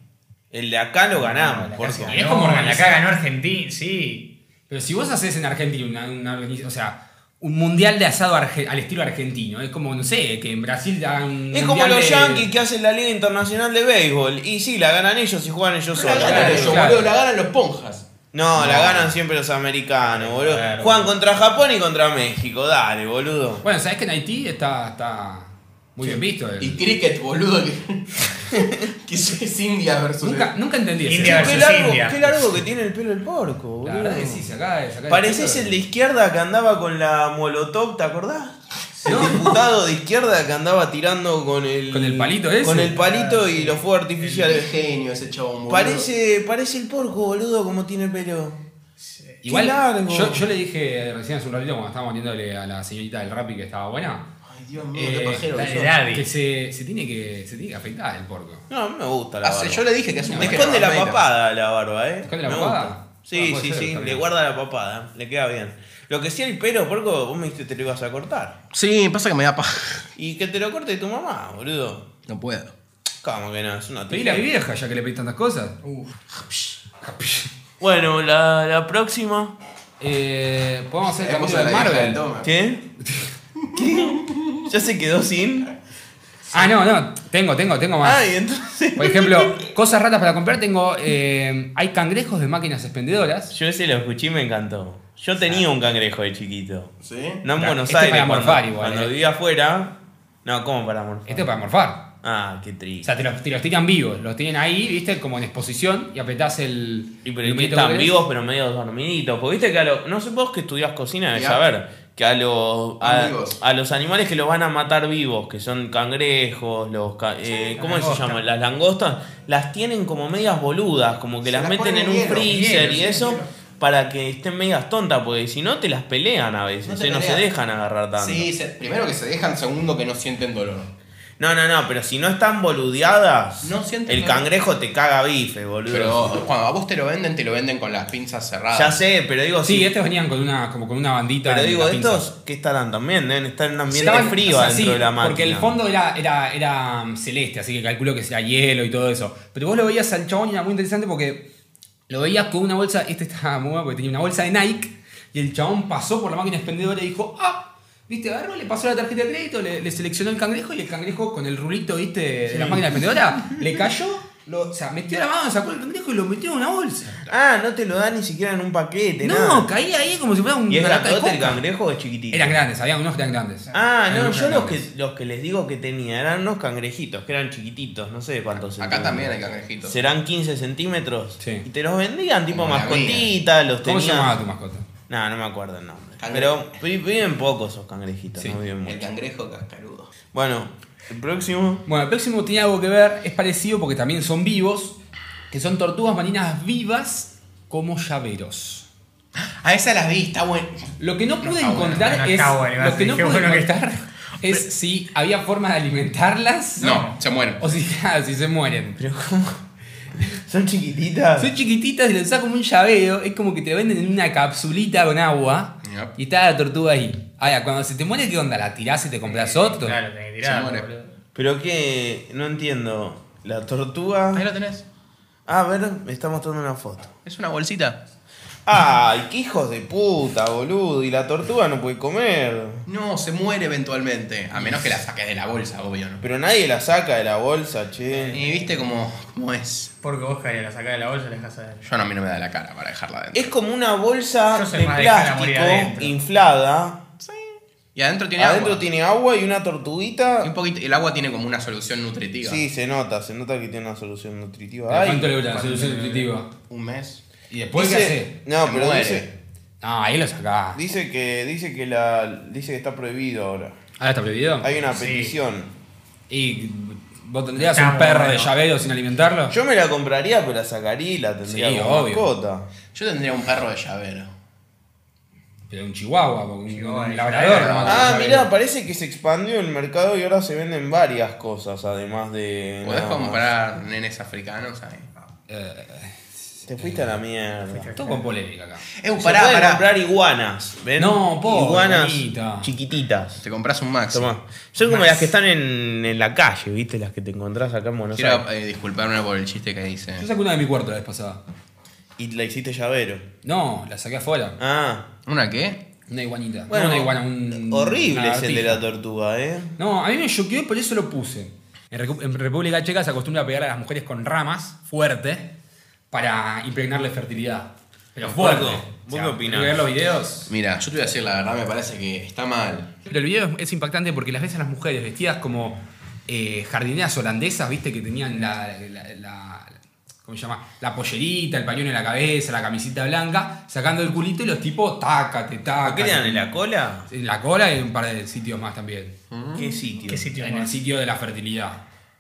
Speaker 1: El de acá lo ganamos.
Speaker 3: Acá
Speaker 1: por
Speaker 3: se
Speaker 1: favor.
Speaker 3: ganó,
Speaker 4: Es como organizar.
Speaker 3: acá ganó Argentina, sí.
Speaker 4: Pero si vos haces en Argentina una, una organiz- o sea, un mundial de asado arge- al estilo argentino, es como, no sé, que en Brasil hagan un
Speaker 1: Es como
Speaker 4: mundial
Speaker 1: los
Speaker 4: de-
Speaker 1: Yankees que hacen la Liga Internacional de Béisbol. Y sí, la ganan ellos y juegan ellos
Speaker 2: la
Speaker 1: solos.
Speaker 4: ganan
Speaker 2: ganan
Speaker 4: ellos,
Speaker 2: ellos,
Speaker 4: claro.
Speaker 2: boludo, la ganan los ponjas.
Speaker 1: No, la ganan siempre los americanos, boludo.
Speaker 4: Claro.
Speaker 1: Juegan contra Japón y contra México. Dale, boludo.
Speaker 4: Bueno, sabés que en Haití está, está muy bien visto. eh. el-
Speaker 2: Y cricket, boludo, que, que es India versus...
Speaker 4: Nunca, nunca entendí eso.
Speaker 3: India
Speaker 1: Qué
Speaker 3: versus
Speaker 1: largo,
Speaker 3: India.
Speaker 1: qué largo que tiene el pelo el porco, boludo.
Speaker 4: La verdad que sí, se acá, se acá-
Speaker 1: Pareces el de izquierda que andaba con la molotov, ¿te acordás? El diputado de izquierda que andaba tirando con el.
Speaker 4: Con el palito ese.
Speaker 1: Con el palito y los fuegos
Speaker 2: Qué
Speaker 1: artificiales.
Speaker 2: genio ese chabón, boludo.
Speaker 1: Parece, parece el porco, boludo, como tiene el pelo.
Speaker 4: Igual,
Speaker 1: Qué largo.
Speaker 4: yo, yo le dije recién hace un ratito cuando estábamos viéndole a la señorita del Rappi que estaba buena,
Speaker 2: Ay, Dios mío,
Speaker 4: Eh,
Speaker 2: qué pajero que
Speaker 3: dale,
Speaker 2: sos.
Speaker 3: dale. Daddy.
Speaker 4: que se, se tiene que se tiene que afeitar el porco.
Speaker 1: No, a mí me gusta la
Speaker 2: Ah, sí,
Speaker 1: barba.
Speaker 2: yo le dije que hace un
Speaker 1: Me
Speaker 2: mes que
Speaker 1: esconde
Speaker 2: no
Speaker 1: la
Speaker 2: arregla.
Speaker 1: papada la barba, ¿eh?
Speaker 4: ¿Esconde la
Speaker 1: Me
Speaker 4: papada?
Speaker 1: gusta. Sí,
Speaker 4: Ah, puede
Speaker 1: sí,
Speaker 4: ser,
Speaker 1: sí,
Speaker 4: está
Speaker 1: le
Speaker 4: bien.
Speaker 1: guarda la papada, le queda bien. Lo que sí el pelo, porco, vos me dijiste te lo ibas a cortar.
Speaker 2: Sí, pasa que me da paja.
Speaker 1: Y que te lo corte tu mamá, boludo.
Speaker 2: No puedo.
Speaker 1: ¿Cómo que no? Es una
Speaker 4: Pedile a
Speaker 1: tijera.
Speaker 4: mi vieja, ya que le pedí tantas cosas.
Speaker 1: Bueno, la, la próxima.
Speaker 4: Eh, Podemos hacer el
Speaker 2: Vamos
Speaker 4: capítulo de Marvel.
Speaker 1: ¿Qué? ¿Qué? ¿Ya se quedó sin?
Speaker 4: Ah, no, no, tengo, tengo, tengo más.
Speaker 1: Ay, entonces.
Speaker 4: Por ejemplo, cosas ratas para comprar, tengo. eh, hay cangrejos de máquinas expendedoras.
Speaker 1: Yo ese lo escuché y me encantó. Yo tenía un cangrejo de chiquito.
Speaker 2: ¿Sí?
Speaker 1: No en
Speaker 4: Claro,
Speaker 1: Buenos
Speaker 4: este
Speaker 1: Aires.
Speaker 4: para
Speaker 1: cuando,
Speaker 4: morfar igual,
Speaker 1: cuando
Speaker 4: eh.
Speaker 1: vivía afuera. No, ¿cómo para morfar?
Speaker 4: Esto es para morfar.
Speaker 1: Ah, qué
Speaker 4: O
Speaker 1: triste.
Speaker 4: sea, te los, te los tiran vivos, los tienen ahí, viste, como en exposición, y apretás el.
Speaker 1: Y
Speaker 4: el
Speaker 1: pero que
Speaker 4: numerito
Speaker 1: están
Speaker 4: que querés.
Speaker 1: vivos, pero medio dormiditos. Porque viste que a los. No sé, vos que estudiás cocina de
Speaker 2: Ya.
Speaker 1: saber. Que a los, a,
Speaker 2: Amigos.
Speaker 1: a los animales que los van a matar vivos, que son cangrejos, los. ca- eh,
Speaker 3: las
Speaker 1: ¿Cómo se
Speaker 3: langostas.
Speaker 1: llaman? Las langostas, las tienen como medias boludas, como que
Speaker 2: Se
Speaker 1: las,
Speaker 2: las
Speaker 1: meten
Speaker 2: ponen
Speaker 1: en un
Speaker 2: hielo,
Speaker 1: freezer
Speaker 3: hielo,
Speaker 1: y
Speaker 3: sí,
Speaker 1: eso,
Speaker 3: hielo.
Speaker 1: para que estén medias tontas, porque si no te las pelean a veces,
Speaker 2: No
Speaker 1: eh,
Speaker 2: se
Speaker 1: no, se
Speaker 2: pelean.
Speaker 1: dejan agarrar tanto.
Speaker 2: Sí, se- primero que se dejan, segundo que no sienten dolor.
Speaker 1: No, no, no, pero si no están boludeadas,
Speaker 2: No sienten
Speaker 1: el
Speaker 2: nada.
Speaker 1: cangrejo te caga bife, boludo.
Speaker 2: Pero ah. cuando a vos te lo venden, te lo venden con las pinzas cerradas.
Speaker 1: ya sé, pero digo,
Speaker 4: Sí,
Speaker 1: si-
Speaker 4: estos venían con una, como con una bandita.
Speaker 1: Pero
Speaker 4: en
Speaker 1: digo,
Speaker 4: la pinza.
Speaker 1: estos que estarán también, deben estar en un ambiente
Speaker 4: Estaban-
Speaker 1: frío
Speaker 4: o sea,
Speaker 1: dentro
Speaker 4: sí,
Speaker 1: de la máquina.
Speaker 4: Porque el fondo era, era, era mm, celeste, así que calculo que sea hielo y todo eso. Pero vos lo veías al chabón y era muy interesante porque lo veías con una bolsa. Este estaba muy bueno porque tenía una bolsa de Nike y el chabón pasó por la máquina expendedora y dijo: ¡Ah! ¿Viste? Agarró, le pasó la tarjeta de crédito, le, le seleccionó el cangrejo y el cangrejo con el rulito, ¿viste? De la máquina expendedora le cayó, lo, o sea, metió la mano, sacó el cangrejo y lo metió en una bolsa.
Speaker 1: Ah, no te lo dan ni siquiera en un paquete,
Speaker 4: No,
Speaker 1: nada.
Speaker 4: caía ahí como si fuera un.
Speaker 1: ¿Y es
Speaker 4: una lata de
Speaker 1: grandote el
Speaker 4: coca.
Speaker 1: cangrejo o es chiquitito?
Speaker 4: Eran grandes, había unos que eran grandes.
Speaker 1: Ah,
Speaker 4: Había
Speaker 1: no,
Speaker 4: unos
Speaker 1: yo los
Speaker 4: grandes.
Speaker 1: que, los que les digo que tenía eran unos cangrejitos, que eran chiquititos, no sé cuántos
Speaker 2: Acá
Speaker 1: centímetros.
Speaker 2: también hay cangrejitos.
Speaker 1: Serán 15 centímetros.
Speaker 4: Sí.
Speaker 1: Y te los vendían tipo
Speaker 2: Como la
Speaker 1: mascotita, los
Speaker 4: ¿Cómo se llamaba
Speaker 1: tenían.
Speaker 4: tu mascota?
Speaker 1: No, no me acuerdo el nombre.
Speaker 2: Cangrejo.
Speaker 1: Pero vi- viven pocos esos cangrejitos,
Speaker 4: Sí.
Speaker 1: no viven
Speaker 2: El
Speaker 1: mucho.
Speaker 2: cangrejo cascarudo.
Speaker 1: Bueno, el próximo.
Speaker 4: Bueno, el próximo tiene algo que ver, es parecido porque también son vivos, que son tortugas marinas vivas como llaveros.
Speaker 2: A esa las vi, está bueno.
Speaker 4: Lo que no pude
Speaker 2: está bueno,
Speaker 4: encontrar
Speaker 3: no
Speaker 4: es.
Speaker 3: está bueno,
Speaker 4: lo que no
Speaker 3: qué
Speaker 4: pude
Speaker 3: bueno que
Speaker 4: encontrar es si había forma de alimentarlas.
Speaker 2: No, se mueren.
Speaker 4: O si, claro, si se mueren.
Speaker 1: Pero ¿cómo? Son chiquititas.
Speaker 4: Son chiquititas y las usás como un llaveo. Es como que te venden en una capsulita con agua.
Speaker 2: Yep.
Speaker 4: Y está la tortuga ahí. Ahora, cuando se te muere, ¿qué onda? ¿La tirás y te compras otro?
Speaker 3: Eh, Claro, tenés que
Speaker 2: Se
Speaker 3: tirar,
Speaker 2: muere.
Speaker 3: boludo.
Speaker 1: Pero que no entiendo. La tortuga.
Speaker 2: Ahí lo tenés.
Speaker 1: Ah, a ver, me está mostrando una foto.
Speaker 2: Es una bolsita.
Speaker 1: ¡Ay, qué hijos de puta, boludo! Y la tortuga no puede comer.
Speaker 2: No, se muere eventualmente. A menos que la saques de la bolsa, obvio, ¿no?
Speaker 1: Pero nadie la saca de la bolsa, che.
Speaker 2: Y viste cómo, cómo es.
Speaker 3: Porque vos, Javier, la sacás de la bolsa y la dejás adentro.
Speaker 2: Yo no, a mí no me da la cara para dejarla adentro.
Speaker 1: Es como una bolsa
Speaker 3: Yo soy
Speaker 1: de
Speaker 3: más de dejarla morir
Speaker 1: plástico
Speaker 3: adentro.
Speaker 1: inflada.
Speaker 2: Y adentro tiene
Speaker 1: Adentro
Speaker 2: agua.
Speaker 1: tiene agua y una tortuguita.
Speaker 2: Y un poquito, el agua tiene como una solución nutritiva.
Speaker 1: Sí, se nota, se nota que tiene una solución nutritiva. Ay,
Speaker 4: ¿Cuánto le dura la solución nutritiva?
Speaker 2: Un mes.
Speaker 4: ¿Y después qué
Speaker 1: dice-
Speaker 4: hace?
Speaker 1: No,
Speaker 2: Se
Speaker 1: pero
Speaker 2: muere.
Speaker 1: dice,
Speaker 4: No, ahí lo sacás.
Speaker 1: dice que dice que la dice que está prohibido ahora.
Speaker 4: ¿Ahora está prohibido?
Speaker 1: Hay una
Speaker 3: Sí.
Speaker 1: petición.
Speaker 4: ¿Y vos tendrías
Speaker 3: Está
Speaker 4: un perro de
Speaker 3: bueno.
Speaker 4: llaveo sin alimentarlo?
Speaker 1: Yo me la compraría, pero la sacaría y la tendría
Speaker 4: Sí,
Speaker 1: como
Speaker 4: obvio.
Speaker 1: mascota.
Speaker 2: Yo tendría un perro de llavero.
Speaker 4: Pero un chihuahua, porque un,
Speaker 3: Chihuahua,
Speaker 4: un
Speaker 3: eh.
Speaker 4: labrador.
Speaker 3: Ah,
Speaker 4: no más que un
Speaker 1: Ah,
Speaker 4: llavero.
Speaker 1: mirá, parece que se expandió el mercado y ahora se venden varias cosas, además de.
Speaker 2: Podés
Speaker 1: nada más.
Speaker 2: comprar nenes africanos ahí.
Speaker 4: Eh,
Speaker 1: Te fuiste a la mierda.
Speaker 4: todo con polémica acá.
Speaker 2: Eh,
Speaker 1: Se
Speaker 2: pará,
Speaker 1: pueden
Speaker 2: pará.
Speaker 1: comprar iguanas, ¿ven?
Speaker 4: No, pobre,
Speaker 1: Iguanas
Speaker 4: bonita.
Speaker 1: chiquititas.
Speaker 2: Te compras un Max.
Speaker 1: Tomá. Son como las que están en, en la calle, ¿viste? Las que te encontrás acá en Buenos
Speaker 2: Quiero
Speaker 1: Aires.
Speaker 2: eh, disculparme por el chiste que
Speaker 4: Yo
Speaker 2: hice.
Speaker 4: saqué una de mi cuarto la vez pasada.
Speaker 1: Y la hiciste llavero.
Speaker 4: No, la saqué afuera.
Speaker 1: Ah,
Speaker 2: ¿Una qué?
Speaker 4: Una iguanita.
Speaker 1: Bueno,
Speaker 4: Bueno, una iguana, un.
Speaker 1: horrible
Speaker 4: una
Speaker 1: es el de
Speaker 4: lagartija.
Speaker 1: la tortuga, ¿eh?
Speaker 4: No, a mí me choqueó y por eso lo puse. En, Recu- en República Checa se acostumbra a pegar a las mujeres con ramas fuerte para impregnarle fertilidad. Pero fuerte.
Speaker 1: Gordo, ¿vos qué opinás?
Speaker 4: ver los videos.
Speaker 2: Mira, yo te voy a decir la verdad, me parece que está mal.
Speaker 4: Pero el video es- es impactante porque las ves a las mujeres vestidas como eh, jardineras holandesas, viste, que tenían la, la- la- ¿cómo se llama? La pollerita, el pañuelo en la cabeza, la camisita blanca, sacando el culito y los tipos tácate,
Speaker 1: ¿A
Speaker 4: tácate.
Speaker 1: qué le dan en la cola?
Speaker 4: En la cola y en un par de sitios más también.
Speaker 1: ¿Qué sitio?
Speaker 3: ¿Qué sitio
Speaker 4: En el
Speaker 3: más?
Speaker 4: sitio de la fertilidad.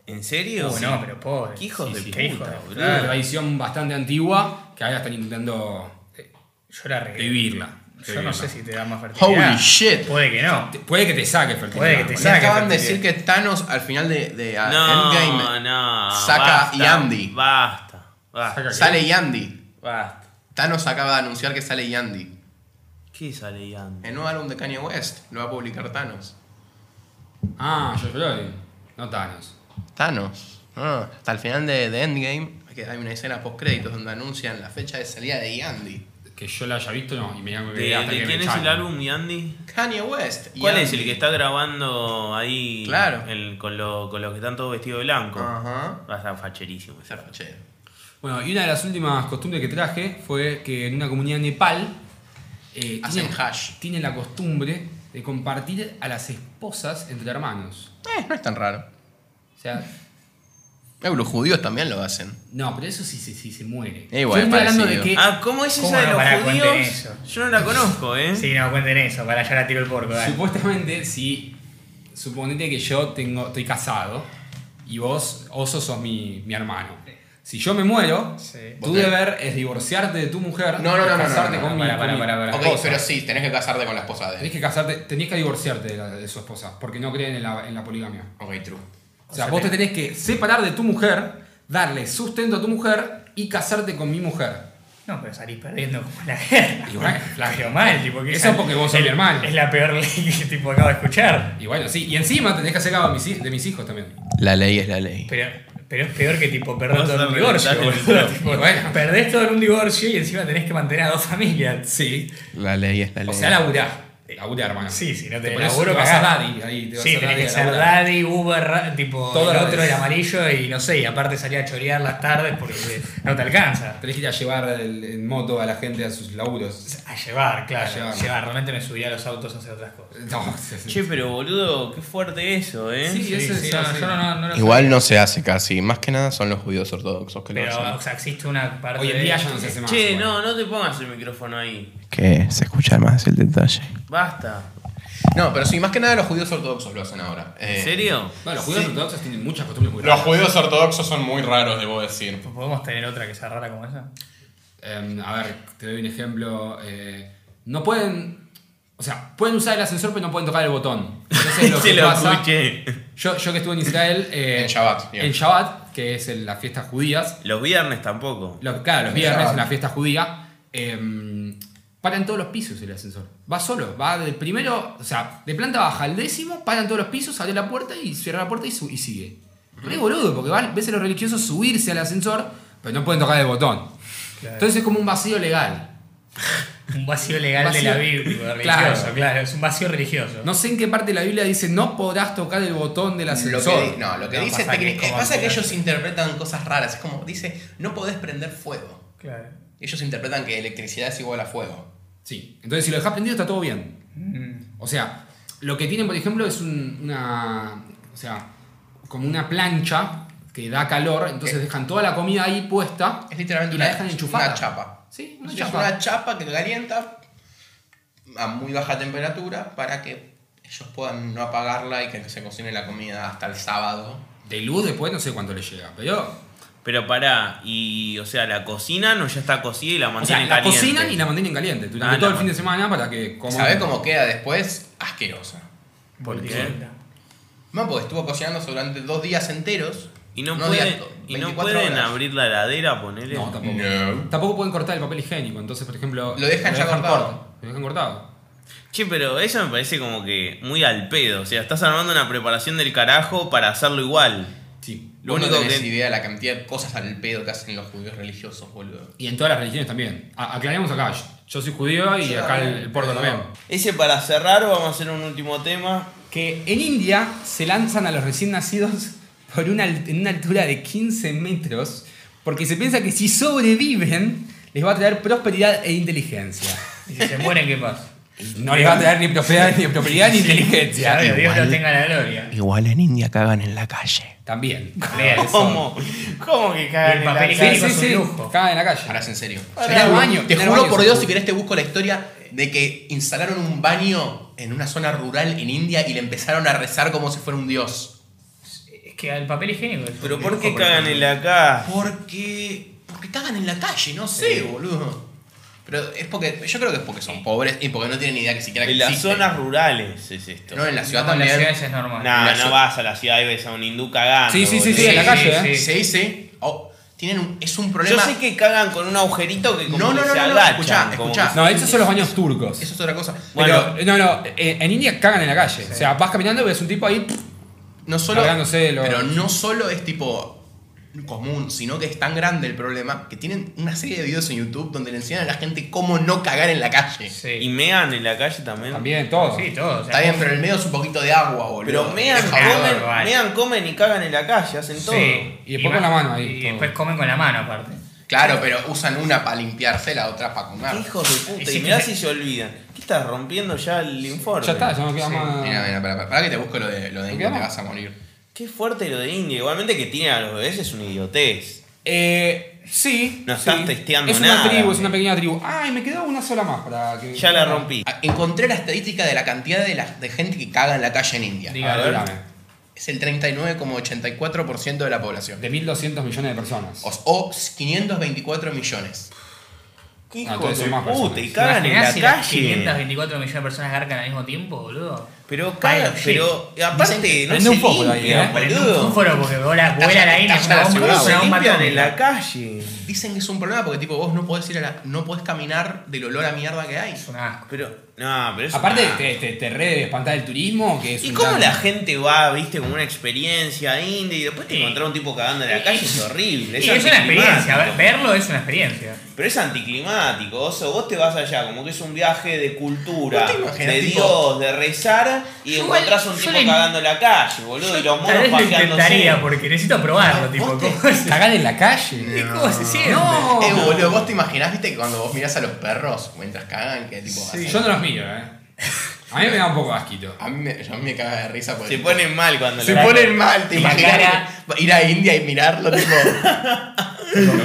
Speaker 1: ¿En serio?
Speaker 3: Uy, no, pero pobre.
Speaker 1: Qué hijos
Speaker 3: Sí,
Speaker 1: de
Speaker 3: sí,
Speaker 1: puta,
Speaker 3: qué hijos de-
Speaker 1: boludo.
Speaker 4: Era una tradición bastante antigua que ahora están intentando eh,
Speaker 3: Yo la regué.
Speaker 4: revivirla.
Speaker 3: Yo no sé si te da más fertilidad.
Speaker 2: Holy shit.
Speaker 3: Puede que no.
Speaker 4: Te- Puede que te saque fertilidad.
Speaker 3: Puede que te
Speaker 4: boludo.
Speaker 2: Me
Speaker 3: saque.
Speaker 2: acaban de decir
Speaker 3: efectivamente.
Speaker 2: que Thanos al final de, de a-
Speaker 1: No,
Speaker 2: Ah, Endgame
Speaker 1: no.
Speaker 2: saca
Speaker 1: basta,
Speaker 2: y Andy.
Speaker 1: Basta, basta,
Speaker 3: Saca-
Speaker 2: sale Yandy.
Speaker 1: basta.
Speaker 2: Thanos acaba de anunciar que sale Yandy.
Speaker 1: ¿Qué sale y Andy?
Speaker 2: El nuevo álbum de Kanye West lo va a publicar Thanos.
Speaker 4: Ah, yo Floyd. No Thanos.
Speaker 2: Thanos. Ah, hasta el final de, de Endgame hay que- hay una escena post créditos donde anuncian la fecha de salida de Yandy.
Speaker 4: Que yo la haya visto, no. Y me
Speaker 2: Eh,
Speaker 1: ¿De,
Speaker 4: me- hasta
Speaker 1: de
Speaker 4: que me
Speaker 1: quién es
Speaker 4: echaron.
Speaker 1: el álbum Yandy?
Speaker 2: Kanye West.
Speaker 1: ¿Cuál
Speaker 2: Yandy.
Speaker 1: es el que está grabando ahí?
Speaker 2: Claro. Ah.
Speaker 1: el- con, lo- con los que están todos vestidos de blanco.
Speaker 2: Ajá.
Speaker 1: Va a estar facherísimo. ese.
Speaker 2: Ese fachero.
Speaker 4: Bueno, y una de las últimas costumbres que traje fue que en una comunidad de Nepal eh,
Speaker 2: Hacen
Speaker 4: tienen-
Speaker 2: hash.
Speaker 4: tienen la costumbre de compartir a las esposas entre hermanos.
Speaker 2: Eh, no es tan raro.
Speaker 4: O sea,
Speaker 2: Eh, los judíos también lo hacen.
Speaker 4: no, pero eso sí, sí, sí se muere.
Speaker 2: Eh, igual,
Speaker 4: Yo estoy hablando de
Speaker 2: parecido.
Speaker 4: que
Speaker 1: Ah, ¿cómo es
Speaker 3: ¿Cómo
Speaker 1: esa de
Speaker 3: no?
Speaker 1: los
Speaker 3: Pará, cuenten
Speaker 1: judíos?
Speaker 3: eso.
Speaker 1: Yo no la conozco, ¿eh?
Speaker 3: Sí, no, cuenten eso. Para allá la tiro el porco, dale.
Speaker 4: Supuestamente, si. Suponete que yo tengo, estoy casado y vos, oso, sos mi, mi hermano. Si yo me muero,
Speaker 3: Sí.
Speaker 4: tu
Speaker 2: Ok.
Speaker 4: deber es divorciarte de tu mujer
Speaker 2: No, no, no,
Speaker 4: y
Speaker 2: no, no,
Speaker 4: casarte
Speaker 2: no, no,
Speaker 4: con
Speaker 3: para,
Speaker 4: mi,
Speaker 3: para,
Speaker 4: con mi-
Speaker 3: para, para.
Speaker 2: Ok,
Speaker 4: esposa.
Speaker 2: pero sí, tenés que casarte con la esposa de
Speaker 4: Tenés
Speaker 2: él.
Speaker 4: que casarte, tenés que divorciarte de, la- de su esposa, porque no creen en la, en la poligamia.
Speaker 2: Ok, true.
Speaker 4: O sea, vos te tenés que separar de tu mujer, darle sustento a tu mujer y casarte con mi mujer.
Speaker 3: No, pero salís perdiendo como la guerra.
Speaker 4: Y bueno,
Speaker 3: Pero mal, tipo. que
Speaker 4: Eso
Speaker 3: sal-
Speaker 4: porque vos sos
Speaker 3: es-
Speaker 4: mi hermano.
Speaker 3: Es la peor ley que tipo acabo de escuchar.
Speaker 4: Y bueno, sí, y encima tenés que hacer cargo de mis, de mis hijos también.
Speaker 2: La ley es la ley.
Speaker 3: Pero, pero es peor que tipo perder
Speaker 1: Vas
Speaker 3: todo
Speaker 1: a
Speaker 3: en un divorcio,
Speaker 1: reventar el
Speaker 3: boludo.
Speaker 1: micrófono.
Speaker 3: Tipo,
Speaker 4: Bueno.
Speaker 3: Perdés todo en un divorcio y encima tenés que mantener a dos familias.
Speaker 4: Sí.
Speaker 2: La ley es la
Speaker 4: O sea, laburá. Laburá, hermano.
Speaker 3: Sí, si no tenés
Speaker 4: pones-
Speaker 3: laburo,
Speaker 4: te vas a
Speaker 3: cagás.
Speaker 4: daddy ahí. Te vas
Speaker 3: Sí,
Speaker 4: a
Speaker 3: tenés
Speaker 4: daddy
Speaker 3: que
Speaker 4: a
Speaker 3: ser
Speaker 4: laburar.
Speaker 3: daddy, Uber, ra- tipo el
Speaker 4: Todo a la
Speaker 3: otro,
Speaker 4: vez.
Speaker 3: el amarillo y no sé, y aparte salía a chorear las tardes porque no te alcanza.
Speaker 4: Tenés que ir a llevar el- en moto a la gente a sus laburos.
Speaker 3: A llevar, claro,
Speaker 4: A
Speaker 3: a
Speaker 4: llevar.
Speaker 3: llevar. Realmente me subía a los autos a hacer otras cosas.
Speaker 4: No, sí, sí.
Speaker 1: Che, pero boludo, qué fuerte eso, ¿eh?
Speaker 4: Sí, eso es
Speaker 3: no,
Speaker 4: así.
Speaker 3: yo no- no- no lo
Speaker 2: Igual
Speaker 3: sabía.
Speaker 2: no se hace casi. Más que nada son los judíos ortodoxos que lo
Speaker 3: Pero, o
Speaker 2: hacen.
Speaker 3: sea, existe una parte.
Speaker 4: Hoy en
Speaker 3: de-
Speaker 4: día ya no se hace más.
Speaker 1: Che,
Speaker 4: igual.
Speaker 1: no, no te pongas el micrófono ahí.
Speaker 2: Que se escucha más el detalle.
Speaker 1: Basta.
Speaker 2: No, pero sí, más que nada los judíos ortodoxos lo hacen ahora. Eh,
Speaker 1: ¿En serio?
Speaker 4: No, los judíos ortodoxos tienen muchas costumbres muy
Speaker 2: Los
Speaker 4: raras.
Speaker 2: judíos ortodoxos son muy raros, debo decir.
Speaker 3: ¿Podemos tener otra que sea rara como esa?
Speaker 4: Em, a ver, te doy un ejemplo. eh, no pueden. O O sea, pueden usar el ascensor, pero no pueden tocar el botón. Entonces, lo que pasa-
Speaker 1: escuché.
Speaker 4: Yo, yo que estuve en Israel. eh,
Speaker 2: En Shabbat, bien.
Speaker 4: En Shabbat, que es en las fiestas judías.
Speaker 1: Los viernes tampoco.
Speaker 4: Lo- claro, los
Speaker 2: En
Speaker 4: viernes
Speaker 2: Shabbat.
Speaker 4: en la fiesta judía. eh, paran todos los pisos el ascensor. Va solo, va del primero, o sea, de planta baja al décimo, paran todos los pisos, abre la puerta y cierra la puerta y, su- y sigue. Re boludo, porque van- ves a los religiosos subirse al ascensor, pero no pueden tocar el botón. Entonces es como un vacío legal.
Speaker 3: Un vacío legal
Speaker 4: Vacío-
Speaker 3: de la Biblia. Religioso, claro. Es un vacío religioso.
Speaker 4: No sé en qué parte de la Biblia dice no podrás tocar el botón del
Speaker 2: Lo
Speaker 4: ascensor.
Speaker 2: que, di- no, lo que
Speaker 3: No,
Speaker 2: dice
Speaker 3: pasa
Speaker 2: pasa
Speaker 3: que
Speaker 2: que,
Speaker 3: es como
Speaker 2: pasa que
Speaker 3: antes.
Speaker 2: ellos interpretan cosas raras. Es como, dice, no podés prender fuego.
Speaker 3: Claro.
Speaker 2: Ellos interpretan que electricidad es igual a fuego.
Speaker 4: Sí, entonces si lo dejas prendido está todo bien.
Speaker 2: Mm.
Speaker 4: O sea, lo que tienen, por ejemplo, es un- una. O sea, como una plancha que da calor, entonces
Speaker 2: Eh.
Speaker 4: dejan toda la comida ahí puesta.
Speaker 2: Es literalmente
Speaker 4: y la
Speaker 2: una,
Speaker 4: dejan enchufada.
Speaker 2: una chapa.
Speaker 4: Sí, una
Speaker 2: Una
Speaker 4: chapa.
Speaker 2: una chapa que calienta a muy baja temperatura para que ellos puedan no apagarla y que se cocine la comida hasta el sábado.
Speaker 4: De luz después no sé cuánto le llega, pero.
Speaker 1: Pero pará, y o sea, la cocinan o ya está cocida y la
Speaker 4: O sea,
Speaker 1: mantienen
Speaker 4: la
Speaker 1: caliente.
Speaker 4: cocinan y la mantienen caliente durante
Speaker 1: Ah,
Speaker 4: todo
Speaker 1: la
Speaker 4: el fin de semana para que coman.
Speaker 2: ¿Sabés cómo queda después? Asquerosa.
Speaker 1: ¿Por qué?
Speaker 2: No, porque estuvo cocinando durante dos días enteros.
Speaker 1: Y no,
Speaker 2: unos días
Speaker 1: pueden,
Speaker 2: to-
Speaker 1: y no
Speaker 2: 24
Speaker 1: pueden
Speaker 2: horas.
Speaker 1: abrir la heladera, ponele.
Speaker 4: No, tampoco.
Speaker 2: No.
Speaker 4: Tampoco pueden cortar el papel higiénico, entonces, por ejemplo.
Speaker 2: Lo dejan ya cortado.
Speaker 4: corto, Lo dejan cortado.
Speaker 1: Che, pero eso me parece como que muy al pedo. O sea, estás armando una preparación del carajo para hacerlo igual.
Speaker 4: Sí.
Speaker 1: Lo
Speaker 2: Vos no
Speaker 1: único
Speaker 2: tenés
Speaker 1: que-
Speaker 2: idea de la cantidad de cosas al pedo que hacen los judíos religiosos, boludo.
Speaker 4: Y en todas las religiones también. A- aclaremos acá. Yo soy judío y
Speaker 2: Yo
Speaker 4: acá el,
Speaker 2: también.
Speaker 4: el porco también.
Speaker 1: Ese para cerrar, vamos a hacer un último tema.
Speaker 4: Que en India se lanzan a los recién nacidos por una, al- en una altura de 15 metros porque se piensa que si sobreviven les va a traer prosperidad e inteligencia.
Speaker 3: Y si se mueren, ¿qué pasa?
Speaker 4: No les va a traer ni prosperidad ni, prosperidad, ni inteligencia.
Speaker 3: Sabe, Dios
Speaker 2: igual.
Speaker 3: lo tenga la gloria.
Speaker 2: Igual en India cagan en la calle.
Speaker 4: También.
Speaker 3: Lea el sol.
Speaker 1: ¿Cómo? ¿Cómo que
Speaker 3: Y
Speaker 1: cagan
Speaker 3: el
Speaker 1: en la
Speaker 3: papel
Speaker 1: calle?
Speaker 4: Sí,
Speaker 3: higiénico.
Speaker 4: sí, sí.
Speaker 3: lujo.
Speaker 4: Cagan en la calle.
Speaker 2: Ahora en serio.
Speaker 4: Ahora, Tener un baño,
Speaker 2: Te
Speaker 4: tener
Speaker 2: juro
Speaker 4: baño.
Speaker 2: por Dios, si querés te busco la historia de que instalaron un baño en una zona rural en India y le empezaron a rezar como si fuera un dios.
Speaker 3: Es que el papel higiénico. es
Speaker 1: ¿Pero
Speaker 3: un
Speaker 1: por
Speaker 3: lujo,
Speaker 1: qué cagan en
Speaker 3: ejemplo.
Speaker 1: la calle?
Speaker 2: Porque. Porque cagan en la calle, no sé, boludo. Pero es porque. Yo creo que es porque son pobres y porque no tienen idea que siquiera
Speaker 1: En las
Speaker 2: existen.
Speaker 1: zonas rurales es esto.
Speaker 2: No, en la ciudad
Speaker 3: No, en las
Speaker 2: también.
Speaker 3: ciudades es normal.
Speaker 1: Nah,
Speaker 2: la
Speaker 1: no
Speaker 2: zo-
Speaker 1: vas a la ciudad y ves a un hindú cagando.
Speaker 4: Sí, sí, sí,
Speaker 1: boludo.
Speaker 4: sí, en la calle, ¿eh?
Speaker 2: Sí, sí. Oh, tienen un- es un
Speaker 1: Yo
Speaker 2: problema.
Speaker 1: sé que cagan con un agujerito que como
Speaker 2: No,
Speaker 1: que
Speaker 2: no, no,
Speaker 1: se
Speaker 2: no, no,
Speaker 1: agachan.
Speaker 2: escuchá,
Speaker 1: como
Speaker 2: escuchá.
Speaker 4: No, esos son los baños turcos.
Speaker 2: Eso es otra cosa.
Speaker 1: Bueno.
Speaker 4: Pero, no, no, eh, en India cagan en la calle. O sea, vas caminando y ves un tipo ahí.
Speaker 2: No solo,
Speaker 4: Cargándose lo-
Speaker 2: Pero no solo es tipo común, sino que es tan grande el problema que tienen una serie de videos en YouTube donde le enseñan a la gente cómo no cagar en la calle.
Speaker 1: que- Y
Speaker 3: Sí.
Speaker 1: mean en la calle también.
Speaker 4: También, todo.
Speaker 3: Sí, todo. o sea,
Speaker 2: Está bien, pero en el medio es un poquito de agua, boludo.
Speaker 1: Pero mean,
Speaker 2: Es
Speaker 3: cago,
Speaker 1: comen,
Speaker 2: jabón.
Speaker 3: vale.
Speaker 1: mean, comen y cagan en la calle, hacen
Speaker 3: sí.
Speaker 1: todo.
Speaker 4: Y después con la mano ahí,
Speaker 3: Y
Speaker 4: todo.
Speaker 3: después comen con la mano aparte.
Speaker 2: Claro, pero usan una para limpiarse, la otra para comer.
Speaker 1: Qué Hijos de
Speaker 3: Y
Speaker 1: puta.
Speaker 3: sí
Speaker 1: Y
Speaker 3: que
Speaker 1: mirá
Speaker 3: me-
Speaker 1: si se olvidan. ¿Qué estás rompiendo ya el informe?
Speaker 4: Ya está, ya no queda
Speaker 3: Sí.
Speaker 4: más.
Speaker 2: Mira, mira, para, que te busco lo de, lo de
Speaker 4: ¿Te
Speaker 2: India,
Speaker 4: queda?
Speaker 2: te vas a morir.
Speaker 1: Qué fuerte lo de India. Igualmente que tienen a los bebés es una idiotez.
Speaker 4: Eh, sí.
Speaker 1: No
Speaker 4: sí.
Speaker 1: estás testeando
Speaker 4: Es una
Speaker 1: nada,
Speaker 4: tribu, es una
Speaker 1: eh.
Speaker 4: pequeña tribu. Ay, me quedó una sola más para que.
Speaker 1: Ya la rompí.
Speaker 2: Ah, Encontré la estadística de la cantidad de, la- de gente que caga en la calle en India.
Speaker 3: Diga.
Speaker 4: A ver,
Speaker 1: A ver.
Speaker 4: dígame.
Speaker 2: Es el 39,84% de la población.
Speaker 4: De 1.200 millones de personas.
Speaker 2: O, o 524 millones.
Speaker 1: Qué
Speaker 4: Ah,
Speaker 1: hijos
Speaker 4: entonces
Speaker 1: de
Speaker 4: son más
Speaker 1: puta.
Speaker 4: personas.
Speaker 1: Y cagan en la
Speaker 3: Imaginás si las
Speaker 1: calle.
Speaker 3: 524 millones de personas garcan al mismo tiempo, boludo.
Speaker 1: Pero
Speaker 3: Vaya,
Speaker 1: cagan,
Speaker 3: sí.
Speaker 1: pero aparte no
Speaker 4: prende
Speaker 1: se
Speaker 4: un fósforo ahí,
Speaker 1: limpian,
Speaker 4: eh.
Speaker 3: Prende
Speaker 1: boludo.
Speaker 3: un fósforo porque vuela,
Speaker 2: Está-
Speaker 3: vuela la
Speaker 2: está-
Speaker 3: India, es
Speaker 2: está-
Speaker 3: una bomba,
Speaker 1: Boludo,
Speaker 3: es
Speaker 1: se
Speaker 3: una bomba
Speaker 1: limpian en
Speaker 3: atómica.
Speaker 1: la calle.
Speaker 2: Dicen que es un problema porque tipo vos no podés ir a la, no podés caminar del olor a mierda que hay.
Speaker 3: Es un asco.
Speaker 1: Pero, no, pero es
Speaker 4: Aparte,
Speaker 1: una-
Speaker 4: te, te, te re debe espantar el turismo, que es
Speaker 1: ¿Y
Speaker 4: un
Speaker 1: cómo
Speaker 4: gran-
Speaker 1: la gente va, viste, como una experiencia india y después te encontrás un tipo cagando en la calle? Es horrible.
Speaker 3: Y es una
Speaker 1: anticlimático.
Speaker 3: experiencia, ver- verlo es una experiencia.
Speaker 1: Pero es anticlimático, oso. Vos te vas allá, como que es un viaje de cultura,
Speaker 2: ¿Vos te imaginas,
Speaker 1: de
Speaker 2: tipo-
Speaker 1: Dios, de rezar y
Speaker 3: Yo
Speaker 1: encontrás a
Speaker 3: igual-
Speaker 1: un
Speaker 3: yo
Speaker 1: tipo
Speaker 3: le-
Speaker 1: cagando en la calle, boludo, y los
Speaker 3: Tal
Speaker 1: monos
Speaker 3: vez lo
Speaker 1: paseándose.
Speaker 3: intentaría porque necesito probarlo,
Speaker 2: Vos
Speaker 3: tipo,
Speaker 2: te-
Speaker 3: ¿cómo es?
Speaker 4: Cagar en la calle.
Speaker 3: ¿Cómo se siente?
Speaker 4: No.
Speaker 2: Eh, boludo, vos te imaginás, viste, que cuando vos mirás a los perros mientras cagan, que tipo. hacen-
Speaker 4: Yo no los miro, eh. A mí me da un poco de asquito.
Speaker 2: A mí me, yo a mí me caga de risa porque.
Speaker 1: Se ponen mal cuando
Speaker 2: se
Speaker 1: la-
Speaker 2: ponen mal, te
Speaker 3: Y la
Speaker 2: imaginas
Speaker 3: cara-
Speaker 2: ir a India y mirarlo, tipo.
Speaker 4: Lo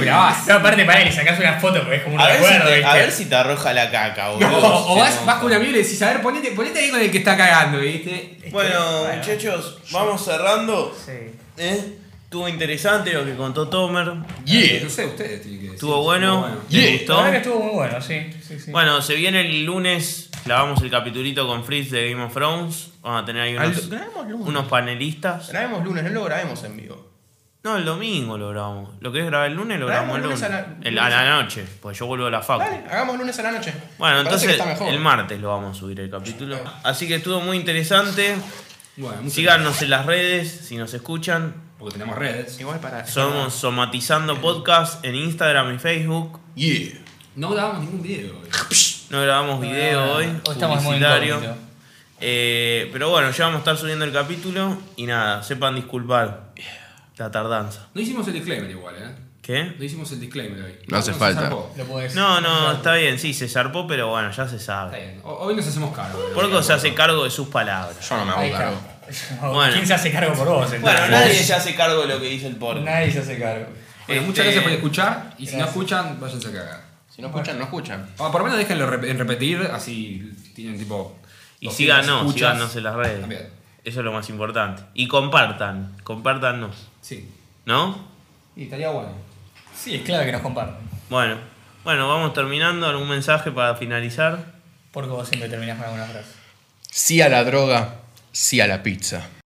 Speaker 4: grabás.
Speaker 3: No, aparte, para le sacás una foto porque es como un
Speaker 1: A ver, si
Speaker 3: recuerdo,
Speaker 1: te, a
Speaker 3: ¿viste?
Speaker 1: ver si te arroja la caca, boludo.
Speaker 4: O, o
Speaker 1: Sí,
Speaker 4: vas,
Speaker 1: no.
Speaker 4: vas con un amigo y le decís, a ver, ponete, ponete ahí con el que está cagando, ¿viste?
Speaker 1: Este, Bueno,
Speaker 3: Bueno.
Speaker 1: muchachos, vamos cerrando.
Speaker 3: Sí.
Speaker 1: ¿eh? Estuvo interesante lo que contó Tomer.
Speaker 4: Eh, No sé, ustedes tienen que decir.
Speaker 1: Estuvo bueno,
Speaker 4: Estuvo
Speaker 1: ¿les
Speaker 2: Yeah.
Speaker 1: gustó?
Speaker 3: La verdad que estuvo muy bueno, sí. sí, sí.
Speaker 1: Bueno, se viene el lunes Clavamos el capitulito con Fritz de Game of Thrones. Vamos a tener ahí unos,
Speaker 2: Al- grabemos Ah, el lunes.
Speaker 1: unos panelistas.
Speaker 2: Grabemos lunes, no lo grabemos en vivo.
Speaker 1: No, el domingo lo grabamos. Lo que es grabar el lunes lo grabamos
Speaker 2: Grabamos
Speaker 1: el lunes.
Speaker 2: lunes
Speaker 1: El-
Speaker 2: a
Speaker 1: A
Speaker 2: la-
Speaker 1: la,
Speaker 2: lunes a-
Speaker 1: noche, porque yo vuelvo a la facu.
Speaker 2: Dale, hagamos lunes a la noche.
Speaker 1: Bueno,
Speaker 2: Me parece
Speaker 1: entonces
Speaker 2: que está mejor.
Speaker 1: el martes lo vamos a subir el capítulo. Así que estuvo muy interesante.
Speaker 4: Bueno, muchas
Speaker 1: Síganos en las redes si nos escuchan.
Speaker 4: gracias, Porque tenemos redes.
Speaker 2: Igual para.
Speaker 1: Somos Somatizando Podcast en Instagram y Facebook.
Speaker 2: Yeah.
Speaker 4: No grabamos ningún video. hoy.
Speaker 1: No grabamos video
Speaker 3: Ah,
Speaker 1: hoy.
Speaker 3: hoy estamos muy
Speaker 1: publicitario.
Speaker 3: incógnito.
Speaker 1: Eh, pero bueno, ya vamos a estar subiendo el capítulo y nada, sepan disculpar la tardanza.
Speaker 4: No hicimos el disclaimer igual, ¿eh?
Speaker 1: ¿Qué?
Speaker 4: No hicimos el disclaimer hoy.
Speaker 2: No hace
Speaker 4: se
Speaker 2: falta.
Speaker 4: zarpó.
Speaker 3: Lo podés-
Speaker 1: No, no, está bien, sí, se zarpó, pero bueno, ya se
Speaker 4: Está
Speaker 1: sabe.
Speaker 4: bien. Ho- Hoy nos hacemos cargo.
Speaker 1: Porco se hace cargo de sus palabras.
Speaker 2: Yo no me
Speaker 3: Ahí
Speaker 2: hago
Speaker 3: está.
Speaker 2: cargo.
Speaker 1: Bueno.
Speaker 3: ¿Quién se hace cargo por vos? entonces?
Speaker 1: se hace cargo de lo que dice el porco.
Speaker 3: Nadie se hace cargo.
Speaker 4: Bueno,
Speaker 1: Este-
Speaker 4: Eh, muchas gracias por escuchar y si no
Speaker 3: Gracias.
Speaker 4: escuchan, váyanse a cagar.
Speaker 2: Si no escuchan, no escuchan.
Speaker 4: O por lo menos déjenlo rep- en repetir, así tienen tipo.
Speaker 1: Y
Speaker 4: 200
Speaker 1: síganos,
Speaker 4: escuchas.
Speaker 1: síganos en las redes.
Speaker 4: También.
Speaker 1: Eso es lo más importante. Y compartan, compártanos,
Speaker 4: Sí.
Speaker 1: ¿no?
Speaker 4: Y estaría bueno.
Speaker 3: Sí, es clave que nos compartan.
Speaker 1: Bueno, bueno, vamos terminando. ¿Algún mensaje para finalizar?
Speaker 3: Porque vos siempre terminás con alguna frase.
Speaker 2: Sí a la droga, sí a la pizza.